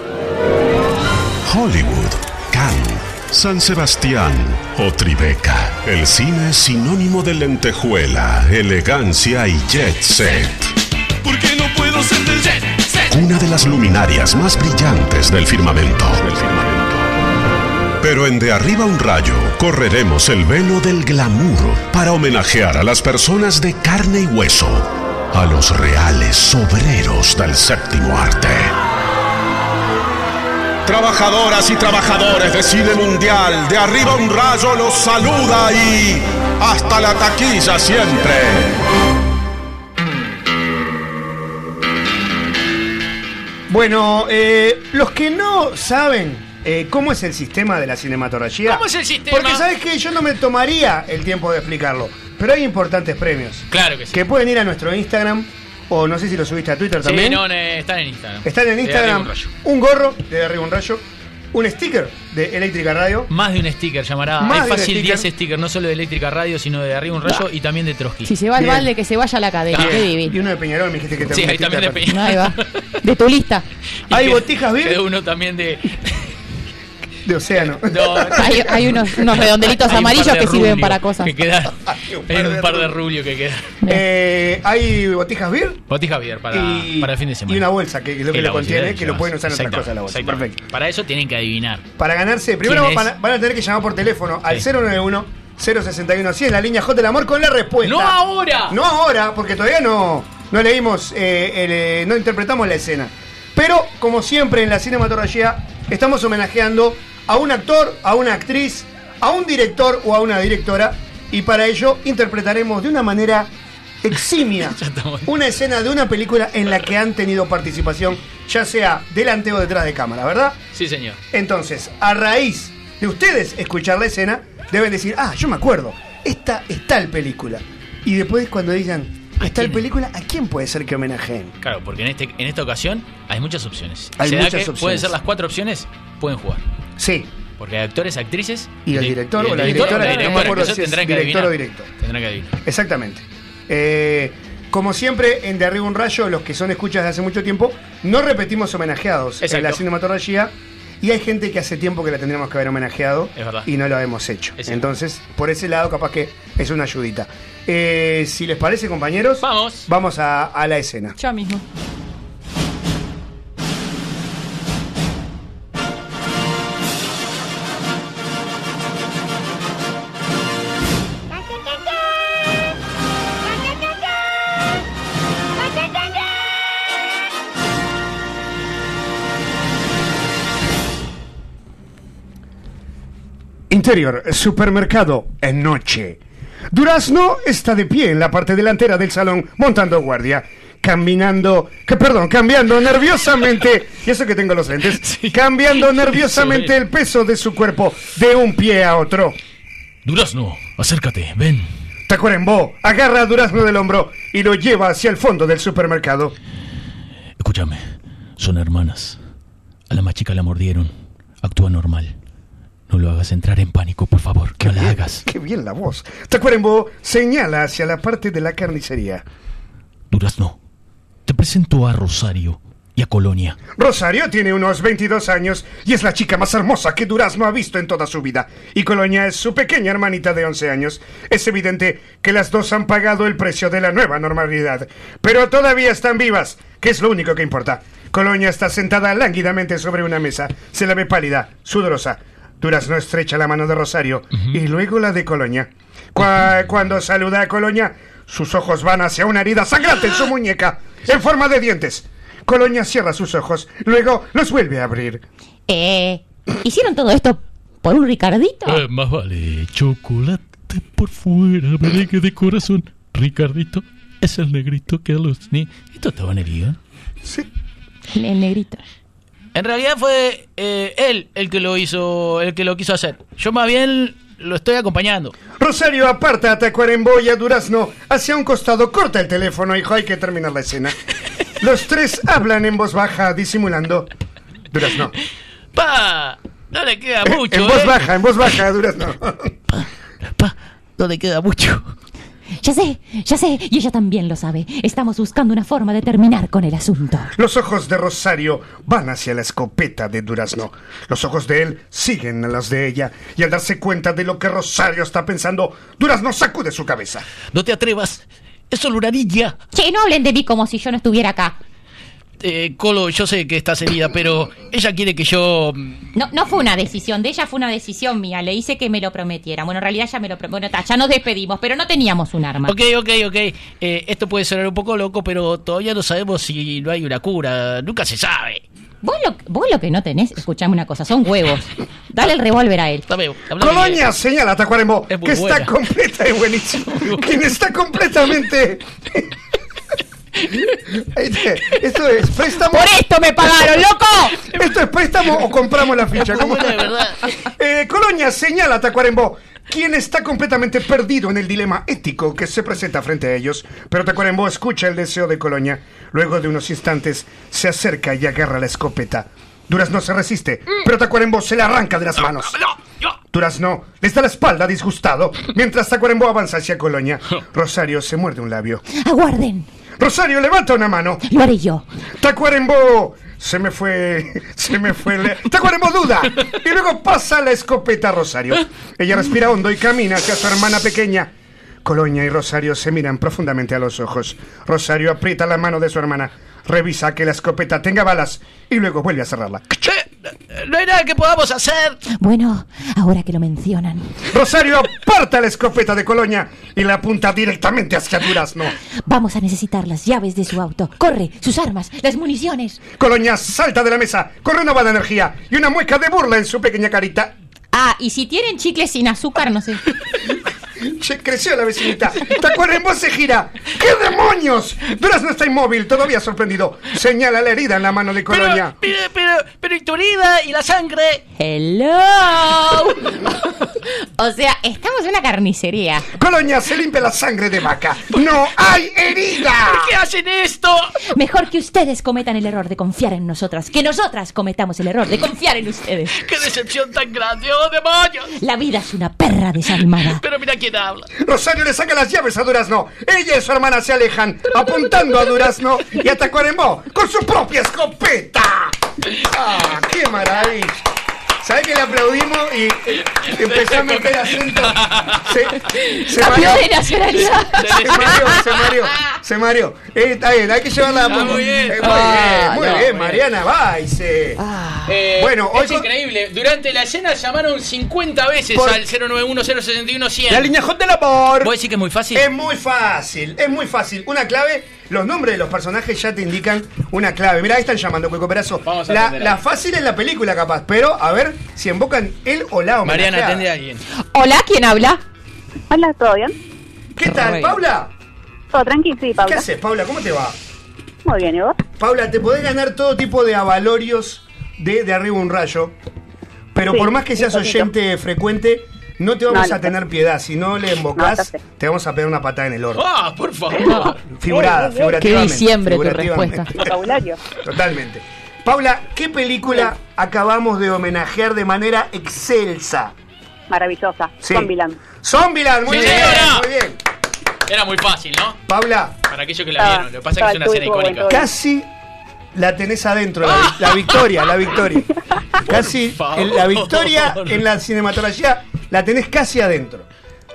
Hollywood, Cannes, San Sebastián o Tribeca. El cine es sinónimo de lentejuela, elegancia y jet set. Porque no puedo ser de jet set. Una de las luminarias más brillantes del firmamento. Pero en De Arriba un Rayo correremos el velo del glamour para homenajear a las personas de carne y hueso, a los reales obreros del séptimo arte. Trabajadoras y trabajadores de cine mundial, de arriba un rayo los saluda y hasta la taquilla siempre. Bueno, eh, los que no saben eh, cómo es el sistema de la cinematografía. ¿Cómo es el sistema? Porque sabes que yo no me tomaría el tiempo de explicarlo, pero hay importantes premios Claro que sí. que pueden ir a nuestro Instagram o no sé si lo subiste a Twitter Sí, también. no, ne- están en Instagram. Están en Te Instagram daré un rayo. un gorro de arriba un rayo, un sticker de Eléctrica Radio. Más de un sticker llamará. Más Hay de un fácil sticker. 10 stickers, no solo de Eléctrica Radio, sino de Arriba un Rayo y también de Trotsky. Si se va al balde, que se vaya a la cadena. Bien. Qué divino. Y uno de Peñarol me dijiste que Sí, también ahí metiste también de aparte. Peñarol. Ahí va. De tu lista. Hay botijas bien Quedó uno también de. de océano. Hay, hay unos, unos redondelitos Hay un par amarillos de que sirven rubio para cosas. Que queda, hay un par de rubio que queda. Eh, hay botijas beer Botija Javier para, Y- para el fin de semana. y una bolsa, que es lo que Y la lo contiene, bolsita, que lo pueden usar en otras exactamente, cosas la bolsa. exactamente. Para eso tienen que adivinar. para ganarse. Primero ¿Quién van es? a, van a tener que llamar por teléfono al Sí. 091 061 100 la línea J del amor con la respuesta. ¡No ahora! No ahora, porque todavía no, no leímos, eh, el, eh, no interpretamos la escena. Pero, como siempre en la cinematografía, estamos homenajeando a un actor, a una actriz, a un director o a una directora. Y para ello interpretaremos de una manera eximia una escena de una película en la que han tenido participación, ya sea delante o detrás de cámara, ¿verdad? Sí, señor. Entonces, a raíz de ustedes escuchar la escena, deben decir, ah, yo me acuerdo, esta es tal película. Y después cuando digan, es tal película, ¿a quién puede ser que homenajeen? Claro, porque en, este, en esta ocasión hay muchas opciones. Hay Se da muchas que opciones. Pueden ser las cuatro opciones, pueden jugar. Sí. Porque hay actores, actrices. Y el di- director y el o la director directora, no me directora, acuerdo que eso si es tendrán que director o adivinar. director. Tendrán que adivinar. Exactamente. Eh, como siempre, en De Arriba un Rayo, los que son escuchas de hace mucho tiempo, no repetimos homenajeados en la cinematografía. Y hay gente que hace tiempo que la tendríamos que haber homenajeado Es verdad. y no lo hemos hecho. Es cierto. Entonces, por ese lado, capaz que es una ayudita. Eh, si les parece, compañeros, vamos, vamos a, a la escena. Ya mismo. Interior, supermercado, en noche. Durazno está de pie en la parte delantera del salón, montando guardia, caminando, que perdón, cambiando nerviosamente, y eso que tengo los lentes, cambiando nerviosamente el peso de su cuerpo de un pie a otro. Durazno, acércate, ven. Tacuarembó agarra a Durazno del hombro y lo lleva hacia el fondo del supermercado. Escúchame, son hermanas. A la más chica la mordieron. Actúa normal. No lo hagas entrar en pánico, por favor. No la hagas. Qué bien la voz. Tacuarembó señala hacia la parte de la carnicería. Durazno, te presento a Rosario y a Colonia. Rosario tiene unos 22 años y es la chica más hermosa que Durazno ha visto en toda su vida. Y Colonia es su pequeña hermanita de 11 años. Es evidente que las dos han pagado el precio de la nueva normalidad. Pero todavía están vivas, que es lo único que importa. Colonia está sentada lánguidamente sobre una mesa. Se la ve pálida, sudorosa. Durazno estrecha la mano de Rosario y luego la de Colonia. Cua- cuando saluda a Colonia, sus ojos van hacia una herida sangrante en su muñeca, en forma de dientes. Colonia cierra sus ojos, luego los vuelve a abrir. Eh, ¿Hicieron todo esto por un Ricardito? Eh, más vale chocolate por fuera, merengue de corazón. Ricardito es el negrito que a los ni... ¿Esto estaba en el guión? Sí. El, el negrito. En realidad fue eh, él el que lo hizo, el que lo quiso hacer. Yo más bien lo estoy acompañando. Rosario aparta a Tacuarembó y a Durazno hacia un costado, corta el teléfono, hijo, hay que terminar la escena. Los tres hablan en voz baja, disimulando. Durazno. ¡Pa! No le queda mucho, en voz ¿eh? baja, en voz baja, Durazno. No le queda mucho. Ya sé, ya sé, y ella también lo sabe. Estamos buscando una forma de terminar con el asunto. Los ojos de Rosario van hacia la escopeta de Durazno. Los ojos de él siguen a los de ella. Y al darse cuenta de lo que Rosario está pensando, Durazno sacude su cabeza. No te atrevas. Es solo una niña. Che, no hablen de mí como si yo no estuviera acá. Eh, Colo, yo sé que estás herida, pero ella quiere que yo... mm, No, no fue una decisión de ella, fue una decisión mía. Le hice que me lo prometiera. Bueno, en realidad ya me lo pro- Bueno, ta, ya nos despedimos, pero no teníamos un arma. Ok, ok, ok. Eh, esto puede sonar un poco loco, pero todavía no sabemos si no hay una cura. Nunca se sabe. Vos lo, vos lo que no tenés, escuchame una cosa, son huevos. Dale el revólver a él. Colonia señala a Tacuarembó Es muy que buena. está completa y buenísimo. Quien está completamente. Ahí te- Esto es préstamo. Por esto me pagaron, loco. Esto es préstamo o compramos la ficha. ¿Cómo? Eh, Colonia señala a Tacuarembó quien está completamente perdido en el dilema ético que se presenta frente a ellos. Pero Tacuarembó escucha el deseo de Colonia. Luego de unos instantes, se acerca y agarra la escopeta. Duras no se resiste, Mm. pero Tacuarembó se la arranca de las manos. Durazno le da la espalda disgustado, mientras Tacuarembó avanza hacia Colonia. Rosario se muerde un labio. Aguarden, Rosario, levanta una mano. lo haré yo. Tacuarembó. Se me fue. Se me fue. la- Tacuarembó duda. Y luego pasa la escopeta a Rosario. Ella respira hondo y camina hacia su hermana pequeña. Colonia y Rosario se miran profundamente a los ojos. Rosario aprieta la mano de su hermana. Revisa que la escopeta tenga balas y luego vuelve a cerrarla. No hay nada que podamos hacer. Bueno, ahora que lo mencionan. Rosario aparta la escopeta de Colonia y la apunta directamente hacia Durazno. Vamos a necesitar las llaves de su auto. Corre, sus armas, las municiones. Colonia salta de la mesa con renovada energía y una mueca de burla en su pequeña carita. Ah, y si tienen chicles sin azúcar, no sé. Se creció la vecinita. Tacuarembó se gira. ¡Qué demonios! Durazno está inmóvil, todavía sorprendido. Señala la herida en la mano de Colonia. Pero, Eh, pero, pero y tu herida y la sangre. ¡Hello! o sea, estamos en una carnicería. Colonia se limpia la sangre de vaca. ¡No ¡Oh, hay herida! qué hacen esto? Mejor que ustedes cometan el error de confiar en nosotras, que nosotras cometamos el error de confiar en ustedes. ¡Qué decepción tan grande! ¡Oh, demonios! La vida es una perra desalmada. Pero mira quién habla. Rosario le saca las llaves a Durazno. Ella y su hermana se alejan, apuntando a Durazno y a Tacuarembó con su propia escopeta. ¡Ah, qué maravilla! ¿Sabes que le aplaudimos y empezó a meter acento? Se, se Cambió mareó. de nacionalidad. Se mareó, se mareó, se mareó. Eh, está bien, hay que llevarla a Está poco. muy bien. Eh, muy Ah, bien, muy no, bien, muy Ah. Mariana Baice. Bueno, hoy Eh, es con- increíble. Durante la escena llamaron 50 veces Por- al 091 061 100. La línea hot del amor. ¿Vos decís que es muy fácil? Es muy fácil, es muy fácil. Una clave, los nombres de los personajes ya te indican una clave. Mirá, ahí están llamando, Cueco Perazo. a La, atender la ahí. fácil es la película, capaz, pero a ver si invocan él o la homenajeada. Mariana, atende a alguien. Hola, ¿quién habla? Hola, ¿todo bien? ¿Qué tal, Rey. Paula? Todo tranquilo, sí, Paula. ¿Qué haces, Paula? ¿Cómo te va? Muy bien, ¿y vos? Paula, te podés ganar todo tipo de avalorios de, de arriba un rayo, pero Sí, por más que un seas poquito. oyente frecuente, no te No, vamos lo a sé. tener piedad. Si no le No, lo invocás, sé. te vamos a pegar una patada en el oro. ¡Ah, por favor! Figurada, figurada. Qué diciembre tu respuesta. Vocabulario. Totalmente. Paula, ¿qué película acabamos de homenajear de manera excelsa? Maravillosa. Sí. Zombieland. Zombieland, muy Sí, bien, señora. muy bien. Era muy fácil, ¿no? Paula. Para aquellos que la vieron. Lo que pasa es que es una escena icónica. Ah. Casi la tenés adentro, la, vi- la victoria, la victoria. Casi el- la victoria en la cinematografía la tenés casi adentro.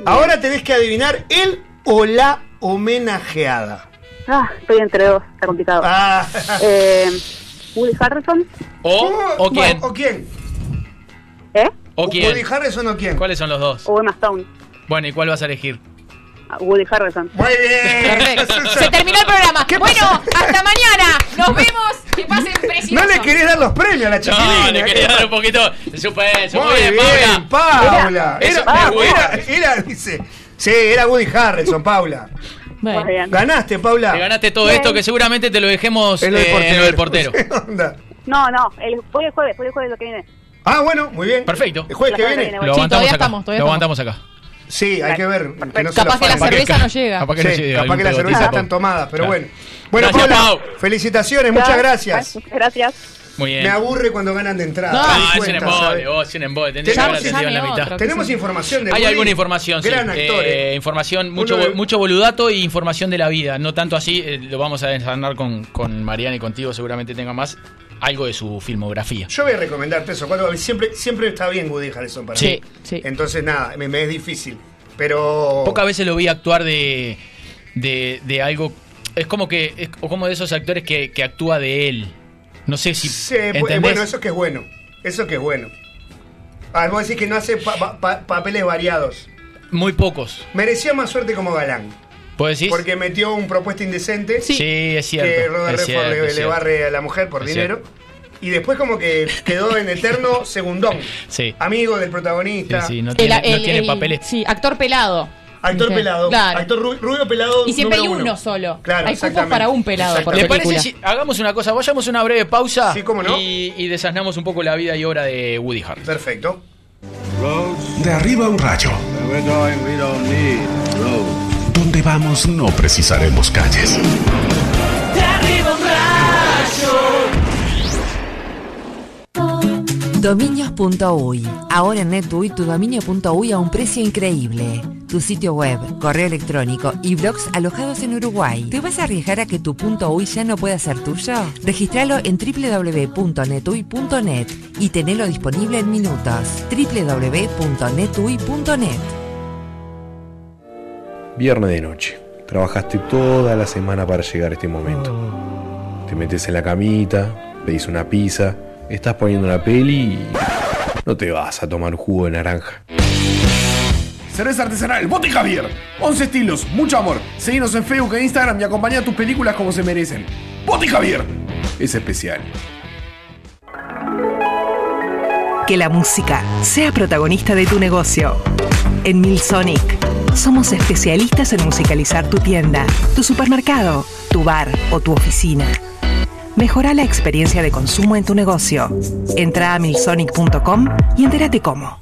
Ahora tenés que adivinar el o la homenajeada. Ah, estoy entre dos, está complicado. Ah. Eh, Woody Harrison. Oh, bueno, ¿O quién? ¿Eh? ¿O quién? ¿Woody Harrison o quién? ¿Cuáles son los dos? O Emma Stone. Bueno, ¿y cuál vas a elegir? Ah, Woody Harrison. Muy bien. Se terminó el programa. Bueno, hasta mañana. Nos vemos. Que pasen precioso. No le querés dar los premios a la chiquilina. No, le quería dar un poquito de su peso. Muy bien, Paula. Era, era, era- dice. Sí, era Woody Harrelson, Paula. Ganaste, Paula. Te ganaste todo esto que seguramente te lo dejemos En lo del eh, portero. en lo del portero. No, no, el, voy el jueves, voy el jueves lo que viene. Ah, bueno, muy bien. Perfecto. El jueves que viene. Lo aguantamos acá. lo aguantamos acá. Sí, hay que ver. Que no se Capaz lo que la fallen. cerveza no llega. Capaz que Sí, no llegue capaz algún que la pegotito, cerveza Pau. están tomadas, pero Claro. bueno. Bueno, Gracias, Paula, felicitaciones, muchas gracias. Gracias. Muy bien. Me aburre cuando ganan de entrada. Ah, te das es un cuenta, embole, ¿sabes? vos, es un embole. Tendría que Tenemos- haber atendido en la mitad. Tenemos información de Hay Woody. alguna información, sí. Gran actor. Eh, eh. información, mucho, Uno de- bo- mucho boludato y información de la vida. No tanto así, eh, lo vamos a desandar con, con Mariana y contigo, seguramente tenga más. Algo de su filmografía. Yo voy a recomendar tres o cuatro. Siempre, siempre está bien Woody Harrelson para Sí, mí. Entonces, nada, me, me es difícil. Pero. Pocas veces lo vi actuar de, de, de algo. Es como que. Es o como de esos actores que, que actúa de él. No sé si. Sí, bu- eh, ¿entendés? bueno, eso que es bueno. Eso que es bueno. Ah, vos decís que no hace pa- pa- pa- papeles variados. Muy pocos. Merecía más suerte como galán. ¿Puedes decir? Porque metió un propuesta indecente. Sí. Sí, es cierto, Que Robert es Redford cierto, le- es le, cierto. barre a la mujer por Es dinero. Y después como que quedó en eterno segundón. Sí. Amigo del protagonista. Sí, sí, no tiene- no tiene papeles. Sí, actor pelado. Actor Sí, pelado. claro. Actor ru- rubio pelado. Y siempre hay número uno, solo. Claro, hay cupos exactamente. para un pelado por ¿Le película. parece si hagamos una cosa? Vayamos a una breve pausa no. y, y desasnamos un poco la vida y obra de Woody Harrelson. Perfecto. De arriba un rayo. we're going, we don't need roads. Donde vamos no precisaremos calles. De arriba un rayo. Dominios.uy. Ahora en NetUI, tu dominio.uy a un precio increíble. Tu sitio web, correo electrónico y blogs alojados en Uruguay. ¿Te vas a arriesgar a que tu punto .uy ya no pueda ser tuyo? Registralo en www.netui.net y tenelo disponible en minutos. www.netui.net Viernes de noche. Trabajaste toda la semana para llegar a este momento. Te metes en la camita, pedís una pizza, estás poniendo una peli y no te vas a tomar un jugo de naranja. Cerveza artesanal, Bote Javier. 11 estilos, mucho amor. Seguinos en Facebook e Instagram y acompañá tus películas como se merecen. Bote Javier es especial. Que la música sea protagonista de tu negocio. En Milsonic somos especialistas en musicalizar tu tienda, tu supermercado, tu bar o tu oficina. Mejora la experiencia de consumo en tu negocio. Entra a milsonic.com y entérate cómo.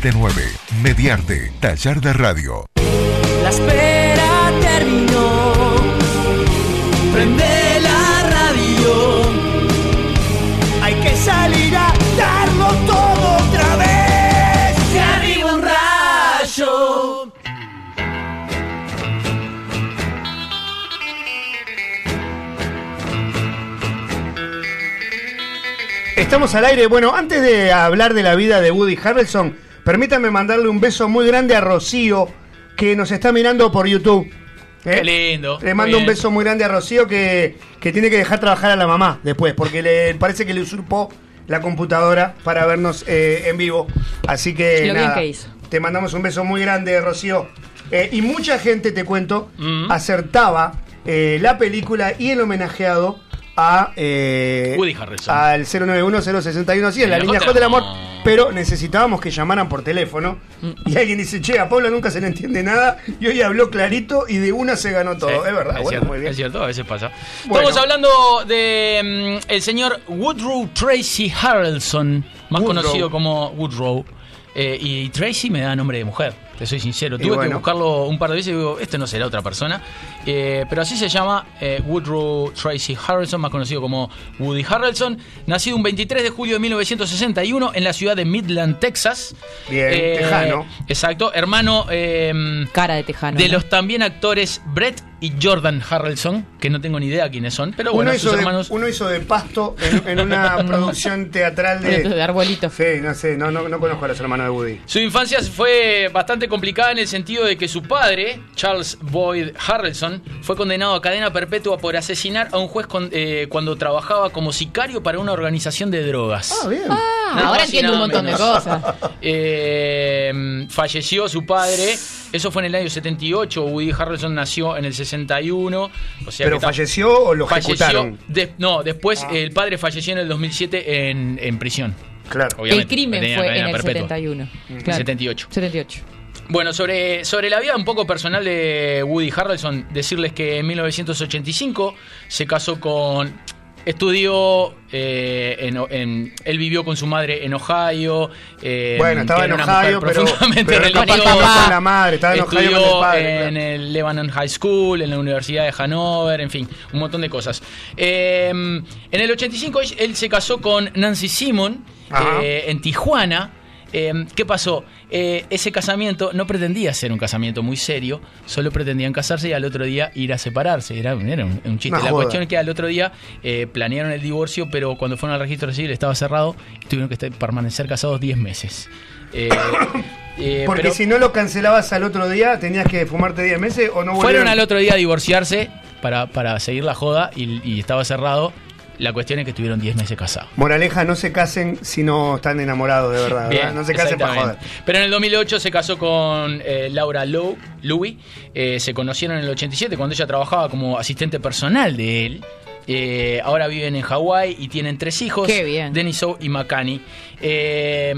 Mediarte, Taller de Radio. La espera terminó. Prende la radio. Hay que salir a darlo todo otra vez. De arriba un rayo. Estamos al aire. Bueno, antes de hablar de la vida de Woody Harrelson, permítanme mandarle un beso muy grande a Rocío, que nos está mirando por YouTube. ¿Eh? Qué lindo. Le mando Muy un bien. beso muy grande a Rocío, que, que tiene que dejar trabajar a la mamá después, porque le parece que le usurpó la computadora para vernos eh, en vivo. Así que, Lo bien nada, que hizo. te mandamos un beso muy grande, Rocío. Eh, y mucha gente, te cuento, Mm. acertaba eh, la película y el homenajeado a eh, Woody Harrelson. al 091-061, así en la En la línea J J del Amor, pero necesitábamos que llamaran por teléfono. Mm. Y alguien dice, che, a Paula nunca se le entiende nada, y hoy habló clarito y de una se ganó todo. Sí, es verdad, bueno, cierto, muy bien. es cierto, a veces pasa. Bueno. Estamos hablando de mm, el señor Woodrow Tracy Harrelson, más Woodrow. conocido como Woodrow. Eh, y Tracy me da nombre de mujer, te soy sincero. Y Tuve que bueno. buscarlo un par de veces y digo, este no será otra persona. Eh, pero así se llama eh, Woodrow Tracy Harrelson, más conocido como Woody Harrelson. Nacido un 23 de julio de 1961 en la ciudad de Midland, Texas. Bien, Eh, tejano. Exacto, hermano. eh, Cara de tejano. De ¿no? los también actores Brett y Jordan Harrelson, que no tengo ni idea quiénes son, pero Uno bueno, hizo, sus de, hermanos. uno hizo de pasto en, en una producción teatral de, De arbolitos. Sí, no sé, no, no, no conozco a los hermanos de Woody. Su infancia fue bastante complicada en el sentido de que su padre, Charles Boyd Harrelson, fue condenado a cadena perpetua por asesinar a un juez con- eh, cuando trabajaba como sicario para una organización de drogas. Ah, Nada ahora más y entiendo un nada montón de menos. cosas. Eh, falleció su padre, eso fue en el año 78, Woody Harrelson nació en el 61. O sea ¿Pero que ta- falleció o lo falleció ejecutaron? de- no, Ah. después eh, el padre falleció en el 2007 en, en prisión. Claro. el crimen fue en el 71. Claro. 78. 78. Bueno, sobre, sobre la vida un poco personal de Woody Harrelson, decirles que en 1985 se casó con... Estudió, eh, en, en- él vivió con su madre en Ohio. eh, Bueno, estaba que en era una mujer Ohio, pero, profundamente pero capaz que religiosa. estaba con la madre, estaba en Ohio con el Estudió padre. claro. en el Lebanon High School, en la Universidad de Hanover, en fin, un montón de cosas. Eh, en el 85 él se casó con Nancy Simon Ajá. eh, en Tijuana. Eh, ¿Qué pasó? Eh, ese casamiento no pretendía ser un casamiento muy serio, solo pretendían casarse y al otro día ir a separarse. Era, era un, un chiste. Una la joda. cuestión es que al otro día eh, planearon el divorcio, pero cuando fueron al registro civil estaba cerrado y tuvieron que estar- permanecer casados 10 meses. Eh, eh, Porque pero- si no lo cancelabas al otro día, tenías que fumarte 10 meses o no volvías. Fueron al otro día a divorciarse para, para seguir la joda y, y estaba cerrado. La cuestión es que estuvieron 10 meses casados. Moraleja, no se casen si no están enamorados de verdad. Bien, ¿verdad? ¿eh? No se casen para joder. exactamente. Pero en el 2008 se casó con eh, Laura Lou, Louis. Eh, se conocieron en el 87 cuando ella trabajaba como asistente personal de él. Eh, ahora viven en Hawái y tienen tres hijos, Qué bien. Deniso y Makani. Eh,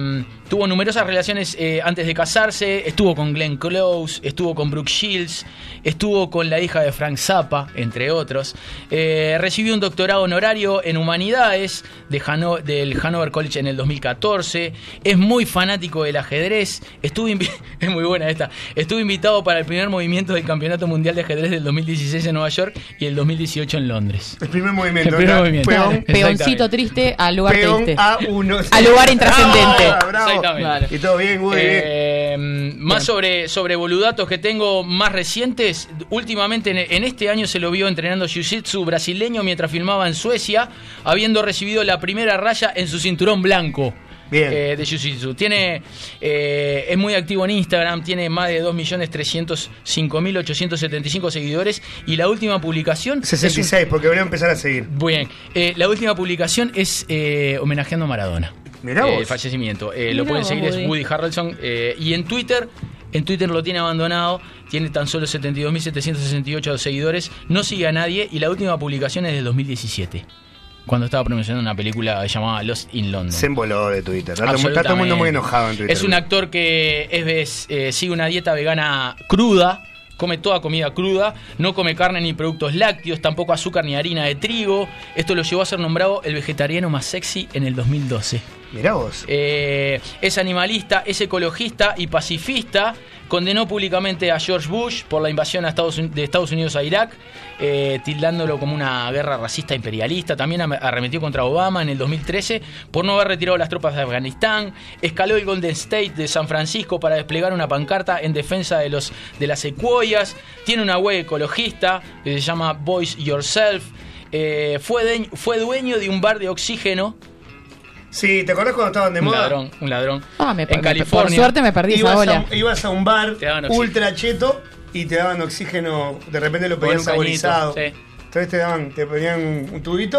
tuvo numerosas relaciones eh, antes de casarse, estuvo con Glenn Close, estuvo con Brooke Shields, estuvo con la hija de Frank Zappa, entre otros. Eh, recibió un doctorado honorario en humanidades de Hano- del Hanover College en el 2014. Es muy fanático del ajedrez. Estuvo invi- es muy buena esta. Estuvo invitado para el primer movimiento del Campeonato Mundial de Ajedrez del 2016 en Nueva York y el 2018 en Londres. El primer movimiento. El primer ¿verdad? movimiento. Peón. Peoncito triste al lugar Peón triste. a uno. Ah, Al lugar intrascendente. Bravo, bravo. Exactamente. Y todo bien, muy bien. Eh, Más sobre, sobre boludatos que tengo más recientes. Últimamente, en, en este año se lo vio entrenando jiu-jitsu brasileño mientras filmaba en Suecia, habiendo recibido la primera raya en su cinturón blanco. eh, de Jiu-Jitsu. Tiene, eh, es muy activo en Instagram, tiene más de 2.305.875 seguidores y la última publicación... es un- 66, porque voy a empezar a seguir. Bien, eh, la última publicación es eh, homenajeando a Maradona. Mirá vos. Eh, El fallecimiento. Eh, Mirá lo pueden vos, seguir, Woody. es Woody Harrelson. eh, y en Twitter, en Twitter lo tiene abandonado, tiene tan solo 72.768 seguidores, no sigue a nadie y la última publicación es del 2017. Cuando estaba promocionando una película llamada Lost in London. Se emboló de Twitter. Está todo- está todo el mundo Absolutamente. muy enojado en Twitter. Es un actor que es, ves, eh, sigue una dieta vegana cruda, come toda comida cruda, no come carne ni productos lácteos, tampoco azúcar ni harina de trigo. Esto lo llevó a ser nombrado el vegetariano más sexy en el 2012. Mirá vos. Eh, es animalista, es ecologista y pacifista. Condenó públicamente a George Bush por la invasión a Estados Un- de Estados Unidos a Irak, eh, tildándolo como una guerra racista imperialista. También am- arremetió contra Obama en el 2013 por no haber retirado las tropas de Afganistán. Escaló el Golden State de San Francisco para desplegar una pancarta en defensa de, los, de las secuoyas. Tiene una web ecologista que se llama Voice Yourself. Eh, fue, de- fue dueño de un bar de oxígeno Sí, ¿te acordás cuando estaban de un moda? ladrón, un ladrón. Ah, me- en me- California. por suerte me perdí esa ibas ola. A, ibas a un bar daban oxígeno. ultra cheto y te daban oxígeno. De repente lo Con pedían un cañito, saborizado. sí. Entonces te daban, te ponían un tubito.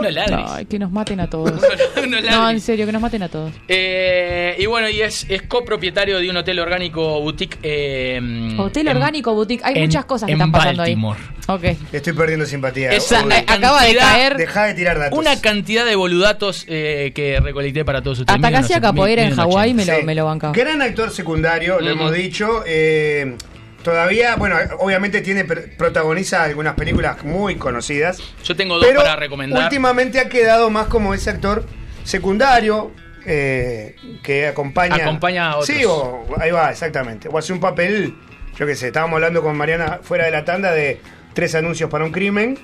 Ay, que nos maten a todos. no, en ladris. serio, que nos maten a todos. Eh, y bueno, y es, es copropietario de un hotel orgánico boutique. eh, Hotel en- orgánico, boutique. Hay en- muchas cosas que en están pasando Baltimore. ahí. Ok. Estoy perdiendo simpatía. Es una Uy. acaba de caer- Dejá de tirar datos. Una cantidad de boludatos eh, que recolecté para todos ustedes. Hasta Miren, casi no a sé, capoeira mil- en Hawái me lo, Sí. me lo bancaba. Gran actor secundario, lo Ujú. hemos dicho. eh, todavía, bueno, obviamente tiene pr- protagoniza algunas películas muy conocidas. Yo tengo dos pero para recomendar. Últimamente ha quedado más como ese actor secundario eh, que acompaña. Acompaña a otros. Sí, o ahí va, exactamente. O hace un papel, yo qué sé, estábamos hablando con Mariana fuera de la tanda de tres anuncios para un crimen.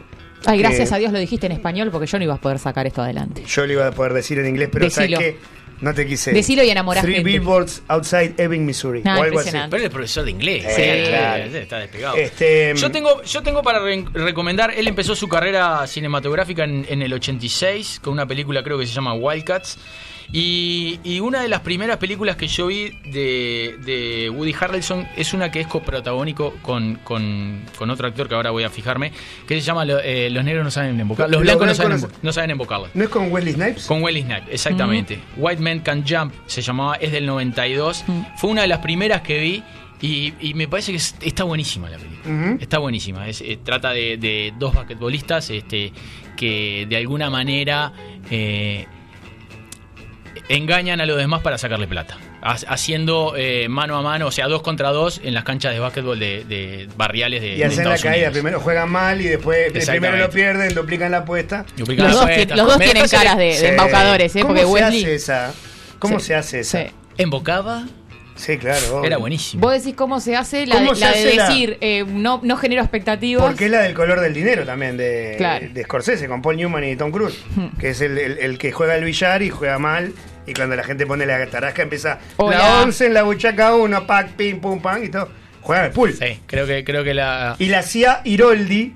Ay, gracias que a Dios lo dijiste en español porque yo no iba a poder sacar esto adelante. Yo lo iba a poder decir en inglés, pero Decilo. ¿sabes qué? No te quise. Decilo y enamorá Three gente. Ah, Billboards Outside Ebbing, Missouri. No, o algo así. impresionante. Pero él es profesor de inglés. Sí, Eh, claro. eh, Está despegado. Este, yo, tengo, yo tengo para re- recomendar, él empezó su carrera cinematográfica en, en el 86 con una película creo que se llama Wildcats. Y, y una de las primeras películas que yo vi de, de Woody Harrelson es una que es coprotagónico con, con, con otro actor que ahora voy a fijarme, que se llama Lo- eh, Los negros no saben embocar, los, Los blancos no saben, blancos no embo- no saben embocarla. ¿No es con Wesley Snipes? Mm. Con Welly Snipes, exactamente. White Man Can Jump se llamaba, es del 92. Fue una de las primeras que vi y, y me parece que es- está buenísima la película. Mm-hmm. Está buenísima. Es- eh, trata de, de dos basquetbolistas este, que de alguna manera eh, engañan a los demás para sacarle plata. Ha- Haciendo eh, mano a mano, o sea, dos contra dos en las canchas de básquetbol de, de barriales de. Y de hacen la Eh, Estados caída. Unidos. Primero juegan mal y después el primero Exactamente. lo pierden, duplican la apuesta. Duplican Los la dos apuesta. tien- los dos tienen caras de- de embaucadores, ¿eh? ¿Cómo Porque se Wesley- hace esa? ¿Cómo Sí. se hace esa? ¿Embocaba? Sí, claro. obvio. Era buenísimo. Vos decís cómo se hace la, ¿Cómo de, se la de hace la- decir, eh, no, no genero expectativas. Porque es la del color del dinero también, de, Claro. Hmm. de Scorsese, con Paul Newman y Tom Cruise, que es el, el- el que juega al billar y juega mal. Y cuando la gente pone la tarasca empieza Hola. la 11 en la buchaca 1, pac, pim, pum, pam y todo. Juegan al pool. Sí, creo que, creo que la. Y la hacía Iroldi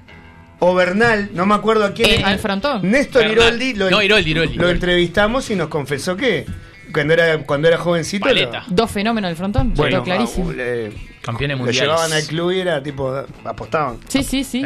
o Bernal, no me acuerdo a quién. al Eh, frontón. Néstor Bernal. Iroldi. Lo, No, Iroldi, Iroldi, Lo Iroldi. entrevistamos y nos confesó que cuando era, cuando era jovencito. lo- Dos fenómenos del frontón. yo Bueno, creo clarísimo. ah, le- Campeones lo mundiales. llevaban al club y era tipo, apostaban. Sí, sí, sí.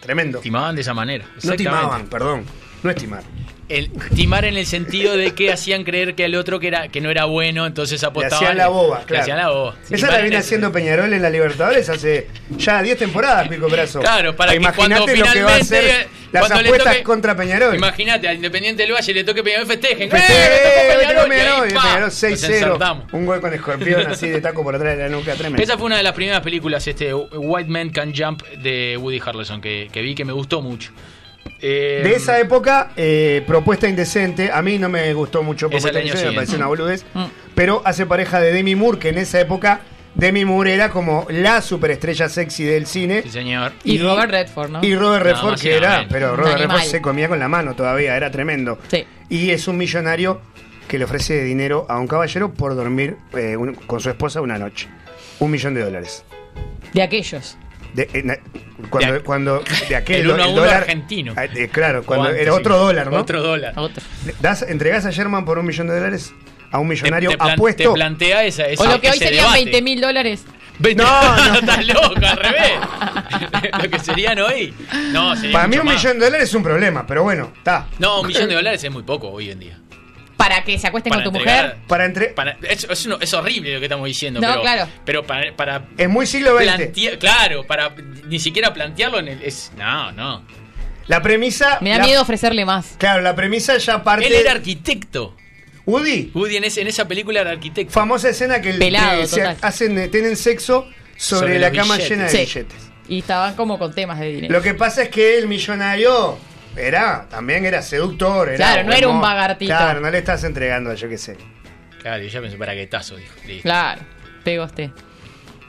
Tremendo. Timaban de esa manera. No exactamente. timaban, perdón. No es timar. El timar en el sentido de que hacían creer que al otro que era que no era bueno, entonces Le apostaban. hacían la boba, Le claro. hacían la boba. Esa Timar la en viene el- haciendo Peñarol en la Libertadores hace ya 10 temporadas, Pico Brazo. Claro, para que Imagínate cuando lo que va a finalmente- hacer las cuando le apuestas toque- contra Peñarol. Imagínate, al Independiente del Valle le toque Peñarol festejen. Festeje, ¡Eh, le tocó Peñarol, Peñarol! Y y ahí, pa, Peñarol nos 6-0. ensartamos. Un gol con escorpión así de taco por atrás de la nuca, tremendo. Esa fue una de las primeras películas, este White Man Can Jump de Woody Harrelson, que, que vi que me gustó mucho. Eh, De esa época, eh, Propuesta Indecente, a mí no me gustó mucho Es el Propuesta año Indecente, me pareció siguiente. Mm. una boludez, pero hace pareja de Demi Moore, que en esa época Demi Moore era como la superestrella sexy del cine. Sí, señor. Y Robert Redford, ¿no? Y Robert Nada Redford, más y que nada era, menos. pero Un Robert animal. Redford se comía con la mano todavía, era tremendo. Y es un millonario que le ofrece dinero a un caballero por dormir eh, un- con su esposa una noche. Un millón de dólares. De aquellos. De, eh, na- cuando, cuando de aquel El do- uno a el uno dólar- argentino. Ah, eh, claro, cuando antes, era otro sí. dólar, ¿no? Otro dólar. Das, entregás a Sherman por un millón de dólares a un Te, millonario te plan- apuesto. te plantea esa, esa O lo que hoy ese serían debate. 20 mil dólares. No, no, estás loco, al revés. lo que serían hoy. No, sería Para mí mucho un más. millón de dólares es un problema, pero bueno, está. No, un millón de dólares es muy poco hoy en día. Para que se acuesten Para con tu entregar- mujer. Para entre... Para, es, es uno- es horrible lo que estamos diciendo. No, pero, claro. Pero para, para Es muy siglo XX. plantea- claro, para ni siquiera plantearlo en el. Es, no, no. La premisa... Me da la- miedo ofrecerle más. Claro, la premisa ya parte... Él era arquitecto. Woody. Woody en, ese- en esa película era arquitecto. Famosa escena que, el- Pelado, que se total. hacen, eh, tienen sexo sobre, Sobre la los cama billetes. llena de Sí. billetes. Y estaban como con temas de dinero. Lo que pasa es que el millonario era, también era seductor. Era Claro, no era un hermoso. vagartito. Claro, no le estás entregando, yo qué sé. Claro, y ya pensó para guetazo, dijo. Listo. Claro, pegó usted.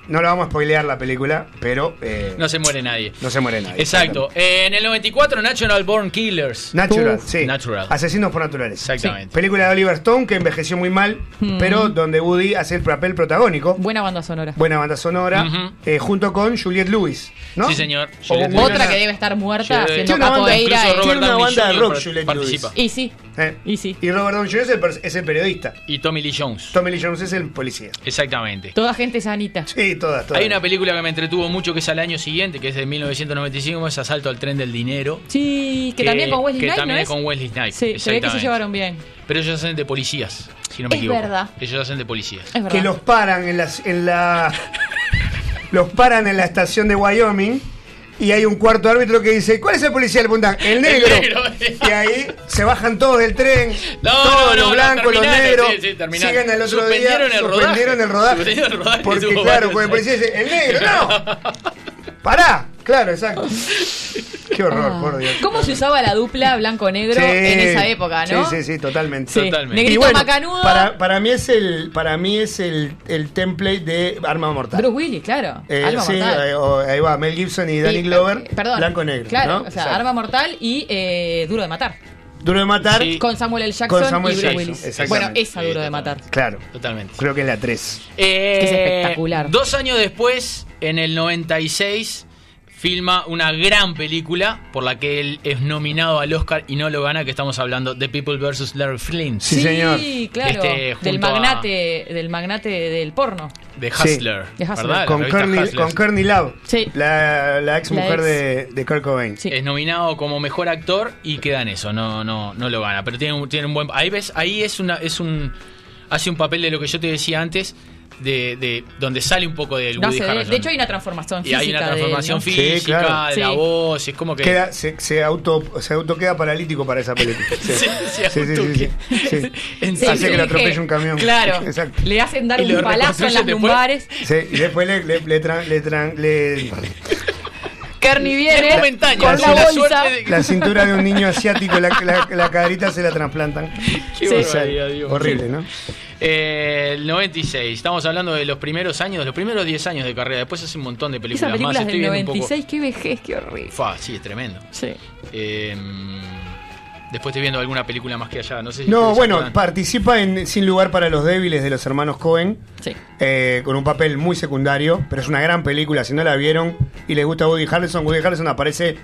No lo vamos a spoilear la película, pero eh, No se muere nadie. no se muere nadie. Exacto. Eh, en el 94, Natural Born Killers. Natural, Uf. sí. Natural. Asesinos por naturales. Exactamente. Sí. Película de Oliver Stone que envejeció muy mal, Mm. pero donde Woody hace el papel protagónico. Buena banda sonora. Buena banda sonora, Ujú. eh, junto con Juliette Lewis, ¿no? Sí, señor. O Juliette una- Otra que debe estar muerta Juliette- haciendo capoeira. incluso eh. Robert Downey Jr. par- participa. Y sí. Eh, Y, Robert Downey Jr. es el, per- es el periodista. Y Tommy Lee Jones. Tommy Lee Jones es el policía. Exactamente. Toda gente sanita. Sí, todas, todas. Hay una película que me entretuvo mucho que es al año siguiente, que es de 1995, es Asalto al tren del dinero. Sí, que también con Wesley que Snipes, también ¿no es con Wesley Snipes. Sí, se ve que se exactamente. llevaron bien. Pero ellos hacen de policías, si no me Es equivoco. verdad. Ellos hacen de policías. Es verdad. que los paran en, las, en la. los paran en la estación de Wyoming. Y hay un cuarto árbitro que dice: ¿Cuál es el policía? Le preguntan: El negro. negro. eh. y ahí se bajan todos del tren. No, todos no, no, los no, blancos, los terminalo, negros. sí, sí, terminalo. siguen al otro Suspendieron día. el rodaje. suspendieron el rodaje. Suspendieron el rodaje, Porque, tuvo varios claro, porque el policía dice: El negro, no. Pará. Claro, exacto. Qué horror, Ah. por Dios. ¿Cómo se usaba la dupla blanco-negro Sí. en esa época, no? Sí, sí, sí, totalmente. Sí. Totalmente. Negrito Y bueno, macanudo. Para, para mí es el para mí es el, el template de Arma Mortal. Bruce Willis, claro. Eh, Alma sí, mortal. ahí, o- ahí va, Mel Gibson y Danny Y, Glover, eh, perdón. blanco-negro. Claro, ¿no? o sea, Exacto. Arma Mortal y eh, Duro de Matar. Duro de matar. Con Samuel L. Jackson Con Samuel y Bruce Jackson, Willis. Bueno, exactamente. esa Duro de Matar. Claro. Totalmente. Creo que es la 3. Es espectacular. Eh, Dos años después, en el 96, filma una gran película por la que él es nominado al Oscar y no lo gana, que estamos hablando de People vs. Larry Flint. Sí, claro. Este, junto del a- magnate, del magnate del porno. de Hustler, De Hustler. ¿verdad? La Con revista Courtney, Hustler. con Courtney Love. La, la ex La mujer ex. De, de Kurt Cobain. Es nominado como mejor actor y queda en eso, no, no, no lo gana. Pero tiene un, tiene un buen. Ahí ves, ahí es una, es un. hace un papel de lo que yo te decía antes, de, de donde sale un poco del No Woody sé, de, Harrelson. de hecho hay una transformación y física. hay una de él, transformación ¿no? física, Sí, claro. de la Sí. voz, es como que. Queda, se, se auto se auto queda paralítico para esa película. Sí, sí, sí, sí, sí. Sí, Hace que surge- lo atropelle un camión. Claro. Exacto. Le hacen dar Y lo un palazo en reconstruyen las después. lumbares. Sí, y después le, le, le, tran- le, tran- le- Kearney viene la- con la, la- bolsa. la cintura de un niño asiático, la, la, la caderita se la trasplantan. Qué Sí. barbaridad, Dios. Horrible, ¿no? Eh, el 96, estamos hablando de los primeros años, de los primeros 10 años de carrera. Después hace un montón de películas Esas películas más. del Estoy viendo 96, un qué vejez, qué horrible. poco. Fa, sí, es tremendo. Sí. Eh, después estoy viendo alguna película más que allá. No sé si No, ustedes bueno, acuerdan. participa en Sin lugar para los débiles de los hermanos Cohen. eh, con un papel muy secundario, pero es una gran película. Si no la vieron y les gusta Woody Harrelson, Woody Harrelson aparece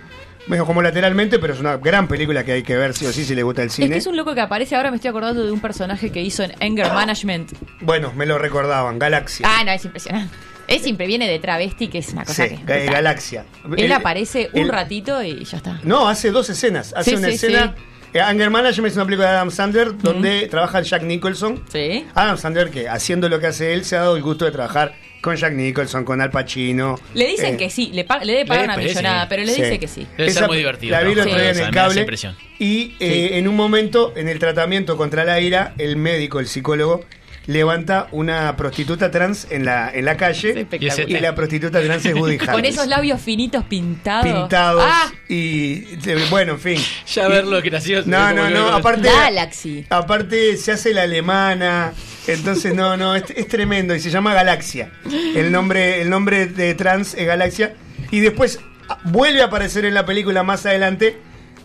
medio como lateralmente, pero es una gran película que hay que ver sí o sí si les gusta el cine. Es que es un loco que aparece, ahora me estoy acordando de un personaje que hizo en Anger Management. Bueno, me lo recordaban, Galaxia. Ah, no, es impresionante. Es siempre viene de travesti, que es una cosa Sí, que... eh, Galaxia. Él El- aparece un el- ratito y ya está. No, hace dos escenas. Hace Sí, una sí, escena Eh, Anger Management es una película de Adam Sandler donde trabaja Jack Nicholson. Sí. Adam Sandler, que haciendo lo que hace él, se ha dado el gusto de trabajar con Jack Nicholson, con Al Pacino. Le dicen Eh, que sí, le, pa- le debe pagar una millonada, pero le dice que sí. Esa La vi el otro día en el cable. impresión. Y eh, en un momento, en el tratamiento contra la ira, el médico, el psicólogo, levanta una prostituta trans en la, en la calle. espectacular. Y la prostituta trans es Woody Con Harrelson. esos labios finitos pintados. Pintados Ah, y eh, bueno, en fin. Ya verlo gracioso. No, no, no. Aparte, Galaxy. aparte se hace la alemana. Entonces, no, no, es, es tremendo. Y se llama Galaxia. El nombre, el nombre de trans es Galaxia. Y después ah, vuelve a aparecer en la película más adelante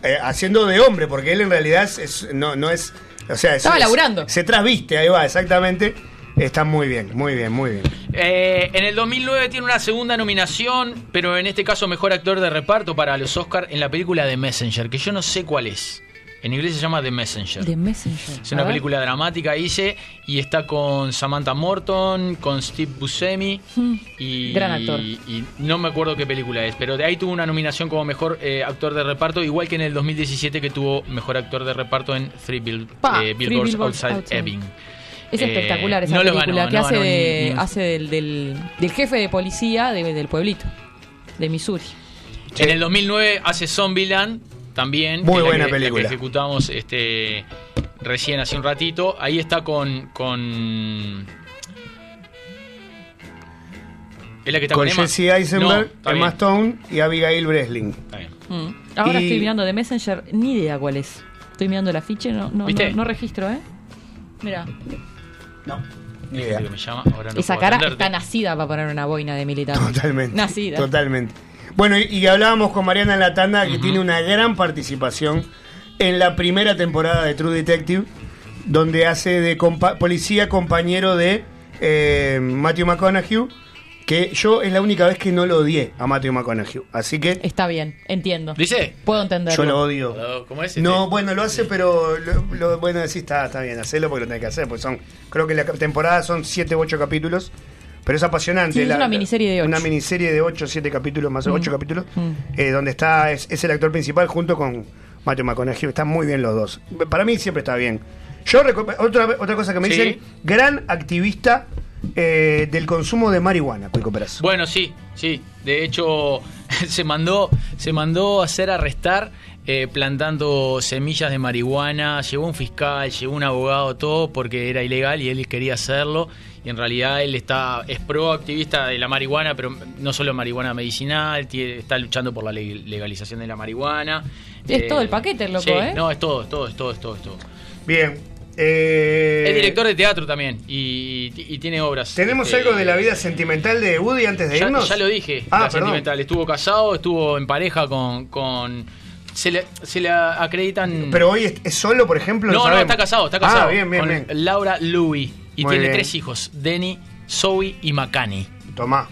eh, haciendo de hombre, porque él en realidad es- es- no, no es. O sea, es- Estaba es- laburando. Se trasviste, ahí va, exactamente. Está muy bien, muy bien, muy bien. Eh, en el 2009 tiene una segunda nominación, pero en este caso mejor actor de reparto para los Oscar en la película The Messenger, que yo no sé cuál es. En inglés se llama The Messenger. The Messenger. Es una A ver. película dramática, hice, y está con Samantha Morton, con Steve Buscemi. Mm. Y, Gran actor. Y, no me acuerdo qué película es, pero de ahí tuvo una nominación como mejor eh, actor de reparto, igual que en el 2017 que tuvo mejor actor de reparto en Three, Bill- Pa, eh, Three Billboards Billboards Outside, Outside. Ebbing. Es Eh, espectacular esa no lo película ganó, que no hace, ganó de- ningún- hace del, del, del jefe de policía de- del pueblito, de Missouri. En el 2009 hace Zombieland también. Muy que es la buena que- la película. que ejecutamos este, recién hace un ratito. Ahí está con. con es la que está Con con Emma? Jesse Eisenberg, No, está Emma bien. Stone y Abigail Breslin. Mm. Ahora Y- estoy mirando de Messenger, ni idea cuál es. Estoy mirando el afiche, no, no, ¿Viste? no, no registro, ¿eh? Mira, Ni idea. Me llama, ahora no esa puedo cara atenderte. está nacida para poner una boina de militar. Totalmente. Nacida. Totalmente. Bueno, y, y hablábamos con Mariana en la tanda, que tiene una gran participación en la primera temporada de True Detective, donde hace de compa- policía compañero de eh, Matthew McConaughey, que yo es la única vez que no lo odié a Matthew McConaughey. Así que... Está bien, entiendo. ¿Dice? Puedo entenderlo. Yo lo odio. ¿Cómo es? este? No, bueno, lo hace, pero lo, lo- bueno, decís, está, está bien, hacelo porque lo tenés que hacer, porque son, creo que la cap- temporada son 7 u 8 capítulos, pero es apasionante. Sí, es La- una miniserie de ocho. Una miniserie de 8, 7 capítulos, más Mm. 8 capítulos, Mm. eh, donde está, es, es el actor principal junto con Matthew McConaughey, están muy bien los dos. Para mí siempre está bien. Yo, reco- otra, otra cosa que me Sí. dicen, gran activista eh, del consumo de marihuana, Pico Perazo. Bueno, sí, sí. De hecho, se mandó, se mandó a hacer arrestar eh, plantando semillas de marihuana. Llegó un fiscal, llegó un abogado, todo porque era ilegal y él quería hacerlo. Y en realidad él está es pro activista de la marihuana, pero no solo marihuana medicinal, tie- está luchando por la le- legalización de la marihuana. Es Eh, todo el paquete, loco, sí, ¿eh? No, es todo, es todo, es todo, es todo, es todo. Bien. eh, Es director de teatro también y, y- y tiene obras. ¿Tenemos este, algo de la vida sentimental de Woody antes de ya, irnos? ya lo dije, Ah, la perdón. sentimental. Estuvo casado, estuvo en pareja con. con se, le, se le acreditan. Mm. Pero hoy es, es solo, por ejemplo. No, no, sabemos. está casado, está casado. Ah, bien, bien, con bien. Laura Louis. Y Muy tiene bien. tres hijos: Denny, Zoe y Macani. Tomá.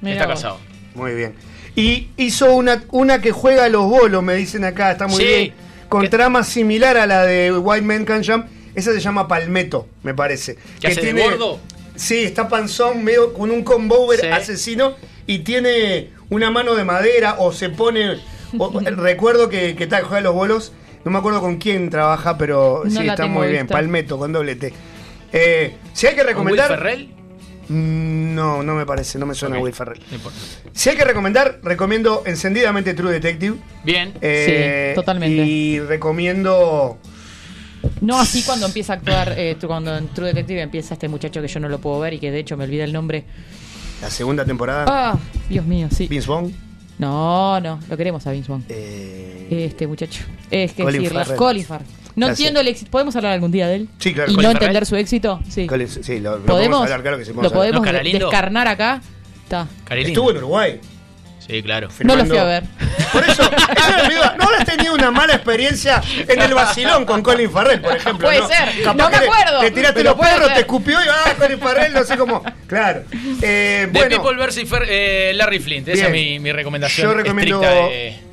Mirá está vos. casado. Muy bien. Y hizo una, una que juega a los bolos, me dicen acá, está muy Sí. bien. Con trama similar a la de White Man Can Jump. Esa se llama Palmetto, me parece. ¿Qué hace de gordo? Sí, está panzón, medio con un combo Sí. asesino y tiene una mano de madera o se pone. o- recuerdo que, que tal, juega a los bolos. No me acuerdo con quién trabaja, pero No sí, la está tengo muy bien. vista. Palmetto, con doble T. Eh, si hay que ¿Con Will recomendar. Ferrell? Mm, No, no me parece, no me suena Ok. Will Ferrell. No importa. Si hay que recomendar, recomiendo encendidamente True Detective. Bien. Eh, Sí, totalmente. Y recomiendo. No así cuando empieza a actuar, eh, tú- cuando en True Detective empieza este muchacho que yo no lo puedo ver y que de hecho me olvida el nombre. La segunda temporada. Ah, Dios mío, sí. Vince Vaughn. No, no, lo queremos a Vince Vaughn. este muchacho. Es que Eh, Colin decirlo. Farrell. Colin Farrell. No Gracias. entiendo el éxito. ¿Podemos hablar algún día de él? Sí, claro, Y Colin no entender Farrell. su éxito. Sí. ¿Cuál es? Sí, lo, lo ¿Podemos? hablar, claro que sí. ¿Lo podemos hablar. de- descarnar acá? Está. Carolina. Estuvo en Uruguay. Sí, claro. No lo Firmando- fui a ver. Por eso, esa es mi duda. ¿no habrás tenido una mala experiencia en el vacilón con Colin Farrell, por ejemplo? Puede ¿no? ser, Capaz no me que le- acuerdo, Te tiraste pero los puede perros, ser. te escupió y ah, Colin Farrell, no sé cómo. Claro. Eh, The bueno, People vs. Fer- eh, Larry Flint. Esa es Bien. mi, mi recomendación. Yo recomiendo- estricta de-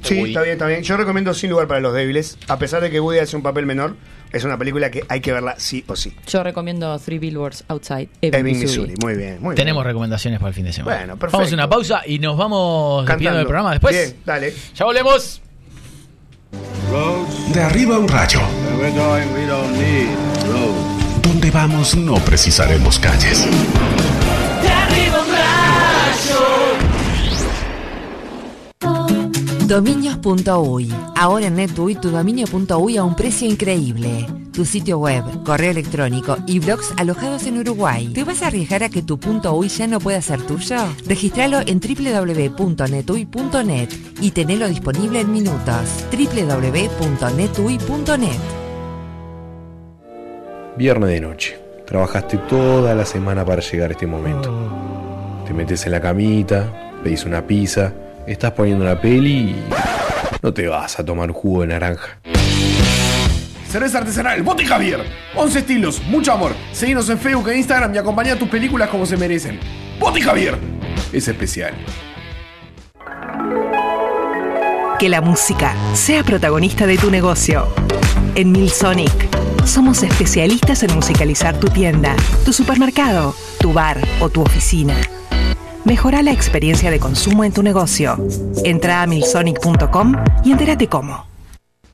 Sí, está bien, está bien. Yo recomiendo Sin Lugar para los Débiles. A pesar de que Woody hace un papel menor, es una película que hay que verla sí o sí. Yo recomiendo Three Billboards Outside Ebbing, Ebbing, Missouri. Missouri. Muy bien, muy Tenemos bien. recomendaciones para el fin de semana. Bueno, perfecto. Vamos a una pausa y nos vamos despidiendo Cantando. del programa después. Bien, dale. Ya volvemos. Roads De arriba un rayo. Where we're going, we don't need roads. Donde vamos no precisaremos calles. De arriba un rayo. Dominios.uy. Ahora en NetUI, tu dominio.uy a un precio increíble. Tu sitio web, correo electrónico y blogs alojados en Uruguay. ¿Te vas a arriesgar a que tu punto .uy ya no pueda ser tuyo? Registralo en www.netui.net y tenelo disponible en minutos. www.netui.net Viernes de noche. Trabajaste toda la semana para llegar a este momento. Te metes en la camita, pedís una pizza, estás poniendo la peli y no te vas a tomar un jugo de naranja. Cerveza artesanal, Bote Javier. 11 estilos, mucho amor. Seguinos en Facebook e Instagram y acompañá tus películas como se merecen. Bote Javier es especial. Que la música sea protagonista de tu negocio. En Milsonic somos especialistas en musicalizar tu tienda, tu supermercado, tu bar o tu oficina. Mejora la experiencia de consumo en tu negocio. Entra a milsonic.com y entérate cómo.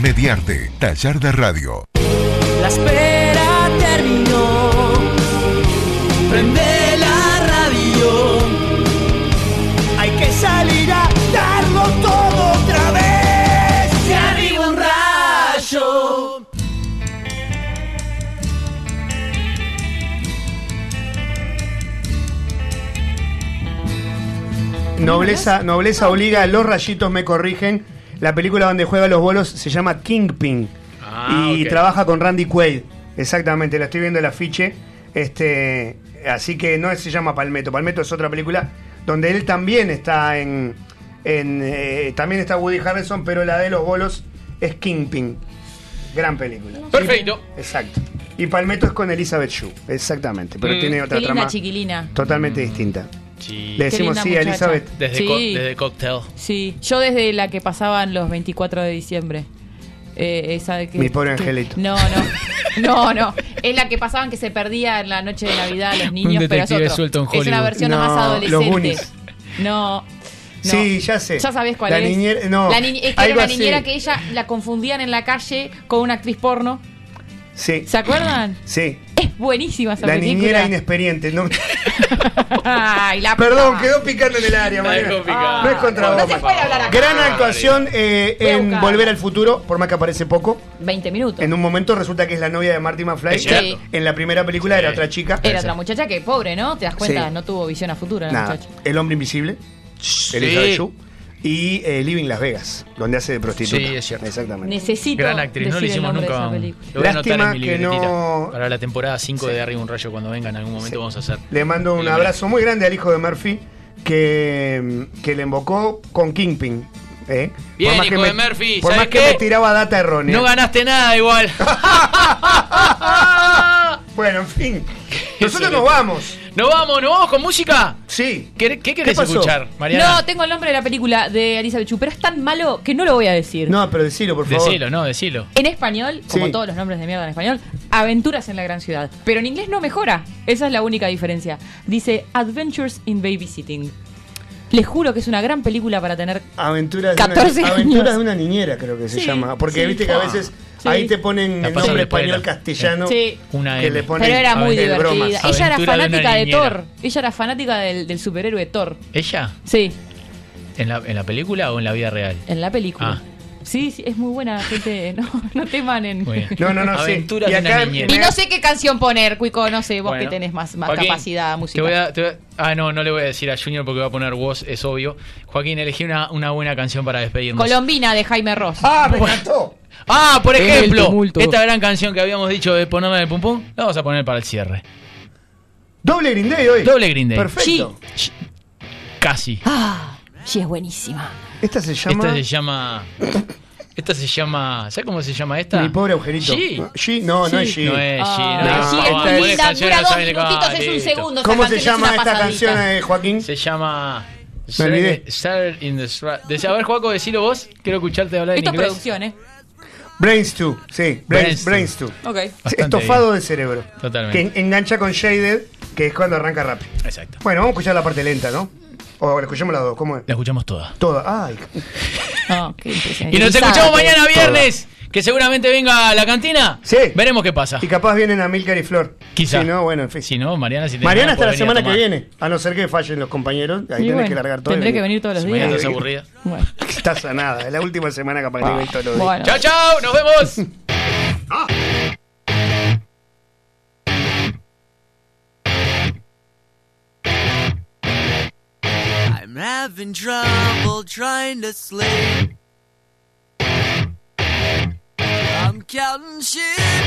Mediarte, Taller de Radio. La espera terminó. Prende la radio. Hay que salir a darlo todo otra vez. De arriba un rayo. Nobleza, nobleza obliga, los rayitos me corrigen. La película donde juega los bolos se llama Kingpin Ah, y ok. trabaja con Randy Quaid. Exactamente, la estoy viendo el afiche. Este, así que no se llama Palmetto. Palmetto es otra película donde él también está en, en, eh, también está Woody Harrelson, pero la de los bolos es Kingpin. Gran película. Perfecto. Exacto. Y Palmetto es con Elizabeth Shue, exactamente, pero Mm. tiene otra Qué linda trama chiquilina. totalmente distinta. Sí. Le decimos Qué linda sí a muchacha. Elizabeth. Desde, Sí. co- desde Cocktail. Sí, yo desde la que pasaban los 24 de diciembre. Eh, esa de que, Mi pobre que- angelito. No, no. No, no. Es la que pasaban que se perdía en la noche de Navidad a los niños, pero es detective otro. suelto en Es una Hollywood. versión más No, adolescente. los Goonies. No. no. Sí, ya sé. Ya sabés cuál La es. niñera- no, La niñe- es que era algo una así. niñera que ella la confundían en la calle con una actriz porno. Sí. ¿Se acuerdan? Sí. Es buenísima esa La película. niñera inexperiente. No, Ay, la puta perdón, madre. quedó picando en el área, Está Mariana. complicado. No es contra No vos, se Mariana. puede hablar acá. Gran actuación eh, Voy a en buscar. Volver al Futuro, por más que aparece poco. 20 minutos. En un momento resulta que es la novia de Marty McFly. Es que cierto. En la primera película era otra chica. Era otra muchacha que pobre, ¿no? Te das cuenta, Sí. no tuvo visión a futuro la Nada, muchacha. El Hombre Invisible. Elizabeth Shue. Y eh, Living Las Vegas, donde hace de prostituta. Sí, es cierto. Exactamente. Necesito. Gran actriz, no decir le el hicimos nombre de nunca. esa un- película. Lo voy a anotar en Lástima mi que libretita. no- Para la temporada 5 de Arriba un Rayo, cuando venga en algún momento vamos a hacer. Le mando un Bien. abrazo muy grande al hijo de Murphy que, que le invocó con Kingpin. ¿eh? Bien, más hijo me- de Murphy, Por ¿sabes más que qué? me tiraba data errónea. Ah, No ganaste nada igual. Bueno, en fin. Eso Nosotros que- nos vamos. Nos vamos, nos vamos con música. Sí. ¿Qué, qué querés pasó? escuchar, Mariana? No, tengo el nombre de la película de Elizabeth Chu, pero es tan malo que no lo voy a decir. No, pero decilo, por favor. decilo, no, decilo. En español, como Sí. todos los nombres de mierda en español, aventuras en la gran ciudad. Pero en inglés no mejora. Esa es la única diferencia. Dice Adventures in Babysitting. Les juro que es una gran película para tener. Ah, Aventuras, de 14 una, años. aventuras de una niñera, creo que se Sí, llama. Porque sí. viste que a veces Sí. ahí te ponen La el pasan nombre en la escuela. español castellano. Sí. Una Que M. le ponen Pero era muy el divertida. bromas. Ella era Aventura de una fanática de, niñera. Thor. Ella era fanática del, del superhéroe Thor. ¿Ella? Sí, ¿En la, ¿En la película o en la vida real? en la película. Ah. Sí, sí, es muy buena, gente. No, no te manen. Muy bien. No, no, no, sí. Aventuras Y de una acá- niñera. Y no sé qué canción poner, Cuico, no sé, vos Bueno. que tenés más, más Joaquín, capacidad Te musical. voy a- te voy a- ah, no, no le voy a decir a Junior porque va a poner vos, es obvio. Joaquín, elegí una, una buena canción para despedirnos. Colombina de Jaime Ross. Ah, me encantó. Ah, por En el ejemplo, tumulto. esta gran canción que habíamos dicho de ponerla en el pum pum, la vamos a poner para el cierre. Doble Green Day hoy. Doble Green Day. Perfecto. Casi. Ah, sí, es buenísima. Esta se llama. Esta se llama Esta se llama. ¿Sabes cómo se llama esta? Mi pobre agujerito. G. G, no, no es G. No es G. Ah, no, no, no, esta no, es- no, esta canción Dura no dos sabe nada, minutitos, es un listo. segundo, esa ¿Cómo se canción es llama una esta pasadita. canción, eh, Joaquín? Se llama. Me olvidé. Saturday in the Stra- Decí- A ver, Juaco, decilo vos. Quiero escucharte hablar en Esto es inglés. producción, ¿eh? Brains 2, sí, Brains, Brains Brains 2. Two. Ok. Bastante Estofado bien. de cerebro. Que Totalmente. en- engancha con Shaded, que es cuando arranca rap. Exacto. Bueno, vamos a escuchar la parte lenta, ¿no? O la escuchamos las dos, ¿cómo es? La escuchamos toda. Toda, ay. Ah, Y nos escuchamos mañana viernes, que seguramente venga a la cantina. Sí. Veremos qué pasa. Y capaz vienen a Milcar y Flor. Quizá. Si no, bueno, en fin. Si no, Mariana, si te Mariana puede hasta la venir a semana que tomar. viene. A no ser que fallen los compañeros. Ahí Y tenés bueno, que largar todo. tendré que venir todos los Si días. mañana estás aburrida. Ah. Bueno. Está sanada. Es la última semana capaz que te ven todos los Bueno. días. Chao, chao. Nos vemos. I'm having trouble trying to sleep. I'm counting sheep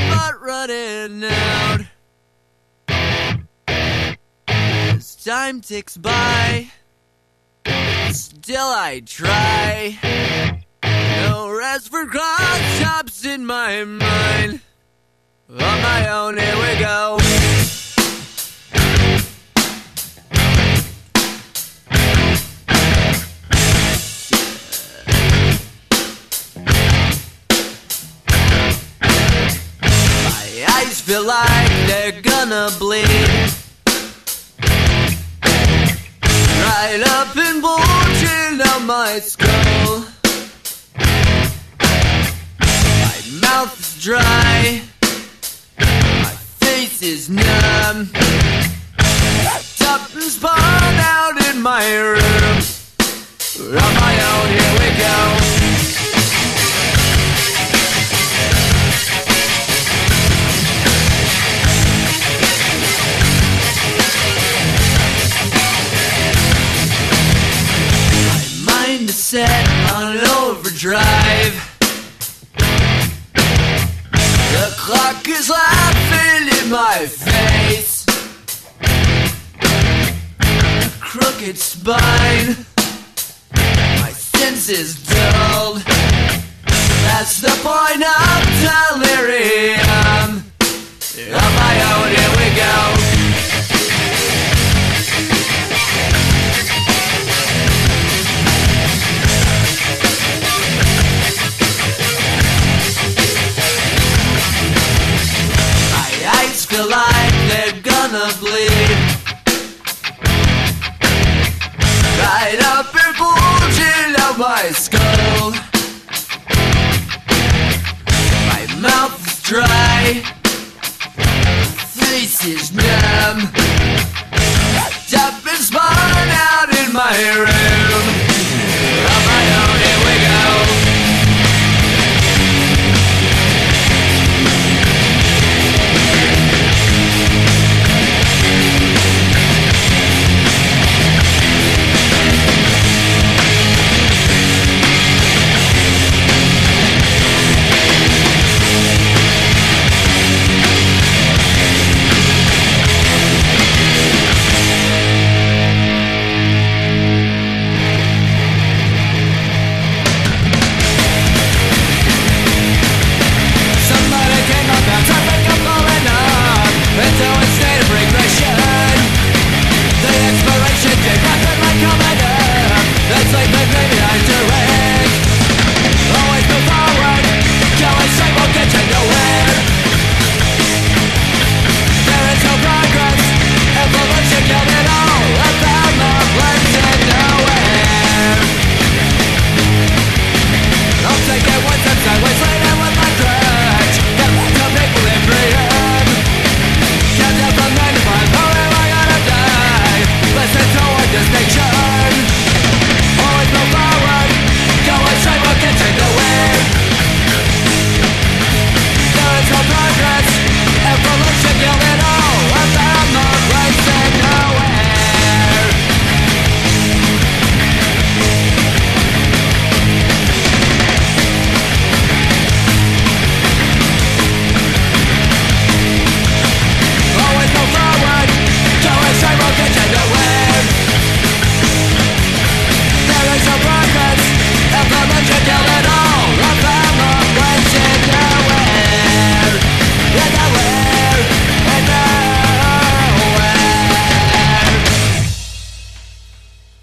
but running out. As time ticks by, still I try. No rest for cross-tops in my mind. On my own, here we go. My eyes feel like they're gonna bleed. Right up and bulging out my skull. My mouth is dry. My face is numb. Something's spun out in my room. On my own, here we go. mind is set on overdrive. The clock is laughing in my face. Crooked spine. My senses dulled. That's the point of delirium. On my own, here we go. My eyes feel like they're gonna bleed. Right up and bulging out my skull. My mouth is dry. Face is numb. Top is spun out in my room.